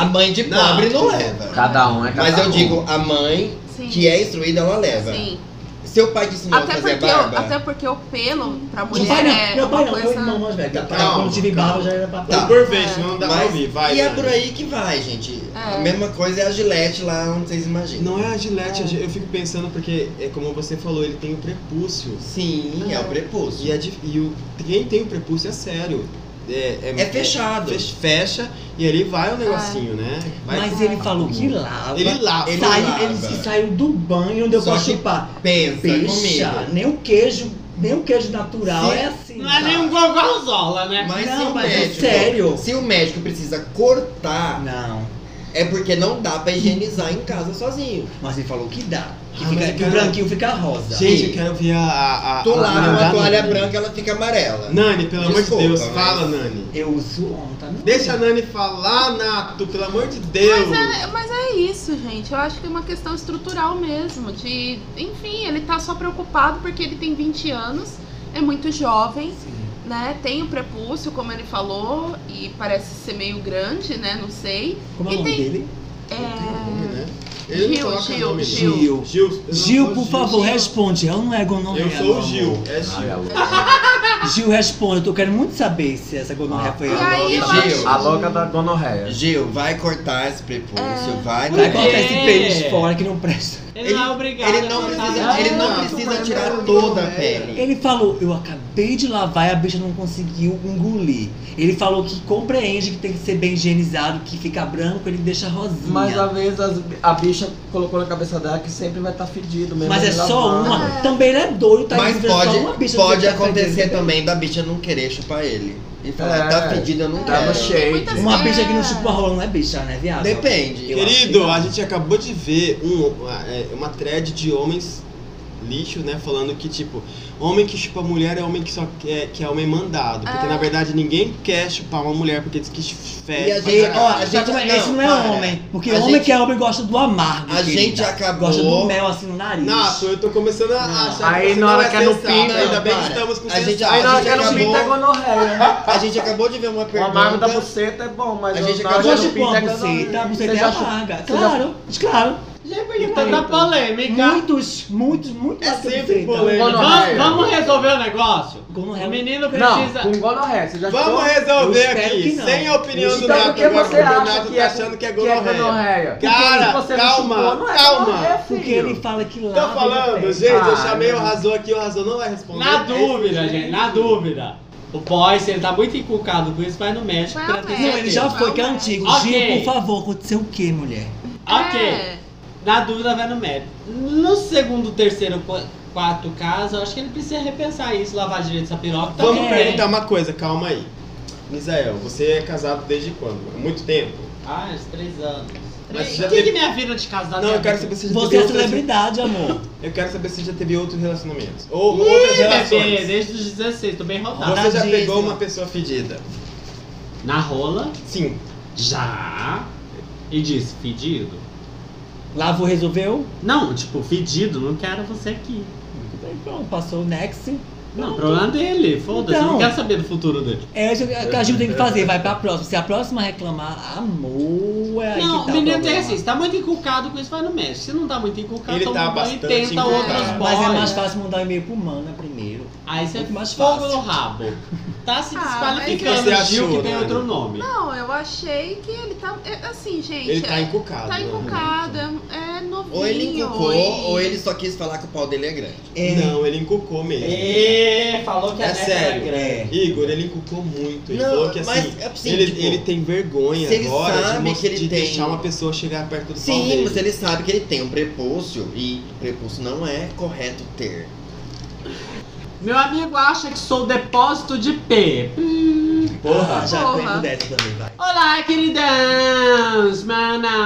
S7: A, a mãe de
S3: Não.
S7: pobre não leva.
S8: Cada um é cada
S7: Mas eu
S8: um.
S7: digo, a mãe
S5: Sim.
S7: que é instruída, ela leva.
S5: Sim.
S7: Seu pai te ensinou a
S5: Até
S7: fazer
S5: porque,
S7: barba?
S5: o, até porque o pelo
S2: Meu
S5: pra
S2: pai
S5: mulher
S2: não,
S5: é
S2: meu pai
S5: uma
S2: não, meu irmão
S5: coisa.
S2: mais velho. Meu pai,
S7: Calma,
S2: Quando tive
S7: calma.
S2: barba já era pra
S7: Tá.
S3: Um Por vez,
S5: É.
S3: não dá pra
S7: Mas,
S3: ouvir, vai.
S7: e é
S3: Nani.
S7: por aí que vai, gente. A
S5: É.
S7: mesma coisa é a gilete lá onde vocês imaginam.
S3: Não é a gilete, a gi- eu fico pensando porque, é como você falou, ele tem o prepúcio.
S7: Sim, é, o prepúcio.
S3: E, é dif- e o, quem tem o prepúcio é sério. É,
S7: É fechado.
S3: Fecha, fecha e ali vai
S5: Ah.
S3: o negocinho, né? Vai
S2: Mas ele falou que lava.
S3: Ele lava.
S7: ele
S2: Sai-
S7: lava.
S2: ele se saiu do banho, não deu
S7: Só
S2: pra
S7: que
S2: chupar.
S7: Pensa
S2: Bicha,
S7: comigo.
S2: nem o queijo, nem o queijo natural
S7: Sim.
S2: é assim.
S13: Não é
S2: tá?
S13: nem um gorgonzola, né?
S7: Mas se
S2: Não,
S7: o
S2: mas é
S7: médico.
S2: sério.
S7: Se o médico precisa cortar,
S2: Não,
S7: é porque não dá pra higienizar em casa sozinho.
S2: mas ele falou que dá. Que,
S3: Ah,
S2: fica-
S3: mas
S2: que
S3: cara-
S2: o branquinho fica rosa.
S3: Gente, eu quero ver a. a, a
S7: Tu
S3: a-
S7: lava
S3: Ah, não
S7: uma
S3: dá,
S7: toalha
S3: Nani.
S7: branca, ela fica amarela.
S3: Nani, pelo amor de
S7: Desculpa,
S3: Deus,
S7: mas-
S3: fala, Nani.
S2: Eu uso ontem. não.
S3: Deixa a Nani falar, Nato, pelo amor de Deus.
S5: É, Mas é isso, gente. Eu acho que é uma questão estrutural mesmo. De, enfim, ele tá só preocupado porque ele tem 20 anos, é muito jovem, né? Tem o prepúcio, como ele falou, e parece ser meio grande, né? Não sei.
S2: Como é
S5: E
S2: o nome
S5: tem-
S2: dele?
S5: É...
S3: né? Ele
S5: Gil,
S3: não coloca
S5: Gil,
S3: nome,
S5: Gil.
S3: não. Gil, eu não
S2: Gil,
S3: sou
S2: por
S3: Gil.
S2: favor, Ah, responde. Eu não é gonorreia.
S3: Eu sou
S2: meu
S3: o Gil.
S2: amor.
S3: É
S8: Ai, a
S3: Gil.
S7: Tá
S8: louca.
S2: Gil, responde. Eu tô querendo muito saber se essa gonorreia
S8: Ah,
S2: foi
S5: E
S2: ela.
S5: aí eu
S7: Gil.
S5: acho.
S8: A louca da gonorreia.
S7: Gil, vai cortar esse prepúcio,
S5: É.
S2: Vai
S7: vai dar-
S2: colocar esse pênis fora que não presta.
S13: Ele não é obrigado
S7: Ele não
S13: a cortar
S7: precisa,
S13: nada.
S7: ele não
S3: Ah,
S7: precisa
S3: mas
S7: tirar
S3: não,
S7: toda a
S3: é.
S7: pele.
S2: Ele falou, eu acabei de lavar e a bicha não conseguiu engolir. Ele falou que compreende que tem que ser bem higienizado, que fica branco, ele deixa rosinha.
S8: Mas
S2: Mas,
S8: às vezes as- a bicha colocou na cabeça dela que sempre vai estar fedido mesmo.
S2: é
S8: ele
S2: só
S8: lavando.
S2: uma. Também ele é doido, tá
S7: Mas
S2: dizendo, é só uma
S7: pode,
S2: bicha
S7: pode
S2: dizer que tá
S7: acontecer
S2: fedendo.
S7: também da bicha não querer chupar ele. E falar,
S8: É.
S7: tá fedido, eu não
S8: Tá no
S7: quero.
S8: cheiro.
S5: Tem muitas-
S2: Uma bicha que não
S5: É.
S2: chupa rola não é bicha, né, viado?
S7: Depende.
S2: Eu acho
S3: Querido,
S2: que não.
S3: a gente acabou de ver um- uma, é, uma thread de homens lixo, né? Falando que, tipo, homem que chupa mulher é homem que só quer, que é homem mandado. Porque,
S5: É.
S3: na verdade, ninguém quer chupar uma mulher porque diz que fede.
S7: E a
S3: pra
S7: gente-
S3: caralho.
S2: Ó,
S7: a
S2: sabe
S7: gente-
S2: como é? esse
S7: não,
S2: não é
S7: para.
S2: homem. Porque
S7: A
S2: homem
S7: gente-
S2: que é homem gosta do amargo.
S7: A
S2: querida.
S7: gente acabou.
S2: Gosta do mel assim no nariz.
S3: Nato, eu tô começando a
S2: Não.
S3: achar
S8: Aí,
S3: que você
S8: na
S3: não
S8: hora
S3: é
S8: que é no
S3: sensato.
S7: pinto,
S3: Ainda
S7: não,
S3: bem que
S7: para.
S3: estamos com
S7: A gente-
S3: sensato.
S8: Aí na
S7: a
S8: hora que
S7: gente
S8: é no
S7: acabou-
S8: pinto é gonorreia.
S7: A gente acabou de ver uma
S8: O amargo da
S7: pergunta.
S8: buceta é bom, mas
S7: A gente
S8: na hora
S7: acabou
S8: que é
S2: Gosta
S8: no
S2: de pôr
S8: pinto
S2: a
S8: é gonorreia.
S2: buceta, a buceta
S8: Você
S2: é
S8: já chupa-
S2: amarga.
S8: você já-
S2: Claro, claro.
S13: Tanta polêmica.
S2: Muitos, muitos, muitos
S3: É
S2: mais que a
S3: sempre
S8: então.
S2: buceta.
S3: polêmica.
S13: Vamos, vamos resolver o negócio?
S2: Gonorreia
S13: O menino
S8: Não,
S13: precisa.
S8: com gonorreia. Você já
S3: Vamos
S8: chupou?
S3: resolver
S2: Eu espero
S3: aqui,
S2: que não.
S3: sem a opinião do
S8: Então
S3: Nato
S8: por que
S3: agora,
S8: você
S3: porque o
S8: acha
S3: Nato
S8: que é
S3: tá achando que é
S8: que é
S3: gonorreia.
S8: gonorreia?
S3: Cara,
S8: Porque se você
S3: calma,
S8: não chupou, não é
S3: calma.
S8: gonorreia,
S2: Porque
S8: filho.
S2: ele fala que lá.
S3: Tô falando, gente, eu
S8: Ah,
S3: chamei o
S8: não.
S3: Razô aqui, o Razô não vai responder.
S13: Na
S3: É
S13: dúvida,
S3: isso,
S13: gente, na dúvida. O boy, se ele tá muito inculcado com isso, vai no médico
S5: Vai
S13: pra
S5: ao
S13: ter
S5: médico.
S2: Não, ele já
S13: certeza.
S2: foi, que é antigo.
S13: Ok.
S2: Gil, por favor, aconteceu o que, mulher?
S13: Ok,
S5: É.
S13: na dúvida vai no médico. No segundo, terceiro, qu- quarto caso, eu acho que ele precisa repensar isso, lavar direito essa piroca
S6: Tá
S3: Vamos então.
S13: também.
S3: perguntar uma coisa, calma aí. Misael, você é casado desde quando? Há muito tempo?
S13: Ah, uns três anos.
S3: Mas
S6: O
S3: já
S6: é que,
S3: teve-
S6: que minha vida de casada
S3: Não,
S6: tem
S3: eu quero
S6: a ver
S3: saber se já
S2: Você é
S3: outras-
S2: celebridade, amor.
S3: Eu quero saber se já teve outros relacionamentos. Ou outras
S6: com- Bebê,
S3: relações.
S6: é desde os 16, tô bem rodada.
S3: Você já
S2: Tadíssimo.
S3: pegou uma pessoa fedida?
S6: Na rola,
S3: Sim.
S6: já. E disse, fedido.
S2: Lavo resolveu?
S6: Não, tipo, fedido, não quero você aqui.
S2: Bem, Pronto, Então, passou o next.
S6: Não, problema dele, foda-se,
S2: Então.
S6: não quero saber do futuro dele.
S2: É isso que a gente tem que fazer, vai pra próxima. Se a próxima reclamar, amor, é aí
S6: não,
S2: que tá
S6: o menino tem
S2: problema.
S6: assim, se tá muito encucado com isso, vai no México. Se não tá muito encucado,
S3: Ele
S6: toma
S3: tá
S6: um banho e
S3: bastante
S6: tenta
S3: encucado.
S6: outras
S3: É,
S2: Mas é mais
S6: bolas.
S2: fácil mandar um e-mail pro Mana primeiro.
S6: Aí você
S2: Muito mais
S6: fogo
S2: fácil.
S6: no rabo. Tá se
S5: Ah,
S6: desqualificando,
S5: mas
S3: você
S6: Gil,
S3: achou,
S6: que tem
S3: né?
S6: outro nome.
S5: Não, eu achei que ele tá. é, Assim, gente.
S3: Ele tá
S5: é-
S3: encucado.
S5: Tá
S3: né?
S5: encucado, é, é novinho.
S7: Ou ele encucou,
S5: e-
S7: ou ele só quis falar que o pau dele é grande.
S3: Não, ele encucou mesmo.
S6: Ê, falou que né?
S3: É
S6: a neta
S3: sério.
S6: era grande.
S3: Igor, ele encucou muito. Ele
S7: Não,
S3: falou que
S7: mas,
S3: assim,
S7: assim,
S3: ele,
S7: tipo,
S3: ele tem vergonha
S7: se ele
S3: agora de,
S7: sabe
S3: mos-
S7: que ele
S3: de
S7: tem-
S3: deixar uma pessoa chegar perto do pau
S7: Sim,
S3: dele.
S7: mas ele sabe que ele tem um prepúcio e prepúcio não é correto ter.
S6: Meu amigo acha que sou depósito de P.
S2: Porra, Ah, já
S5: Porra.
S2: tem dessa também, vai.
S6: Olá, queridãos,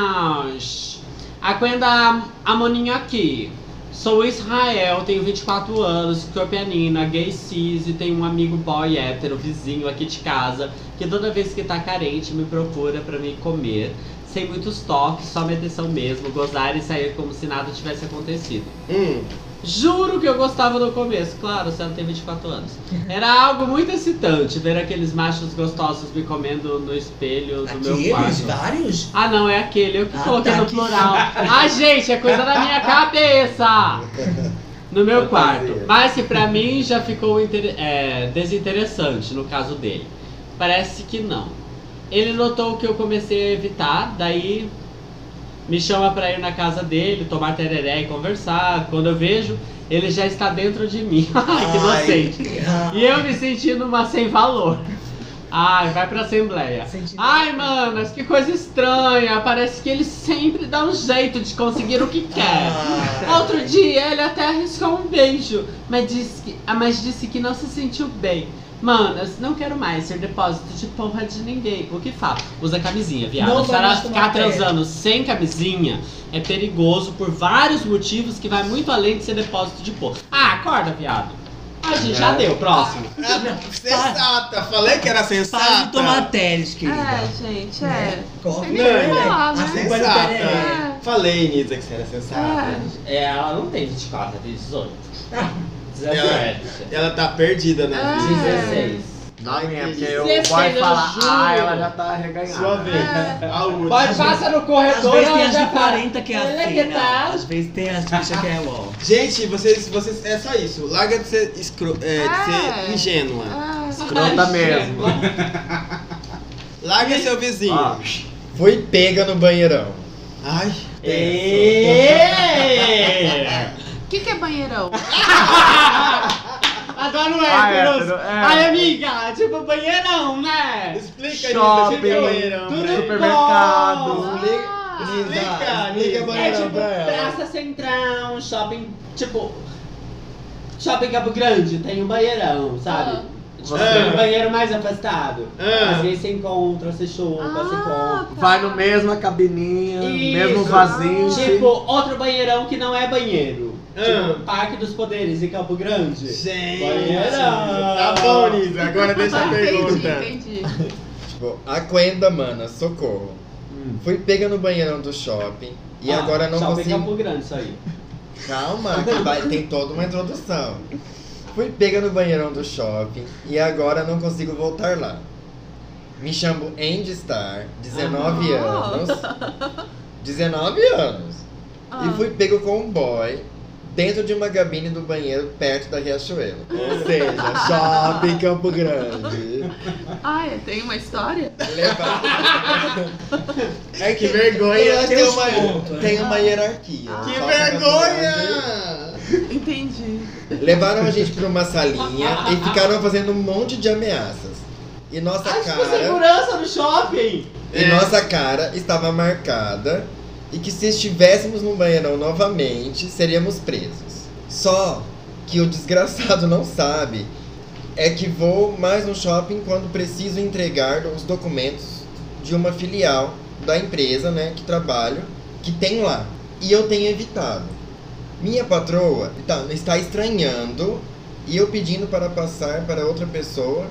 S6: manos. Aguenta a- a Moninho aqui. Sou Israel, tenho 24 anos, escorpianina, gay cis e tenho um amigo boy hétero, vizinho aqui de casa, que toda vez que tá carente me procura pra me comer. Sem muitos toques, só minha atenção mesmo, gozar e sair como se nada tivesse acontecido.
S3: Hum,
S6: Juro que eu gostava no começo, claro, você não tem 24 anos. Era algo muito excitante ver aqueles machos gostosos me comendo no espelho do meu
S2: Aqueles
S6: quarto.
S2: Ah, vários?
S6: Ah, não, é aquele, eu que
S2: Ah,
S6: coloquei
S2: tá,
S6: no
S2: que-
S6: plural. ah, gente, é coisa da minha cabeça! No meu quarto. Mas que pra mim já ficou inter- é, desinteressante no caso dele. Parece que não. Ele notou que eu comecei a evitar, daí me chama pra ir na casa dele, tomar tereré e conversar. Quando eu vejo, ele já está dentro de mim. *laughs* Ai, que
S7: Ai.
S6: inocente. E eu me sentindo uma sem valor. Ai, vai pra assembleia. Ai, manas, que coisa estranha. Parece que ele sempre dá um jeito de conseguir o que quer.
S2: Ah.
S6: Outro dia ele até arriscou um beijo, mas disse que, ah, mas disse que não se sentiu bem. Manas, não quero mais ser depósito de porra de ninguém. O que fala? Usa camisinha,
S2: Não
S6: viado. Se
S2: vai
S6: ela
S2: mais tomar
S6: ficar
S2: pé.
S6: transando sem camisinha, é perigoso por vários motivos que vai muito além de ser depósito de porra. Ah, acorda, viado. Ah, gente,
S2: É.
S6: já deu. Próximo.
S3: sensata, falei que era
S2: Para
S3: sensata.
S2: de tomar teles, querida.
S5: É, gente, é.
S2: Corre,
S5: É melhor
S2: né?
S5: falar, né?
S2: A culpa é do Pelé.
S3: Sensata.
S7: né?
S3: Falei, Nisa, que você era sensata.
S5: É.
S6: É, ela não tem 24, ela tem *laughs* é. 18. 17.
S3: Ela tá perdida na
S5: É.
S3: vida.
S6: 16.
S8: Não, minha, porque eu
S6: Dezesseis,
S8: pode
S6: É. eu
S8: falar,
S6: juro.
S8: ah, ela já tá arreganhada.
S3: Sua vez.
S5: Ah.
S3: A última.
S6: Vai, passa no
S2: Às
S6: corredor.
S2: vezes tem
S6: ela
S2: as
S6: já
S2: de
S6: tá-
S2: 40 que é
S6: Olha
S2: assim,
S6: que
S2: não.
S6: tal.
S2: Às vezes tem as bichas que é ó.
S3: Gente, vocês, vocês. É só isso. Larga de ser, escro... é,
S13: Ah.
S3: de
S5: É.
S3: ser ingênua.
S5: Ah,
S8: Escrota
S6: Ai,
S8: tá mesmo.
S6: gente,
S3: Larga seu vizinho.
S8: Ó,
S7: Foi pega no banheirão.
S3: Ai,
S6: É.
S5: o que, que é *laughs* banheirão?
S6: Adoro
S8: Ah, é,
S6: héteros.
S8: tudo- é.
S6: Ai, amiga, tipo banheirão, né?
S3: explica
S8: Shopping,
S3: Nisa, o que é banheirão.
S6: tudo
S3: pra-
S6: bom.
S8: supermercado.
S5: Ah,
S3: Explica,
S7: Explica
S3: Nisa.
S6: É
S7: banheirão
S6: tipo
S7: pra
S13: tá.
S7: ela.
S6: Praça Central, um shopping, tipo... Shopping Campo Grande tem um banheirão, sabe? Tipo,
S8: Você-
S7: Ah.
S6: tem um banheiro mais afastado.
S3: Ah.
S6: Às vezes você encontra, você chupa, você
S5: Ah,
S6: compra.
S5: tá.
S8: Vai no mesma cabininha,
S6: Isso.
S8: mesmo vasinho.
S6: Tipo, outro banheirão que não é banheiro.
S3: Ah.
S6: Tipo, Parque dos Poderes em Campo Grande.
S3: Gente.
S6: Banheirão.
S3: Tá bom, Nisa. Agora deixa a
S5: Ah, entendi,
S3: pergunta.
S5: entendi.
S7: Tipo, aguenta, mana, socorro.
S3: Hum.
S7: Fui pega no banheirão do shopping e
S6: Ah,
S7: agora não
S6: shopping
S7: consigo
S6: Campo Grande, isso aí.
S7: Calma, que vai- tem toda uma introdução. Fui pega no banheirão do shopping e agora não consigo voltar lá. Me chamo Andy Star, 19
S5: Ah.
S7: *laughs* anos. 19 anos.
S5: Ah.
S7: E fui pego com um boy dentro de uma gabine do banheiro perto da Riachuelo. Ou seja, shopping Campo Grande.
S5: *laughs* Ah, é, tem uma história?
S7: Leva- É
S3: Que vergonha.
S7: Eu acho que tem
S2: Deus
S7: uma,
S2: conta.
S7: tem uma hierarquia.
S5: né? Ah.
S7: Shopping
S3: Que
S7: Campo Grande.
S3: vergonha!
S5: Entendi.
S7: Levaram a gente pra uma salinha e ficaram fazendo um monte de ameaças. E nossa
S6: Ah, tipo
S7: cara.
S6: segurança no shopping!
S7: E nossa cara estava marcada e que se estivéssemos no banheirão novamente, seríamos presos. Só que o desgraçado não sabe é que vou mais no shopping quando preciso entregar os documentos de uma filial da empresa, né, que trabalho, que tem lá. E eu tenho evitado. Minha patroa tá- está estranhando e eu pedindo para passar para outra pessoa.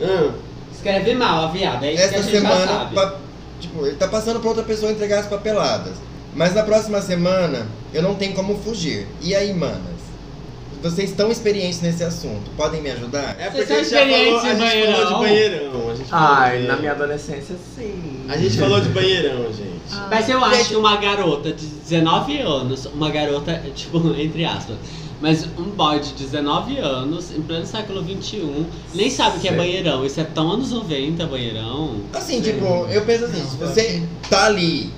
S3: Ah,
S13: Escreve mal a viada, é isso que
S7: Esta
S13: a gente já
S7: semana,
S13: sabe.
S7: pa- tipo, ele tá passando para outra pessoa entregar as papeladas. Mas na próxima semana, eu não tenho como fugir. E aí, manas? Vocês estão experientes nesse assunto, podem me ajudar?
S3: É
S13: Vocês
S3: porque a gente
S13: são
S3: já falou,
S13: experientes
S3: a
S13: em
S3: gente falou de banheirão. A gente falou
S8: Ai,
S3: de
S8: na
S3: banheirão.
S8: minha adolescência, sim.
S3: A gente falou de banheirão, gente.
S5: Ah.
S13: Mas eu acho que uma garota de 19 anos, uma garota, *laughs* tipo, entre aspas, mas um boy de 19 anos, em pleno século XXI, nem sabe o que é
S8: Sim.
S13: banheirão. Isso é tão anos 90, banheirão.
S7: Assim, tipo, eu penso assim, se você tá ali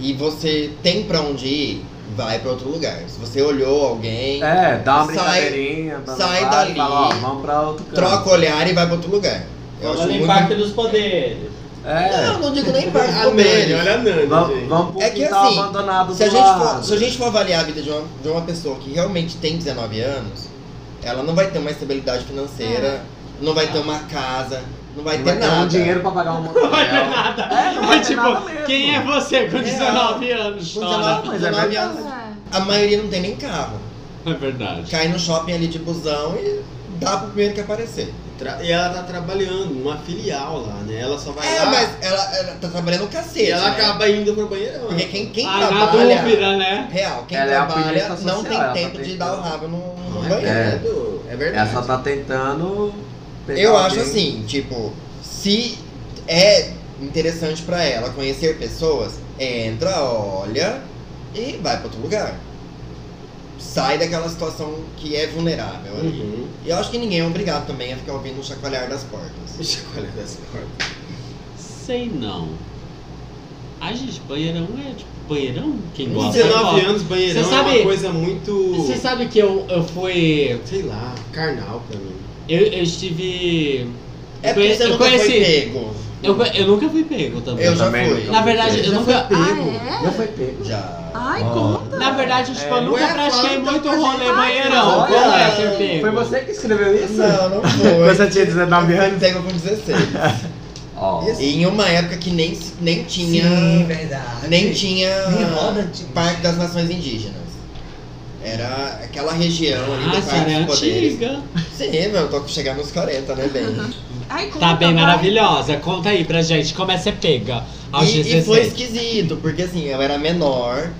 S7: e você tem pra onde ir, vai pra outro lugar. Se você olhou alguém,
S8: É, dá uma
S7: Sai-
S8: brincadeirinha. blá, blá,
S7: sai
S8: blá,
S7: dali.
S8: Fala, ó, vamos pra outro canto.
S7: troca o olhar e vai pra outro lugar. Eu acho
S13: Olha o
S7: muito...
S13: impacto dos poderes.
S8: É,
S7: Não, não digo *laughs* nem impacto
S3: A Nani, olha a Nani,
S8: vamos,
S3: gente.
S8: vamos pro
S7: É que
S8: quintal
S7: assim,
S8: abandonado
S7: Se a,
S8: Tá do
S7: gente for,
S8: lado.
S7: se a gente for avaliar a vida de uma, de uma pessoa que realmente tem 19 anos, ela não vai ter uma estabilidade financeira, não vai ter uma casa, não vai
S8: Não
S7: ter
S8: vai ter
S7: nada.
S8: um dinheiro pra pagar um motel.
S13: Nada.
S8: É,
S6: *laughs*
S8: não vai ter
S13: tipo,
S8: nada mesmo.
S13: quem é você com
S7: É,
S13: 19 anos?
S7: Com
S13: Chora.
S7: 19,
S8: mas é
S7: 19
S5: Ah,
S8: verdade.
S7: anos, a maioria não tem nem carro.
S13: É verdade.
S7: Cai no shopping ali de busão e dá pro primeiro que aparecer.
S3: Tra- E ela tá trabalhando numa filial lá, né? Ela só vai
S7: É,
S3: lá
S7: mas ela, ela tá trabalhando o
S3: e
S7: cacete.
S3: ela
S7: né?
S3: acaba indo pro banheirão. né?
S7: Porque quem, quem
S13: Ah, na
S7: trabalha.
S13: dúvida, né?
S7: Real, quem
S8: Ela é a
S7: trabalha
S8: política social,
S7: não
S8: ela tá
S7: tem tempo de
S8: tentando.
S7: dar o rabo no, no
S8: É.
S7: banheiro. É,
S8: Ela
S7: verdade.
S8: só tá tentando. pegar
S7: Eu
S8: alguém.
S7: acho assim, tipo, se é interessante pra ela conhecer pessoas, entra, olha e vai pra outro lugar. Sai daquela situação que é vulnerável ali.
S3: Uhum.
S7: E eu acho que ninguém é obrigado também a ficar ouvindo o chacoalhar das portas.
S3: Chacoalha das portas.
S13: Sei não. Ai, gente, banheirão é tipo banheirão? Quem gosta?
S3: 19
S13: gosta.
S3: anos, banheirão
S13: Você
S3: é uma
S13: sabe-
S3: coisa muito.
S13: Você sabe que eu, eu fui.
S3: Sei lá, carnal pra mim.
S13: Eu, eu estive.
S7: É
S13: eu
S7: porque
S13: conhe-
S7: você
S13: eu
S7: nunca foi
S13: conheci.
S7: pego.
S13: Eu, conhe- eu nunca fui pego também.
S7: Eu já
S8: também
S7: fui.
S8: nunca
S13: Na verdade, eu nunca.
S5: Ah, é?
S8: Já foi pego.
S7: Já.
S5: Ai,
S8: Ó.
S5: conta.
S13: Na verdade, tipo,
S8: É,
S13: eu nunca
S7: ué,
S13: pratiquei
S7: fala,
S13: muito
S7: então,
S13: rolê
S5: gente,
S13: banheirão.
S8: olha,
S13: Como é ser pego?
S8: Foi você que escreveu isso?
S7: Não, não foi.
S8: Você tinha 19
S7: Eu fui
S8: anos?
S7: pego com 16.
S8: Ó.
S7: E em uma época que nem, nem tinha.
S2: verdade.
S7: nem tinha.
S2: Me roda, tio.
S7: Parque das Nações Indígenas. Era aquela região ali
S13: Ah,
S7: do Parque
S13: senhora é
S7: dos Poderes.
S13: antiga.
S7: Sim, meu, eu tô chegando nos 40, né, bem?
S5: Ai, é conta,
S13: Tá bem
S5: vai.
S13: maravilhosa. Conta aí pra gente como é ser pega aos
S7: E- e, foi
S13: 16.
S7: esquisito, porque assim, eu era menor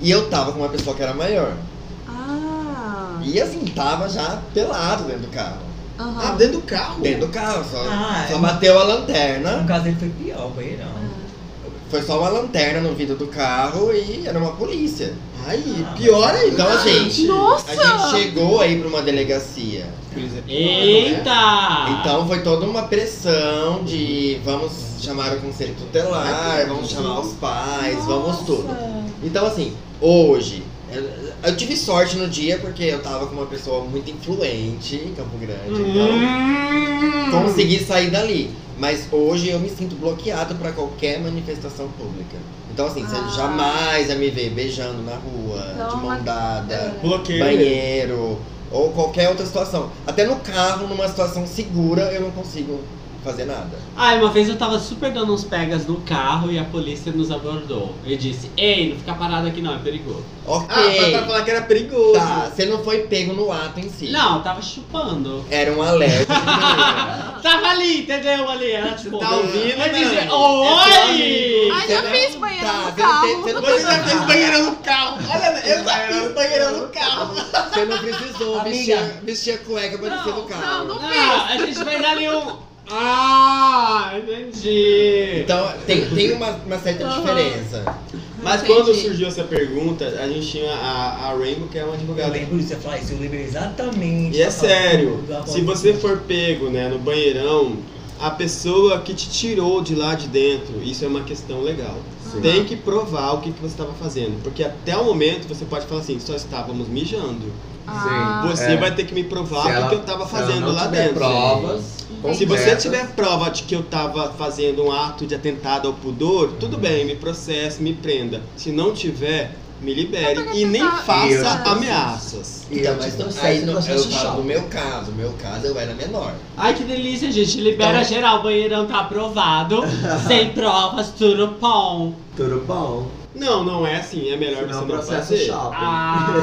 S7: e eu tava com uma pessoa que era maior.
S5: Ah,
S7: E assim, tava já pelado dentro do carro.
S5: aham.
S7: Tá
S3: Ah, dentro do carro.
S7: Dentro do carro, só,
S2: Ah,
S7: só
S2: é.
S7: bateu a lanterna.
S2: No caso, ele foi pior, o banheirão.
S7: Foi só uma lanterna no vidro do carro e era uma polícia.
S3: Aí, pior ainda.
S7: Então, assim,
S5: Nossa!
S7: a gente chegou aí pra uma delegacia.
S13: Eita!
S7: Então foi toda uma pressão de vamos chamar o conselho tutelar, vamos chamar os pais, vamos tudo. Então assim, hoje, eu- eu tive sorte no dia porque eu tava com uma pessoa muito influente em Campo Grande, então
S13: Hum.
S7: consegui sair dali. Mas hoje eu me sinto bloqueado pra qualquer manifestação pública. Então assim,
S5: Ah.
S7: você jamais vai me ver beijando na rua,
S5: Então,
S7: de mão
S5: mas-
S7: dada,
S3: Bloqueio.
S7: banheiro ou qualquer outra situação. Até no carro, numa situação segura, eu não consigo fazer nada.
S13: Ah, uma vez eu tava super dando uns pegas no carro e a polícia nos abordou. Eu disse, ei, não fica parado aqui não, é perigoso.
S7: Ok.
S3: Ah, mas pra falar que era perigoso.
S7: Tá, você não foi pego no ato em si.
S13: Não, eu tava chupando.
S7: Era um alerta.
S13: Tava ali, entendeu? Ali, ela tipo,
S3: Tá ouvindo,
S13: Eu disse,
S3: Nani?
S13: oi!
S5: Ai, já
S7: Você
S5: fiz
S7: não-
S5: banheiro
S7: tá,
S5: no
S7: você não tem-
S5: carro.
S7: você não-
S3: Você já fez banheirão no carro. Olha, eu já fiz banheirão no carro.
S7: você não precisou vestir, a-
S2: Amiga.
S7: vestir a cueca pra descer do carro.
S5: Não, não
S13: Ah, a gente fez ali um... Ah, entendi.
S7: Então, tem, tem uma, uma certa diferença.
S3: Mas
S5: Entendi.
S3: quando surgiu essa pergunta, a gente tinha a, a Rainbow, que é uma
S2: Eu
S3: advogada.
S2: lembro disso, eu falei isso, eu lembro exatamente.
S3: E é
S2: Ela falou
S3: sério,
S2: tudo, ela
S3: se
S2: falou
S3: você
S2: tudo.
S3: for pego né, no banheirão, a pessoa que te tirou de lá de dentro, isso é uma questão legal. Tem que provar o que, que você estava fazendo. Porque até o momento você pode falar assim, só estávamos mijando.
S5: Ah,
S3: você
S8: é.
S3: vai ter que me provar
S8: Se
S3: o que
S8: ela-
S3: que eu estava
S8: se ela
S3: fazendo
S8: não
S3: lá
S8: tiver
S3: dentro.
S8: provas.
S5: Entendi.
S3: Se você tá
S8: concretas,
S3: tiver prova de que eu tava
S8: Uhum.
S3: fazendo um ato de atentado ao pudor, tudo bem, me processe, me prenda. Se não tiver, me libere
S5: Mas
S3: e nem
S5: tá-
S7: Eu-
S3: faça ameaças.
S14: Eu
S7: Então, mas
S2: tipo,
S7: não
S14: digo,
S7: sai
S14: aí
S7: do
S14: não
S7: processo
S14: eu
S7: de
S14: falo.
S7: No meu caso, meu caso eu era menor.
S6: Ai, que delícia, gente. Libera geral, o banheirão tá aprovado. sem provas, tudo bom.
S14: Tudo bom?
S3: Não, não é assim, é melhor
S14: Senão
S3: você
S14: o
S3: não
S14: processo
S3: fazer.
S14: shopping.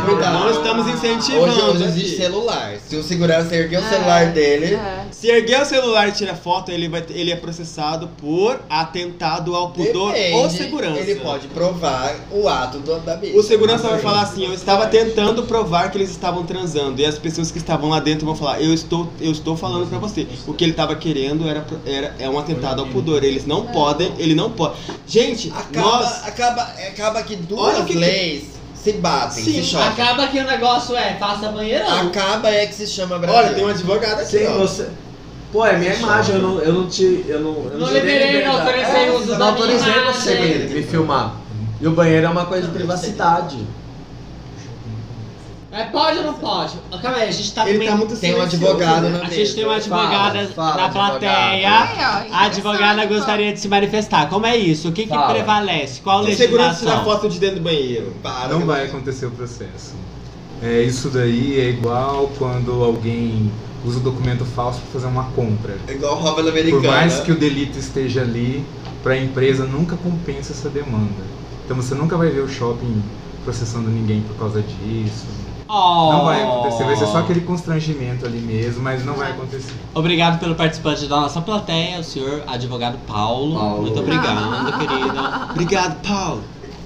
S3: Cuidado,
S6: Ah,
S3: não estamos incentivando.
S7: Hoje não existe
S3: aqui.
S7: celular. Se o segurança erguer o
S5: É.
S7: celular dele,
S5: É.
S3: Se erguer o celular e tirar foto, ele, vai, ele é processado por atentado ao pudor
S7: depende,
S3: ou segurança.
S7: Ele pode provar o ato do, da bicha.
S3: O segurança vai falar assim: eu estava tentando provar que eles estavam transando. E as pessoas que estavam lá dentro vão falar: eu estou, eu estou falando pra você. O que ele estava querendo era, era é um atentado ao pudor. Eles não podem, ele não pode. Gente,
S7: Acaba,
S3: nós.
S7: acaba, acaba que duas
S3: Olha o que-
S7: leis se batem,
S3: Sim,
S7: se chocam.
S6: Acaba que o negócio é, faça banheirão.
S7: Acaba é que se chama Brasil.
S3: Olha, tem um advogado aqui.
S8: Sim,
S3: ó.
S8: você. Pô, é minha imagem, eu não, eu não te. Eu não, eu
S6: Não
S8: te dei
S6: liberei, não
S8: liberdade.
S6: autorizei
S8: É,
S6: o uso
S8: eu
S6: da
S8: Não autorizei
S6: minha
S8: você
S6: imagem.
S8: me, me filmar. E o banheiro é uma coisa de privacidade.
S6: É, pode ou não pode? Ah, Calma aí, a gente tá com
S3: Ele
S6: meio-
S3: tá muito
S7: Tem um
S3: silencioso,
S7: advogado
S3: né?
S7: na
S6: A
S7: mesa.
S6: gente tem uma advogada
S8: Fala, fala,
S6: na
S8: advogado.
S6: plateia.
S5: Aí, ó,
S6: A advogada
S5: interessante, ó.
S6: gostaria de se manifestar. Como é isso? O que, que
S8: Fala.
S6: prevalece? Qual a
S3: Se o segurança tirar
S6: legislação?
S3: foto de dentro do banheiro.
S7: Para,
S15: Não
S7: que-
S15: vai acontecer o processo. É, isso daí é igual quando alguém usa o documento falso para fazer uma compra.
S7: É igual rouba
S15: Por
S7: americana.
S15: mais que o delito esteja ali, para a empresa nunca compensa essa demanda. Então você nunca vai ver o shopping processando ninguém por causa disso.
S6: Oh.
S15: Não vai acontecer, vai ser só aquele constrangimento ali mesmo, mas não vai acontecer.
S6: Obrigado pelo participante da nossa plateia, o senhor advogado Paulo.
S14: Paulo.
S6: Muito obrigado, querido.
S3: Obrigado, Paulo.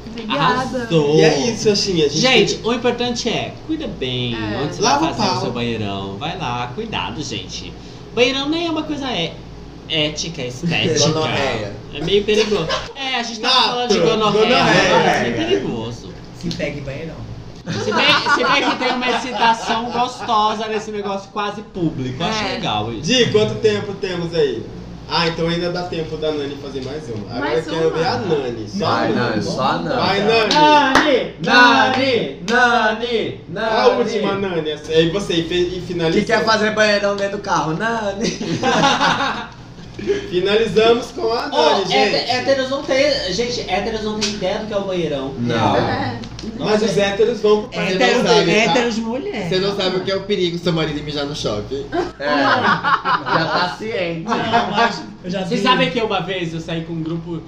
S5: Obrigada.
S6: Arrasou.
S3: E é isso, Xoxinha. A gente,
S6: Gente, o importante é, cuida bem
S5: É.
S6: onde você
S3: Lava
S6: vai
S3: o
S6: fazer o
S3: pau.
S6: seu banheirão. Vai lá, cuidado, gente. Banheirão nem é uma coisa é, ética, estética.
S7: Gonorreia.
S6: é meio perigoso. É, a gente tava
S3: Nato,
S6: falando de gonorreia,
S3: gonorreia.
S6: mas é meio perigoso.
S2: Se pega em banheirão.
S6: Se bem, se bem que tem uma excitação gostosa nesse negócio quase público. Eu Acho
S5: É.
S6: legal isso.
S3: Di, quanto tempo temos aí? Ah, então ainda dá tempo da Nani fazer mais uma. Agora
S5: Mais
S3: eu quero
S5: uma.
S3: ver a Nani. Só a
S8: Vai,
S3: Nani.
S8: não, é só não.
S3: Vai, Nani.
S6: Nani!
S8: Nani! Nani!
S3: A última,
S8: Nani!
S3: Nani. essa aí você e fe- e
S8: Que
S3: finalizamos.
S8: quer fazer banheirão dentro do carro? Nani!
S3: Finalizamos com a Nani,
S6: Ó,
S3: gente.
S6: hé- é, héteros não tem. Gente, héteros não tem ideia do que é o banheirão.
S8: Não.
S5: É.
S3: Mas os héteros vão pro
S7: Você
S3: é.
S7: não sabe, tá?
S2: Héteros mulher.
S7: Você não sabe o que é o perigo seu marido mijar no shopping.
S8: É. Já tá ciente.
S2: Não, mas eu já
S6: Vocês
S2: vi-
S6: sabem que uma vez eu saí com um grupo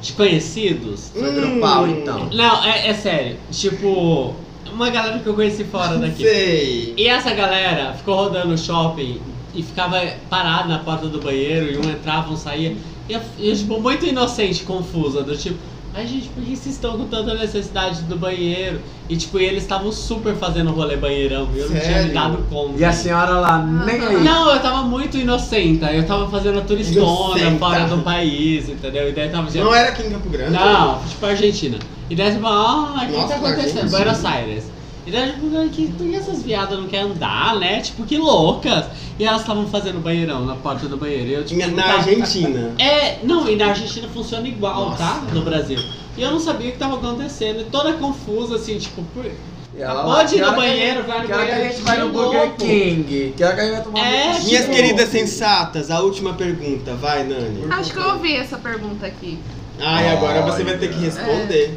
S6: de conhecidos?
S8: Foi
S3: um
S8: pro pau então.
S6: Não, é, é sério. Tipo, uma galera que eu conheci fora daqui.
S7: Sei.
S6: E essa galera ficou rodando o shopping e ficava parado na porta do banheiro, e um entrava, um saía. E eu, eu, tipo, muito inocente, confusa, do tipo, ai gente, por que vocês estão com tanta necessidade do banheiro? E tipo, e eles estavam super fazendo rolê banheirão, e eu não tinha me
S7: Sério?
S6: dado conta.
S8: E a senhora lá, nem aí.
S6: Não, eu tava muito inocenta, eu tava fazendo a turistona
S3: Inocenta.
S6: fora do país, entendeu? E daí tava
S3: Não é era aqui em Campo Grande.
S6: não, tipo Argentina. E daí tipo, ah, o que
S7: Nossa,
S6: tá acontecendo?
S7: Argentina.
S6: Buenos Aires. E daí tipo, ah, que, por que essas viadas não querem andar, né? Tipo, que loucas. E elas estavam fazendo banheirão na porta do banheiro. E eu, tipo,
S3: Tinha
S6: tá-
S3: Na Argentina.
S6: É, não, e na Argentina funciona igual,
S3: Nossa.
S6: tá? No Brasil. E eu não sabia o que tava acontecendo. E toda confusa, assim, tipo, por...
S8: E ela lá,
S6: pode ir
S8: que
S6: no
S8: hora que a gente-
S6: banheiro, vai no
S8: Que hora que
S6: banheiro.
S8: a gente vai no
S6: de
S8: Burger
S6: novo.
S8: King? Que hora que a gente vai tomar um
S6: É,
S8: Burger
S3: Minhas
S8: King?
S3: queridas sensatas, a última pergunta. Vai, Nani.
S5: Acho que eu ouvi essa pergunta aqui.
S3: Ah, e agora você vai ter que responder.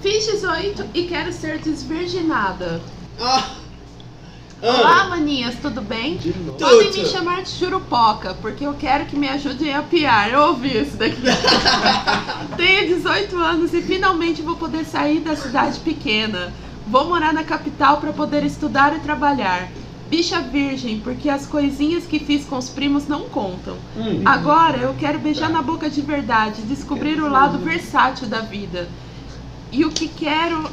S5: Fiz 18 e quero ser desvirginada.
S3: Ah.
S5: Olá,
S3: Ah,
S5: maninhas, tudo bem? Podem me
S3: tudo.
S5: chamar de Jurupoca, porque eu quero que me ajudem a piar. Eu ouvi isso daqui. Tenho 18 anos e finalmente vou poder sair da cidade pequena. Vou morar na capital para poder estudar e trabalhar. Bicha virgem, porque as coisinhas que fiz com os primos não contam. Agora eu quero beijar na boca de verdade, descobrir o lado versátil da vida. E o que quero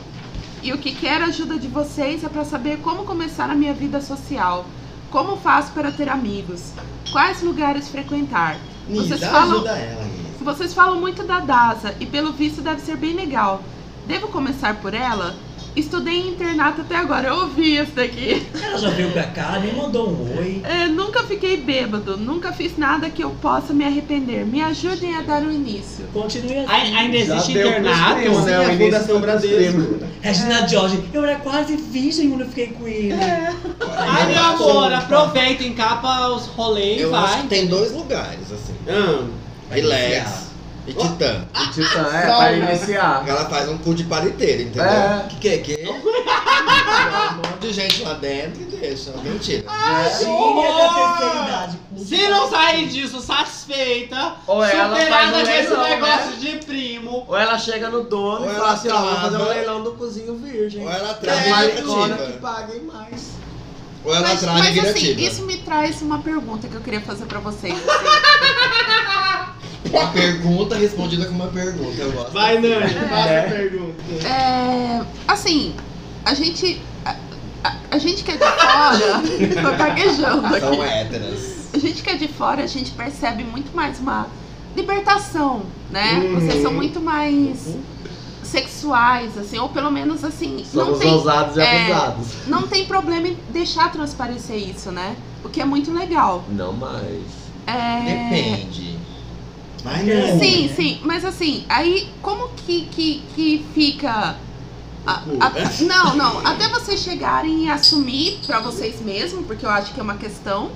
S5: e o que quero a ajuda de vocês é para saber como começar a minha vida social. Como faço para ter amigos? Quais lugares frequentar? Vocês
S7: Nisa,
S5: falam-
S7: ajuda ela, Nisa.
S5: Vocês falam muito da DASA e pelo visto deve ser bem legal. Devo começar por ela? Estudei em internato até agora, eu ouvi isso daqui. *laughs*
S2: Ela já veio pra cá, nem mandou um oi.
S5: É, nunca fiquei bêbado, nunca fiz nada que eu possa me arrepender. Me ajudem a dar o início.
S2: Continue assim.
S6: Ai- Ainda
S8: Já
S6: existe
S8: deu pros
S6: internato?
S8: primos, né?
S3: Sim,
S8: O
S3: a
S8: início
S3: Fundação
S8: foi pros
S3: Bradesco.
S8: primos.
S2: Regina George, eu era quase virgem quando eu fiquei com ele.
S6: Ai, meu amor, aproveita, encapa os rolês e
S7: Eu acho
S6: vai.
S7: que tem dois lugares, assim.
S3: Ah.
S7: Relax. E Titã.
S8: O Titã, é, pra iniciar.
S7: Ela faz um cu de pariteiro, entendeu?
S8: É.
S7: Que que é que? Tem um monte de gente lá dentro e deixa. é Mentira.
S8: Ah,
S2: Gíria da terceira idade.
S13: Se não sair disso satisfeita,
S8: Ou ela faz
S13: superada
S8: um
S13: com esse
S8: leilão,
S13: negócio
S8: né?
S13: de primo,
S8: Ou ela chega no dono
S7: Ou
S8: e
S7: ela
S8: fala assim, ó, vou fazer um
S7: trava.
S8: leilão do cozinho virgem.
S7: Ou ela
S8: Pra
S7: traz
S8: maricona que
S7: negativa.
S8: paguem mais.
S7: Ou ela
S5: mas,
S7: traz
S5: mas assim,
S7: negativa.
S5: isso me traz uma pergunta que eu queria fazer pra vocês. *laughs*
S7: Uma pergunta respondida com uma pergunta. Eu gosto.
S13: Vai, Nani, faça
S8: É.
S13: a pergunta.
S5: É, assim, a gente. A, a- a gente que é de fora. *laughs* tô caguejando aqui.
S7: São héteras.
S5: A gente que é de fora, a gente percebe muito mais uma libertação, né?
S13: Uhum.
S5: Vocês são muito mais sexuais, assim, ou pelo menos assim, não
S8: Somos
S5: tem,
S8: ousados e
S5: é,
S8: abusados.
S5: não tem problema em deixar transparecer isso, né? O que é muito legal.
S8: Não mais.
S5: É,
S7: Depende.
S3: Vai, não.
S5: Sim, sim, mas assim, aí como que, que, que fica. a-
S7: *laughs*
S5: a- não, não, até vocês chegarem e assumir pra vocês mesmos, porque eu acho que é uma questão.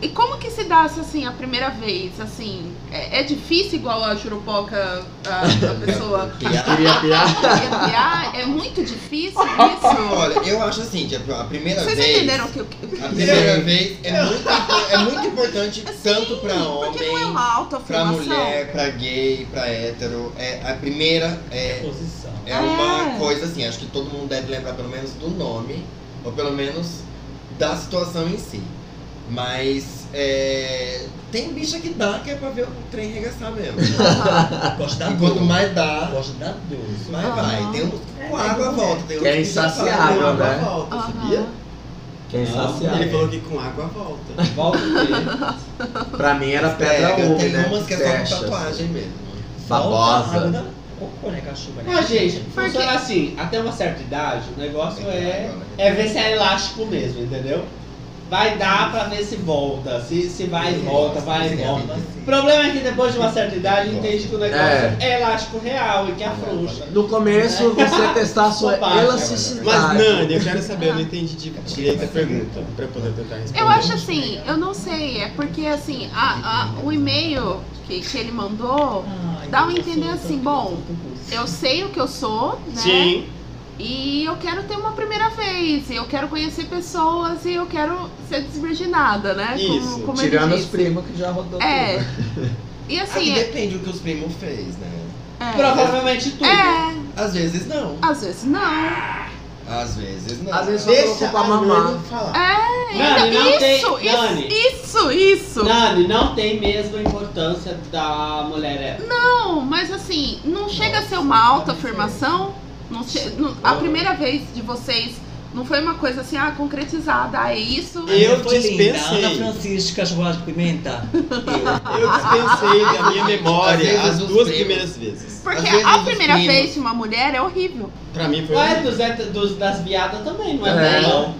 S5: E como que se dá assim a primeira vez? Assim, é, é difícil igual a Jurupoca, a, a
S7: *laughs*
S5: pessoa.
S7: Piada.
S8: Queria piar.
S5: enviar? é muito
S7: *laughs*
S5: difícil isso.
S7: Olha, eu acho assim, tipo, a primeira
S5: Vocês
S7: vez.
S5: entenderam o que eu. o que-
S7: A primeira vez é muito, impo- é muito importante tanto pra
S5: Sim, Assim, Porque não é
S7: homem,
S5: uma
S7: pra
S5: autoafirmação.
S7: mulher, pra gay, pra hétero. É, a primeira é,
S2: Posição.
S7: é
S13: Ah,
S7: uma
S5: É.
S7: coisa assim, acho que todo mundo deve lembrar pelo menos do nome, ou pelo menos da situação em si. Mas é, tem bicha que dá que é pra ver o trem
S8: *laughs*
S7: regaçar mesmo.
S5: Aham.
S2: Gosto da
S7: E quanto
S2: dor.
S7: mais dá,
S2: Gosto da dor.
S7: mais
S5: Aham.
S7: vai. Tem uns que com água volta, tem um uns
S8: Que é
S7: já
S8: insaciável,
S7: fazem com água
S8: né?
S7: volta, sabia?
S5: Aham.
S8: Quem saciar.
S3: Ele falou que com água
S8: *laughs*
S3: volta.
S2: Volta o quê?
S8: Pra mim era pedra
S7: Pega,
S8: ovo,
S7: tem
S8: né?
S7: umas que é só
S8: Fecha.
S7: com tatuagem mesmo.
S2: Volta a água
S8: Babosa.
S2: da cocô, né, cachorro?
S13: Não, gente,
S5: Por quê?
S13: funciona assim, até uma certa idade, o negócio é,
S7: Agora,
S13: é ver se é elástico mesmo, entendeu? Vai dar pra ver se volta, se, se vai
S8: É,
S13: e volta, vai e volta.
S7: assim.
S13: O problema é que depois de uma certa
S8: É.
S13: idade entende que o negócio é, elástico real e que é afrouxa.
S8: No
S13: É.
S8: começo, você testar a sua
S13: Bobagem.
S8: elasticidade.
S3: Mas, Nani, eu quero saber, eu não entendi di- direito a pergunta, pra eu poder tentar responder.
S5: Eu acho assim, eu não sei, é porque assim, a- a- o e-mail que, que ele mandou, Dá um entender assim, bom, eu sei o que eu sou, né?
S13: Sim,
S5: E eu quero ter uma primeira vez, e eu quero conhecer pessoas e eu quero ser desvirginada, né?
S3: Isso,
S5: como, como ele
S8: Tirando os
S5: disse.
S8: primos que já rodou
S5: É.
S8: *laughs* tudo.
S5: E
S7: Ah, que
S5: assim, é,
S7: depende do que os primos fez, né?
S13: provavelmente tudo.
S5: é,
S7: Às vezes não.
S5: às vezes não.
S7: Às vezes não.
S8: Às vezes só colocou
S3: Deixa pra
S8: pra mamar.
S3: Nani falar.
S13: Nani, não
S5: Então, isso,
S13: tem. Nani,
S5: isso, isso, isso.
S13: Nani, não tem mesmo a importância da mulher é hétero.
S5: Não, mas assim, não chega a ser uma autoafirmação. Não che- não- a primeira vez de vocês não foi uma coisa assim, ah, concretizada, ah, é isso.
S3: Eu
S2: Foi linda.
S3: dispensei.
S2: Ana Francisca, chocolate com pimenta.
S3: Eu dispensei da minha memória
S7: Às
S3: as
S7: vezes os
S3: duas
S7: primos.
S3: primeiras vezes.
S5: Porque
S7: Às vezes
S5: a
S7: os
S5: primeira
S7: primos-
S5: vez de uma mulher é horrível.
S3: Pra mim foi
S13: Ué,
S3: horrível.
S13: dos, héteros- é dos, das viadas também, não
S8: É.
S13: é, não?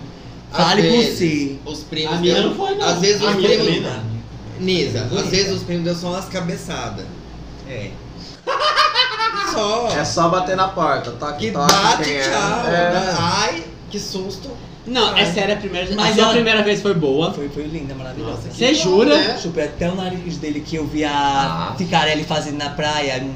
S7: Às
S2: Fale por
S7: vezes,
S2: si.
S7: Os
S13: A
S7: primos.
S13: minha
S7: deu-
S13: não foi, não.
S7: Às vezes
S3: A
S7: os
S3: minha também
S7: primos.
S3: não.
S7: Nisa, às vezes os primos deu só umas cabeçadas.
S2: É.
S5: Ah.
S7: Só.
S8: É só bater na porta, toque,
S7: Que
S8: toque,
S7: bate,
S8: quem é.
S7: tchau.
S8: É.
S7: Ai, que susto.
S13: Não, é sério, a primeira
S2: Mas
S13: Mas a
S2: ela-
S13: primeira vez foi boa.
S2: Foi, foi linda, maravilhosa.
S13: Você
S6: né?
S13: jura?
S2: Chupei até o nariz dele que eu vi
S8: Ah.
S2: a Cicarelli fazendo na praia. Hum,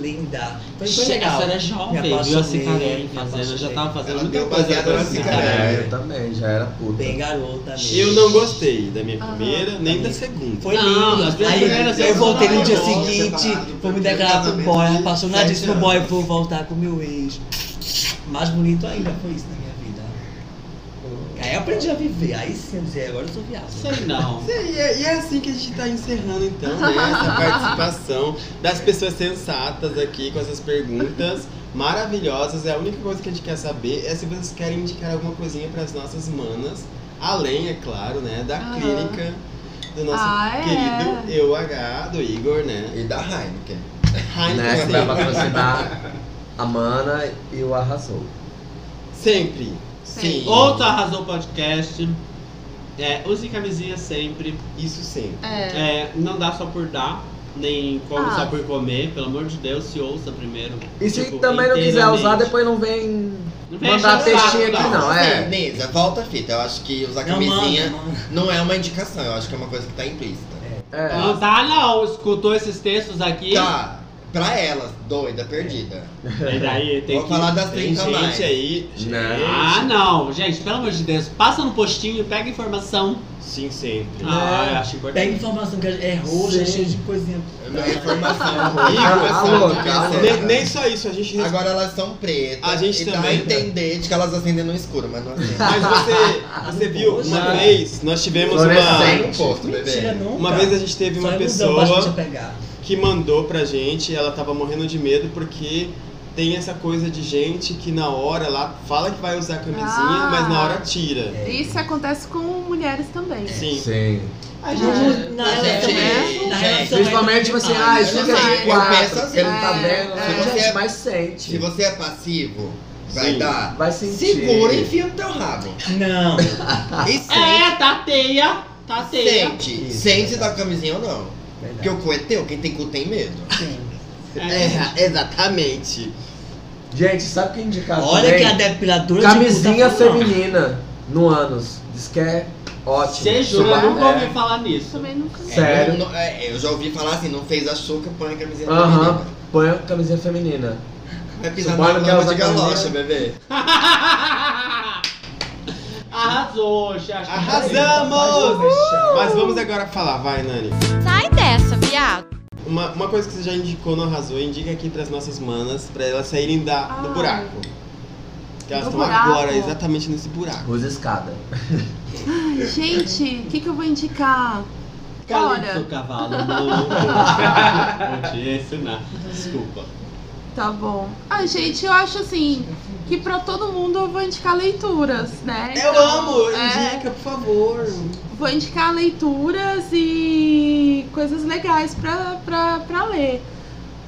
S2: Linda. Foi, foi
S6: Chega,
S2: legal.
S6: a senhora é jovem,
S2: Me
S6: viu a
S2: apaixonei,
S6: Cicarelli
S2: me
S6: fazendo, eu já
S2: apaixonei.
S6: tava fazendo
S7: Ela
S6: muita
S7: deu
S6: coisa
S7: baseada na
S6: agora,
S7: Cicarelli.
S8: É,
S6: Cicarelli.
S8: eu também, já era puta.
S2: Bem garota mesmo.
S3: Eu não gostei da minha
S5: Aham.
S3: primeira, nem da segunda.
S2: Foi
S13: Não,
S2: lindo.
S13: as duas
S2: Aí
S13: primeiras
S2: eu
S13: vezes
S2: voltei no
S13: eu
S2: dia
S13: tava louco,
S2: seguinte,
S7: separado,
S2: fui me declarar pro boy,
S7: casamento de
S2: apaixonadíssimo
S7: sete
S2: boy,
S7: anos.
S2: vou voltar com meu ex. Mais bonito ainda foi isso na minha vida. Aí eu aprendi a viver, aí sim, eu dizia, agora eu sou viado.
S13: Sei
S6: *laughs*
S13: não.
S3: Sim, E é, e é assim que a gente tá encerrando então, né? Essa
S5: *laughs*
S3: participação das pessoas sensatas aqui com essas perguntas maravilhosas. É a única coisa que a gente quer saber é se vocês querem indicar alguma coisinha pras nossas manas, além, é claro, né, da
S5: Aham.
S3: clínica do nosso
S5: Ah, é.
S3: querido Eu H, do Igor, né?
S7: E da Heineken.
S8: Né, que vai
S3: Heineken
S7: *laughs*
S8: patrocinar a Mana e o Arrasou.
S3: sempre. Sempre.
S5: Sim.
S3: Sim.
S13: Outro Arrasou Podcast. É, use camisinha sempre.
S3: Isso sempre.
S5: É.
S13: É, não dá só por dar, nem come
S5: Ah.
S13: só por comer. Pelo amor de Deus, se ouça primeiro.
S8: E se
S13: Tipo,
S8: também não quiser
S13: inteiramente.
S8: usar, depois não vem
S13: Não vem
S8: mandar
S13: encher o saco,
S8: textinho aqui, não,
S7: Sim,
S8: é.
S7: Nisa, volta a fita. Eu acho que usar
S2: Não, mano,
S7: camisinha
S2: mano.
S7: não é uma indicação. Eu acho que é uma coisa que tá implícita.
S8: É.
S6: Ah,
S13: Não tá, não. Escutou esses textos aqui.
S7: Tá, pra elas, doida, perdida.
S13: E daí tem
S7: Vou
S13: que...
S7: falar das
S3: Tem
S7: 30
S3: gente
S7: mais.
S3: aí.
S13: Ah, não. Gente, pelo amor de Deus. Passa no postinho, pega informação.
S3: Sim, sempre.
S13: Ah,
S2: É.
S13: eu acho
S2: Pega
S13: importante.
S2: informação que é
S8: Sim.
S2: roxa, cheia de coisinha.
S7: Não é informação
S3: Ih,
S7: horrível, é
S8: alô,
S7: só educação.
S3: Nem, nem só isso, a gente responde.
S7: Agora elas são pretas.
S3: A gente
S7: e dá a
S3: também-
S7: entender de que elas acendem no escuro, mas não acendem.
S3: Mas você, você viu, uma
S2: Não.
S3: vez nós tivemos
S7: Sem
S3: uma.
S7: um
S2: *laughs*
S7: posto,
S2: Mentira,
S7: bebê.
S2: não.
S3: Uma vez a gente teve
S2: é
S3: uma pessoa que mandou pra gente, ela tava morrendo de medo porque tem essa coisa de gente que na hora lá fala que vai usar a camisinha,
S5: Ah.
S3: mas na hora tira.
S2: É.
S5: Isso acontece com mulheres também.
S3: Sim.
S8: Sim.
S2: A
S5: gente-
S2: na
S7: a
S2: relação,
S7: gente-
S2: é- na
S7: gente,
S2: relação né?
S8: Principalmente, tipo assim, ah, isso
S7: Eu
S8: aqui
S7: não sei,
S8: é
S7: eu
S8: de quatro.
S7: penso assim,
S8: Ele não tá
S5: é,
S8: vendo,
S5: é.
S8: a gente mais sente.
S7: Se você é passivo, vai
S3: Sim.
S7: dar.
S8: Vai sentir.
S7: Segura e enfia no teu rabo.
S2: Não.
S7: E sente.
S13: É, tateia. Tateia.
S7: Sente.
S2: Isso,
S7: Sente
S2: verdade.
S7: da camisinha ou não.
S2: Verdade.
S7: Porque o cu é teu, quem tem cu tem medo.
S2: Sim.
S13: É.
S7: exatamente.
S8: Gente, sabe o que indicar
S2: Olha
S8: também?
S2: que é a depiladora de
S8: Camisinha
S2: cu tá falando.
S8: feminina no ânus. Diz que é ótimo.
S13: Você jura?
S8: Super-
S13: Eu nunca
S8: é.
S13: ouvi falar nisso.
S5: Também nunca.
S8: Sério?
S7: É, não- não- é, eu já ouvi falar assim, não fez a chuca, põe a camisinha
S8: Aham,
S7: feminina.
S8: põe a camisinha feminina.
S7: Vai pisar
S8: Suponho
S7: na
S8: que ela
S7: lama de
S8: tá com
S7: galocha,
S8: medo.
S7: bebê.
S13: *laughs* Arrasou, Chacha.
S3: Arrasamos! Mas vamos agora falar, vai, Nani.
S16: Sai dessa, viado.
S3: Uma, uma coisa que você já indicou não arrasou, indica aqui pras nossas manas, pra elas saírem da, do
S5: Ah.
S3: buraco. Que elas
S5: Do
S3: estão agora
S5: buraco.
S3: exatamente nesse buraco.
S8: Usa escada.
S5: Ai, gente, o que, que eu vou indicar?
S13: Calypso,
S3: *laughs*
S5: Olha.
S13: cavalo. Vou te ensinar. Desculpa.
S5: Tá bom. Ai, gente, eu acho assim que pra todo mundo eu vou indicar leituras, né?
S3: Eu
S5: Então,
S3: amo!
S5: é,
S3: Indica, por favor.
S5: Vou indicar leituras e coisas legais pra, pra, pra ler.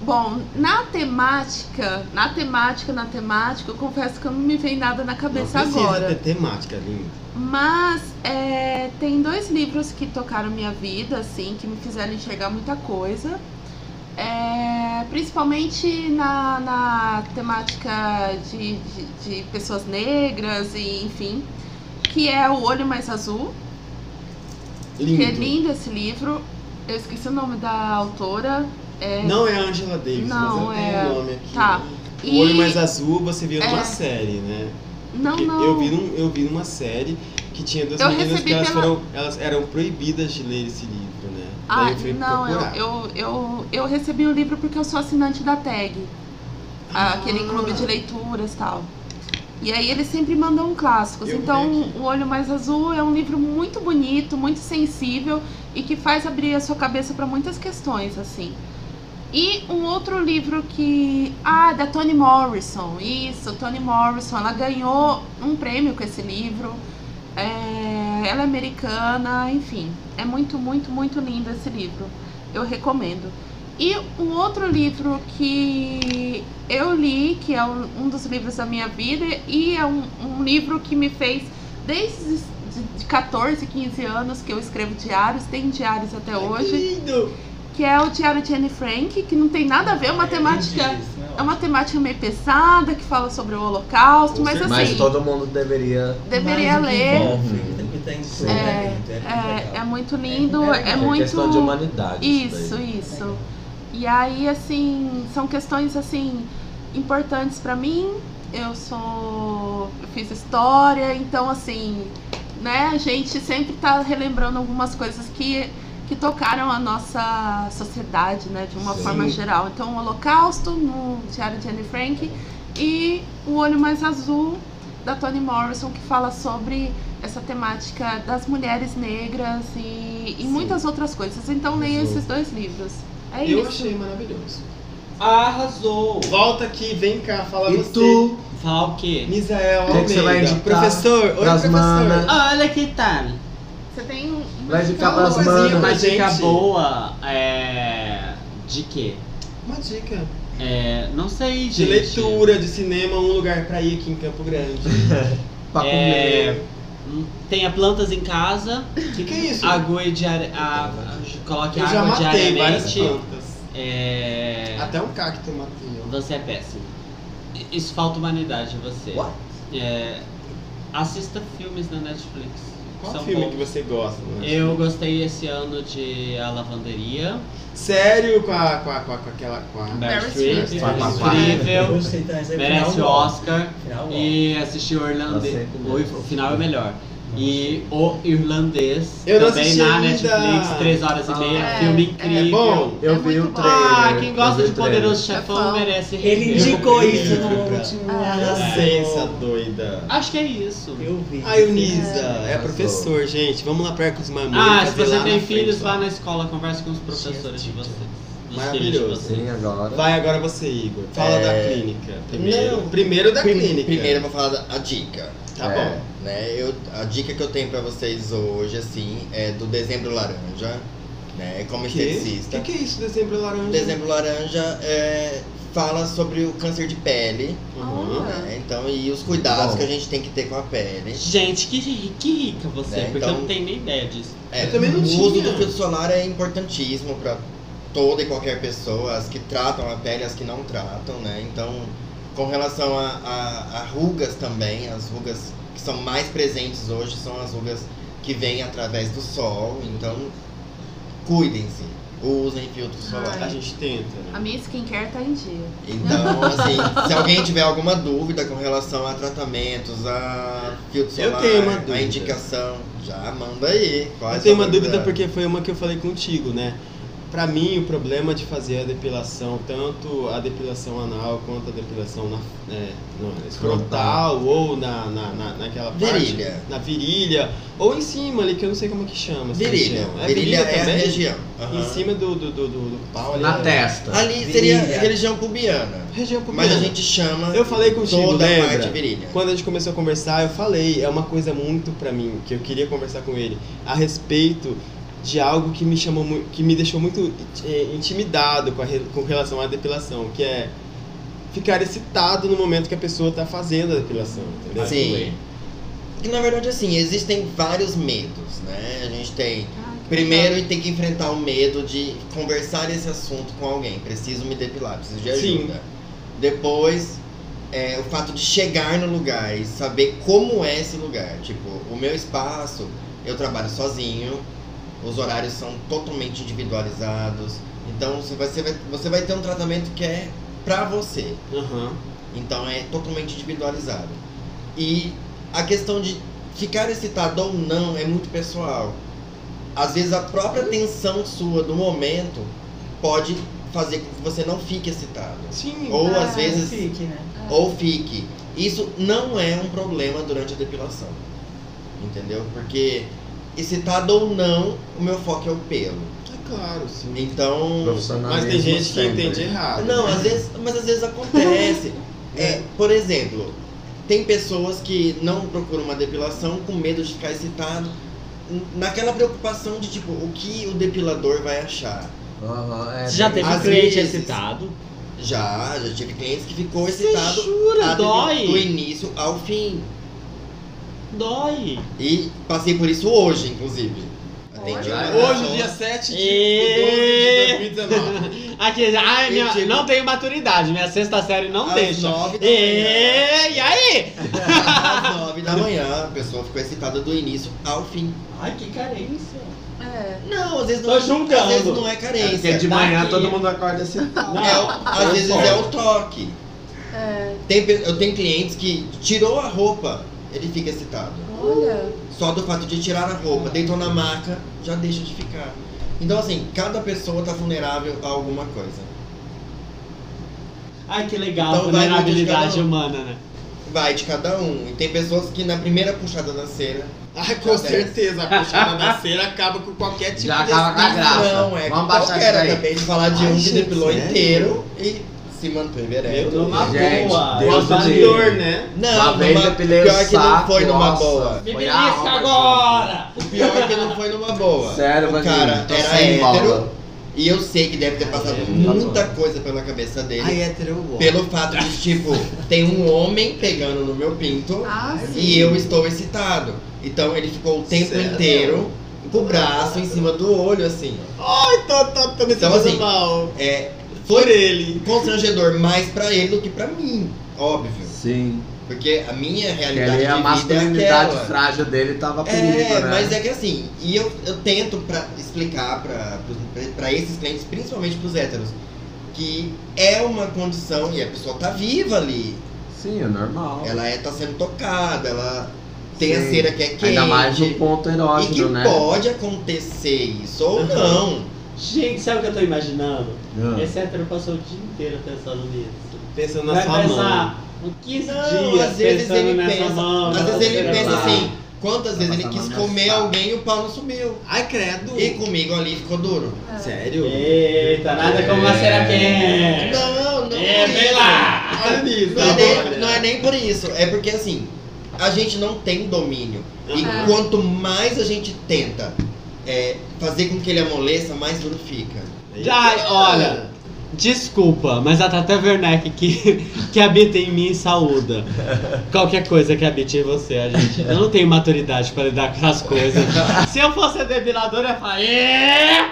S5: Bom, na temática, na temática, na temática, eu confesso que não me vem nada na cabeça
S3: não precisa
S5: agora.
S3: ter temática, linda.
S5: Mas é, tem dois livros que tocaram minha vida, assim, que me fizeram enxergar muita coisa. É, principalmente na, na temática de, de, de pessoas negras e enfim, que é O Olho Mais Azul, que é
S3: Lindo.
S5: lindo esse livro. Eu esqueci o nome da autora. É,
S3: Não é Angela Davis,
S5: Não,
S3: mas ela
S5: é-
S3: tem o nome aqui.
S5: tá.
S3: O Olho
S5: E-
S3: Mais Azul você viu numa
S5: É.
S3: série, né?
S5: não,
S3: Porque
S5: não.
S3: Eu, vi num- eu vi numa série que tinha duas
S5: Eu
S3: meninas que
S5: recebi
S3: elas,
S5: pela-
S3: foram, elas eram proibidas de ler esse livro, né?
S5: Ah,
S3: Daí eu fui
S5: não, eu,
S3: procurar.
S5: eu, eu, eu recebi o livro porque eu sou assinante da tag.
S3: Ah.
S5: Aquele clube de leituras e tal. E aí eles sempre mandam clássicos.
S3: Eu vi
S5: então,
S3: aqui.
S5: O Olho Mais Azul é um livro muito bonito, muito sensível e que faz abrir a sua cabeça para muitas questões, assim. E um outro livro que. Ah, da Toni Morrison. Isso, Toni Morrison. Ela ganhou um prêmio com esse livro. É, Ela é americana, enfim. É muito, muito, muito lindo esse livro. Eu recomendo. E um outro livro que eu li, que é um um dos livros da minha vida, e é um, um livro que me fez, desde os- de, de 14, 15 anos que eu escrevo diários, tem diários até hoje
S3: Lindo!
S5: que é o Diário de Anne Frank, que não tem nada a ver, é uma temática. É uma temática meio pesada, que fala sobre o holocausto, mas assim,
S8: Mas todo mundo deveria.
S5: deveria ler.
S3: né?
S5: É, é
S2: É,
S5: muito lindo,
S2: É
S5: é,
S8: é
S5: muito.
S8: questão de humanidade.
S5: Isso,
S8: daí.
S5: isso. E aí, assim, são questões assim importantes pra mim. Eu sou, eu fiz história, então assim, né? A gente sempre tá relembrando algumas coisas que que tocaram a nossa sociedade, né? De uma
S8: Sim.
S5: forma geral. Então, o Holocausto no Diário de Anne Frank e o Olho Mais Azul da Toni Morrison que fala sobre essa temática das mulheres negras e, e muitas outras coisas. Então leia esses dois livros. É
S3: Eu
S5: isso.
S3: achei maravilhoso.
S13: Arrasou.
S3: Volta aqui, vem cá, fala
S8: E
S3: você.
S8: tu?
S13: Falar o quê?
S3: Misael
S8: O que que você vai
S3: Almeida,
S8: indicar
S3: professor, oi
S8: pras
S3: professor.
S8: manas?
S13: Olha que tal.
S5: Você tem um. um-
S8: Vai ficar
S5: Fala
S8: pras
S5: uma
S3: coisinha
S8: manas.
S13: Uma
S3: Gente.
S13: dica boa é. De quê?
S3: Uma dica.
S13: É, não sei,
S3: De
S13: gente.
S3: leitura, de cinema, um lugar pra ir aqui em Campo
S13: *laughs*
S3: Grande.
S8: Pra
S13: É,
S8: comer.
S13: hum, Tenha plantas em casa.
S3: Que que é isso?
S13: Água diari... a... a- Coloque
S3: Eu já
S13: água
S3: matei várias
S13: diariamente.
S3: plantas.
S13: É...
S3: Até um cacto eu matei. ó.
S13: Você é péssimo. I- Isso falta humanidade em você.
S8: What?
S13: É, Assista filmes na Netflix.
S3: Qual
S13: São
S3: filme
S13: poucos.
S3: que você gosta? né?
S13: Eu gostei esse ano de A Lavanderia.
S3: Sério com, a, com, a, com, a- com aquela. Com a...
S13: Meryl
S3: Streep.
S13: Streep, incrível,
S2: Gostei
S3: tá
S2: também, esse aí
S13: merece
S2: final bom.
S13: Oscar
S2: Final bom.
S13: e assisti o irlandês, o, o final é melhor. E o irlandês
S3: Eu não
S13: também
S3: assisti
S13: na
S3: ainda.
S13: Netflix, 3 horas e meia,
S3: Ah,
S13: filme
S3: é
S13: incrível.
S3: bom? É
S8: Eu vi o trailer.
S13: Ah, quem gosta
S8: eu
S13: de
S8: vi o trailer.
S13: Poderoso Chefão
S5: Chefão.
S13: merece
S2: Ele
S13: rever.
S2: indicou isso no último
S5: É.
S13: É.
S3: Licença,
S2: arrasou.
S3: doida.
S13: Acho que é isso.
S2: Eu vi.
S3: Ai, o Nisa, é professor, gente. Vamos lá pra com os mamães.
S13: Ah, se
S3: fazer lá
S13: você
S3: na
S13: tem
S3: frente,
S13: filhos,
S3: ó.
S13: vá na escola, converse com os professores de vocês. Dos filhos de
S3: Maravilhoso.
S13: vocês.
S8: Sim, agora.
S3: Vai agora você, Igor. Fala
S7: É.
S3: da clínica. Primeiro,
S7: Não.
S3: primeiro da
S7: Pri-
S3: clínica.
S7: Primeiro eu vou falar da, a dica.
S3: Tá
S7: É,
S3: bom.
S7: Né, eu, a dica que eu tenho pra vocês hoje, assim, é do Dezembro Laranja, né? Como
S3: O que?
S7: esteticista.
S3: que é isso, dezembro laranja?
S7: Dezembro Laranja é, fala sobre o câncer de pele,
S3: Uhum.
S5: Ah.
S7: né? Então, e os cuidados
S8: Bom.
S7: que a gente tem que ter com a pele.
S13: Gente, que, ri- que rica você,
S7: É,
S13: porque eu
S7: então-
S13: não tenho nem ideia disso.
S7: É,
S3: Eu também não
S7: o
S3: tinha.
S7: uso do filtro solar é importantíssimo pra toda e qualquer pessoa, as que tratam a pele, as que não tratam, né? Então, com relação a, a- a rugas também, as rugas que são mais presentes hoje são as rugas que vêm através do sol, então cuidem-se, usem filtro solar.
S3: A gente tenta, né?
S5: A minha skincare tá em dia.
S7: Então, assim, se alguém tiver alguma dúvida com relação a tratamentos, a filtro
S3: Eu
S7: solar,
S3: tenho uma
S7: a
S3: dúvida.
S7: indicação, já manda aí. Qual é a
S3: Eu tenho
S7: sua
S3: uma dúvida porque foi uma que eu falei contigo, né? Pra mim, o problema de fazer a depilação, tanto a depilação anal quanto a depilação na, é, no escrotal ou na, na, na, naquela parte-
S7: Virilha.
S3: na virilha, ou em cima ali, que eu não sei como é que chama. essa
S7: Virilha.
S3: região.
S7: Virilha, é a
S3: assim, também?
S7: região. Aham. Tá.
S3: Em cima do, do, do, do- do pau ali.
S8: Na
S3: né?
S8: testa.
S7: Ali seria
S2: Virilha.
S7: religião pubiana.
S3: Região
S7: Mas a
S3: pubiana.
S7: gente chama
S3: Eu falei contigo,
S7: toda a
S3: lembra?
S7: parte virilha.
S3: Quando a gente começou a conversar, eu falei, é uma coisa muito pra mim, que eu queria conversar com ele, a respeito de algo que me chamou mui- que me deixou muito eh, intimidado com, a re- com relação à depilação, que é ficar excitado no momento que a pessoa tá fazendo a depilação, entendeu?
S7: Sim. Que na verdade, assim, existem vários medos, né? A gente tem.
S5: Ai, que
S7: Primeiro, tem que enfrentar o medo de conversar esse assunto com alguém. Preciso me depilar, preciso de
S3: Sim.
S7: ajuda. Depois, é, o fato de chegar no lugar e saber como é esse lugar. Tipo, o meu espaço, eu trabalho sozinho, os horários são totalmente individualizados. Então, você vai, você vai, você vai ter um tratamento que é pra você.
S3: Aham.
S7: Então é totalmente individualizado. E a questão de ficar excitado ou não é muito pessoal. Às vezes a própria tensão sua do momento pode fazer com que você não fique excitado.
S3: Sim.
S7: Ou
S5: Ah,
S7: às vezes,
S2: Fique, né?
S7: ou fique. Isso não é um problema durante a depilação. Entendeu? Porque excitado ou não, o meu foco é o pelo.
S3: É claro, sim.
S7: Então,
S3: Mas tem gente que
S8: né?
S3: entende errado.
S7: não, às vezes, mas às vezes acontece. É, por exemplo, tem pessoas que não procuram uma depilação com medo de ficar excitado, n- naquela preocupação de tipo, o que o depilador vai achar.
S8: Aham, é,
S13: Você já
S8: tem-
S13: teve
S7: Às
S13: um cliente
S7: vezes.
S13: excitado?
S7: Já, já tive clientes que ficou
S13: Você
S7: excitado
S13: jura?
S7: a depi- do
S13: Dói!
S7: início ao fim.
S13: Dói!
S7: E passei por isso hoje, inclusive.
S5: Hoje?
S7: uma
S3: Hoje,
S7: pessoa-
S3: dia 7 de,
S13: E-
S3: 12 de
S7: *laughs*
S3: 2019.
S13: Aqui, ai, minha-
S7: Mentira.
S13: não tenho maturidade, minha sexta série não
S7: às
S13: deixa.
S7: nove da
S6: É.
S7: manhã.
S13: E, e aí?
S7: Às nove da manhã, a pessoa ficou excitada do início ao fim.
S13: Ai, que carência.
S5: É.
S7: Não, às vezes
S13: Tô
S7: não, é,
S13: julgando.
S7: às vezes não é
S8: Porque
S7: carência.
S8: de manhã
S13: Daqui.
S8: todo mundo acorda assim.
S7: É o- às vezes é o toque.
S5: É.
S7: Tem pe- eu tenho clientes que tirou a roupa, ele fica excitado.
S5: Olha.
S7: Só do fato de tirar a roupa, deitou na maca, já deixa de ficar. Então assim, cada pessoa tá vulnerável a alguma coisa.
S13: Ai, que legal,
S7: Então vai muito de
S13: vulnerabilidade
S7: cada um.
S13: humana, né?
S7: Vai de cada um. E tem pessoas que na primeira puxada da cera.
S3: Ah, com certeza, a
S7: *laughs*
S3: puxada
S8: ah.
S3: da cera acaba com qualquer tipo
S8: Já
S3: de
S8: acaba com a graça.
S7: Não, é
S8: Vamos baixar
S7: qualquer.
S8: isso aí.
S7: Acabei de falar de
S3: Ai,
S7: um que
S3: gente,
S7: depilou
S3: sério?
S7: inteiro e se manteve ereto.
S13: Não, na
S8: Gente,
S13: boa. Tá
S8: Deus
S13: Nossa,
S8: do
S3: Gosta de
S8: livre.
S3: dor, né?
S7: Não,
S8: Uma vez
S7: numa-
S8: depilei o
S7: pior que não
S8: saco,
S7: foi numa
S8: nossa.
S7: boa.
S13: Me
S8: Foi a
S13: belisca
S8: alma,
S13: agora!
S7: O pior é que não foi numa boa.
S8: Sério,
S7: o
S8: Vanille,
S7: cara
S8: tô
S7: era
S8: sem bola. Tá
S7: hétero e eu sei que deve ter passado
S13: É,
S7: muita coisa pela cabeça dele.
S3: Ai, é hétero eu gosto.
S7: Pelo fato de, tipo, tem um homem pegando no meu pinto
S5: Ah, sim.
S7: e eu estou excitado. Então ele ficou o tempo
S3: Sério?
S7: inteiro com o braço em cima do olho, assim. ó.
S3: Ai, tô, tô, tô tá, me
S7: Então,
S3: sentindo
S7: assim,
S3: mal.
S7: É,
S3: Por
S7: foi
S3: ele.
S7: constrangedor mais pra ele do que pra mim, óbvio.
S8: Sim.
S7: Porque a minha
S8: Porque ali
S7: realidade
S8: a
S7: de vida é
S8: masculinidade
S7: aquela.
S8: frágil dele tava a perigo,
S7: É,
S8: né?
S7: mas é que assim, e eu, eu tento pra explicar pra, pros- pra esses clientes, principalmente pros héteros, que é uma condição e a pessoa tá viva ali.
S8: Sim, é normal.
S7: Ela é, tá sendo tocada, ela tem a
S8: Sim.
S7: cera que é quente.
S8: Ainda mais no ponto
S7: e
S8: erógeno,
S7: que
S8: né?
S7: pode acontecer isso ou
S13: Aham.
S7: não.
S13: Gente, sabe o que eu tô imaginando?
S8: Ah.
S13: Esse hétero passou o dia inteiro pensando nisso.
S3: Pensando na
S13: Vai
S3: sua mão.
S13: pensar uns 15
S7: Não,
S13: dias
S7: às vezes
S13: pensando
S7: ele
S13: nessa
S7: pensa.
S13: mão.
S7: Às
S13: nessa
S7: vezes ele
S13: outra
S7: pensa
S13: lá.
S7: assim, quantas vezes ele
S13: Passar
S7: quis
S13: na
S8: é
S7: comer
S13: massa.
S7: alguém e o pau não sumiu.
S3: Ai, credo.
S7: E comigo ali ficou duro.
S3: Sério?
S13: Eita, nada como uma cera quente.
S7: Não, não.
S13: É,
S7: por
S13: vem
S7: isso.
S13: lá.
S7: Olha
S13: nisso,
S7: Não é,
S13: olha.
S7: nem, não é nem por isso. É porque assim, a gente não tem domínio. E
S5: Aham.
S7: quanto mais a gente tenta é, fazer com que ele amoleça, mais duro fica.
S13: Ai, olha, desculpa, mas a Tata Werneck que, que habita em mim saúda. Qualquer coisa que habite em você, a gente. Eu não tenho maturidade pra lidar com as coisas. Se eu fosse a debiladora, eu ia falar, "É?"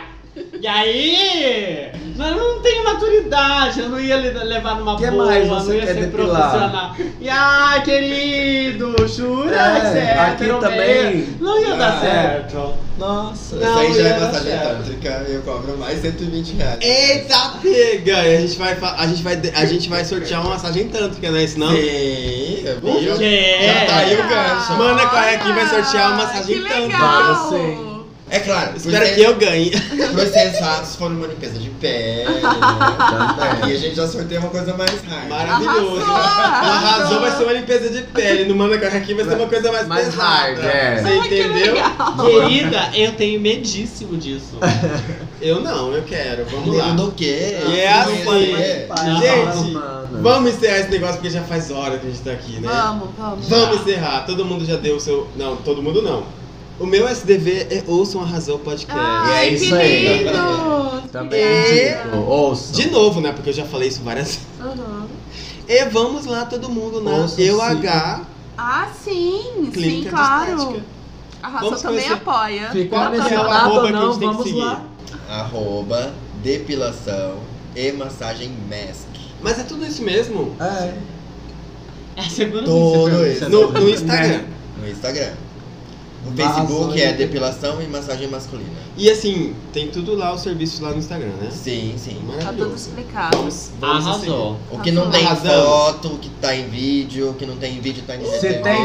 S13: E aí? Mas eu não tenho maturidade, eu não ia lida- levar numa
S8: Que é
S13: boa,
S8: mais
S13: não
S8: você
S13: ia
S8: quer
S13: ser
S8: depilar?
S13: profissional. E ai, querido, jura
S8: É,
S13: que você é
S8: aqui
S13: hétero
S8: também.
S13: mesmo? Não ia dar
S7: Ah.
S13: Tá certo.
S8: Nossa.
S7: Isso aí já
S13: ia
S7: é
S13: dar
S7: massagem
S13: certo.
S7: tântrica, eu cobro mais 120 reais.
S8: É.
S3: Eita, pega! E A gente vai, fa- a gente vai, de- a gente vai sortear uma massagem tântrica, não é isso não?
S7: Sim, eu vi,
S13: O
S7: eu-
S13: quê?
S7: já tá aí o gancho.
S5: Ah,
S3: Mana é aqui vai sortear uma
S5: olha,
S3: massagem
S5: Ah, que
S3: tântrica.
S5: legal.
S8: Vamos sim.
S7: É claro,
S3: Espero que eu ganhe.
S7: Dois sensatos foram uma limpeza de pele, né? E a gente já sorteou uma coisa mais hard.
S3: Maravilhoso.
S5: Arrasou,
S3: Arrasou, vai ser uma limpeza de pele. No Mana aqui vai ser uma coisa mais
S8: Mais
S3: pesada.
S8: hard, é.
S3: Você entendeu?
S13: *laughs*
S3: Né?
S13: Querida, eu tenho medíssimo disso.
S3: Eu não, eu quero. Vamos lá.
S7: Lindo o quê?
S3: E é assim.
S7: É.
S13: Não.
S3: Gente,
S8: Mano.
S3: vamos encerrar esse negócio porque já faz hora que a gente tá aqui, né?
S5: Vamos, vamos.
S3: Vamos encerrar. Todo mundo já deu o seu. Não, todo mundo não. O meu SDV é Ouçam Arrasou Podcast.
S5: Ai,
S8: E é isso
S5: que
S8: aí.
S5: lindo.
S8: Também é
S3: E-
S8: indico. Ouça.
S3: De novo, né? Porque eu já falei isso várias vezes.
S5: Uhum.
S3: E vamos lá, todo mundo na
S8: Ouçam,
S3: EUH
S5: Ah, sim,
S3: Clínica
S5: sim,
S3: de
S5: claro.
S3: Estética.
S5: A Rafa
S3: Vamos
S5: também
S3: conhecer-
S5: apoia.
S8: Ficou
S3: Qual que é
S8: nesse
S3: o
S8: lado
S3: arroba
S8: ou
S3: que a
S8: não,
S3: gente tem que
S8: vamos
S3: seguir?
S8: lá.
S7: Arroba, depilação e massagem mask.
S3: Mas é tudo isso mesmo.
S8: É.
S13: É seguro
S7: Todo isso.
S3: No, no Instagram.
S7: No Instagram. No
S8: Vazou,
S7: Facebook é
S8: hein?
S7: depilação e massagem masculina.
S3: E assim, tem tudo lá, os serviços lá no Instagram, né?
S7: Sim, sim.
S5: Tá tudo
S3: Maravilhoso.
S5: explicado.
S3: Vamos, vamos assim.
S6: Arrasou.
S7: O
S8: Tá
S7: que não tem
S3: Arrasamos.
S7: foto, o que tá em vídeo, o que não tem em vídeo tá em
S8: Se
S7: IGTV.
S8: tem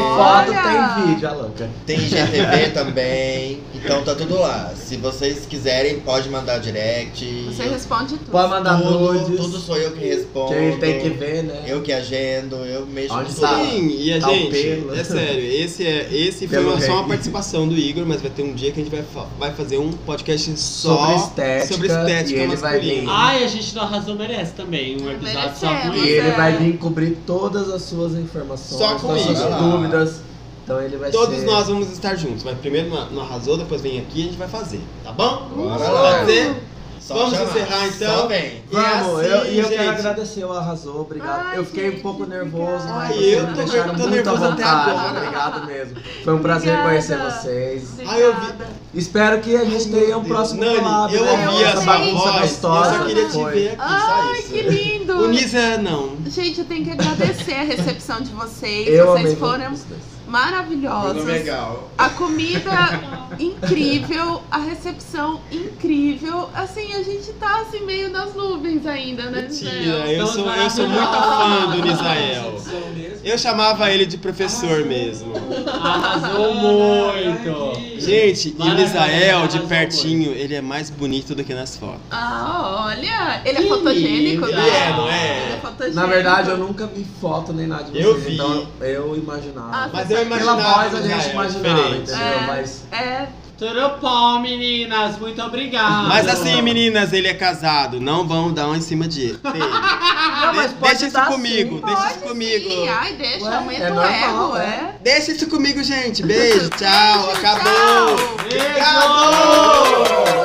S8: foto,
S5: Olha!
S8: tem vídeo, a louca.
S7: Tem IGTV também. Então tá tudo lá. Se vocês quiserem, pode mandar direct.
S5: Você responde tudo.
S8: Pode mandar
S7: tudo,
S8: nudes.
S7: tudo sou eu que respondo.
S8: Quem tem que ver, né?
S7: Eu que agendo, eu mexo
S8: Onde
S7: com
S8: tá?
S7: tudo.
S3: Sim, e a
S8: Tá o
S3: gente,
S8: pelo.
S3: é sério, esse, é, esse foi
S8: Pelo
S3: uma- só
S8: rei.
S3: uma participação do Igor, mas vai ter um dia que a gente vai, fa- vai fazer um podcast
S8: Sobre
S3: só
S8: estética.
S3: sobre estética
S8: e ele vai vir.
S3: masculina.
S13: Ai, a gente do Arrasou merece também um episódio só com
S5: Merecemos.
S8: E
S13: ele.
S8: ele
S5: é.
S8: vai vir cobrir todas as suas informações,
S3: Só
S8: todas as
S3: comigo,
S8: suas
S7: lá.
S8: dúvidas. Então ele vai
S3: Todos
S8: ser...
S3: nós vamos estar juntos, mas primeiro no, no Arrasou, depois vem aqui e a gente vai fazer, tá bom?
S7: Bora
S3: Pode
S7: lá.
S3: ser?
S7: Só
S3: Vamos
S7: chamar.
S3: encerrar, então?
S7: Só vem.
S3: E é
S8: Vamos,
S3: assim,
S8: eu, e eu quero
S3: gente.
S8: agradecer o Arrasou, obrigado.
S5: Ai,
S8: eu fiquei um
S5: gente,
S8: pouco nervoso,
S5: obrigada.
S8: mas
S3: Ai,
S8: vocês
S3: eu
S8: me
S3: tô-
S8: deixaram muito
S3: tô
S8: à
S3: nervoso até
S8: vontade, né?
S5: agora.
S8: Obrigado mesmo. Foi um prazer
S5: Obrigada.
S8: conhecer vocês.
S5: Obrigada.
S3: Ah, eu vi-
S8: Espero que a gente
S3: Ai,
S8: tenha
S3: meu
S8: um
S3: Deus.
S8: próximo
S3: Nani,
S8: collab,
S3: eu
S8: né?
S3: ouvi
S5: Eu
S3: a
S8: Essa
S3: sua
S5: também.
S8: bagunça
S3: voz, eu
S8: gostosa
S3: só queria
S8: que
S3: te
S8: foi.
S3: ver aqui, só
S5: Ai,
S3: isso.
S5: que lindo.
S3: Unisa, não.
S5: Gente, eu tenho que agradecer a recepção de vocês.
S8: Eu amei é
S5: vocês foram
S8: vocês.
S7: Meu
S5: maravilhosos.
S7: nome é Gal.
S5: A comida incrível, a recepção incrível. Assim, a gente tá assim meio nas nuvens ainda, né,
S3: Mentira,
S5: Gisele?
S3: eu sou, eu sou muito fã do Nisael. Eu chamava ele de professor mesmo.
S13: Arrasou muito.
S3: Gente, e o
S13: Maravilha,
S3: Nisael, de
S13: arrasou,
S3: pertinho, ele é mais bonito do que nas fotos.
S5: Ah, olha! Ele é fotogênico,
S13: linda.
S5: né?
S3: É, não é?
S5: Ele é fotogênico.
S8: Na verdade, eu nunca vi foto nem nada de vocês,
S3: Eu vi.
S8: então eu imaginava.
S5: Ah,
S3: Mas eu
S8: Pela
S3: imaginava.
S8: voz a
S3: Nisael,
S8: gente imaginava,
S3: diferente.
S8: entendeu?
S5: É.
S8: Mas
S5: É,
S13: Tudo bom, meninas? Muito
S6: Ah,
S13: obrigado.
S3: Mas assim, meninas, ele é casado. Não vão dar um em cima de dele.
S8: Não, mas
S3: De-
S8: pode
S3: deixa isso
S8: dar
S3: comigo,
S8: sim.
S3: deixa
S5: pode
S3: isso comigo.
S5: sim. Ai, deixa,
S8: Ué,
S5: aumenta
S8: é
S5: o
S8: normal,
S5: ego,
S8: né?
S5: é.
S3: Deixa isso comigo, gente. Beijo, tchau, acabou.
S5: Tchau.
S13: Beijo!
S3: Acabou!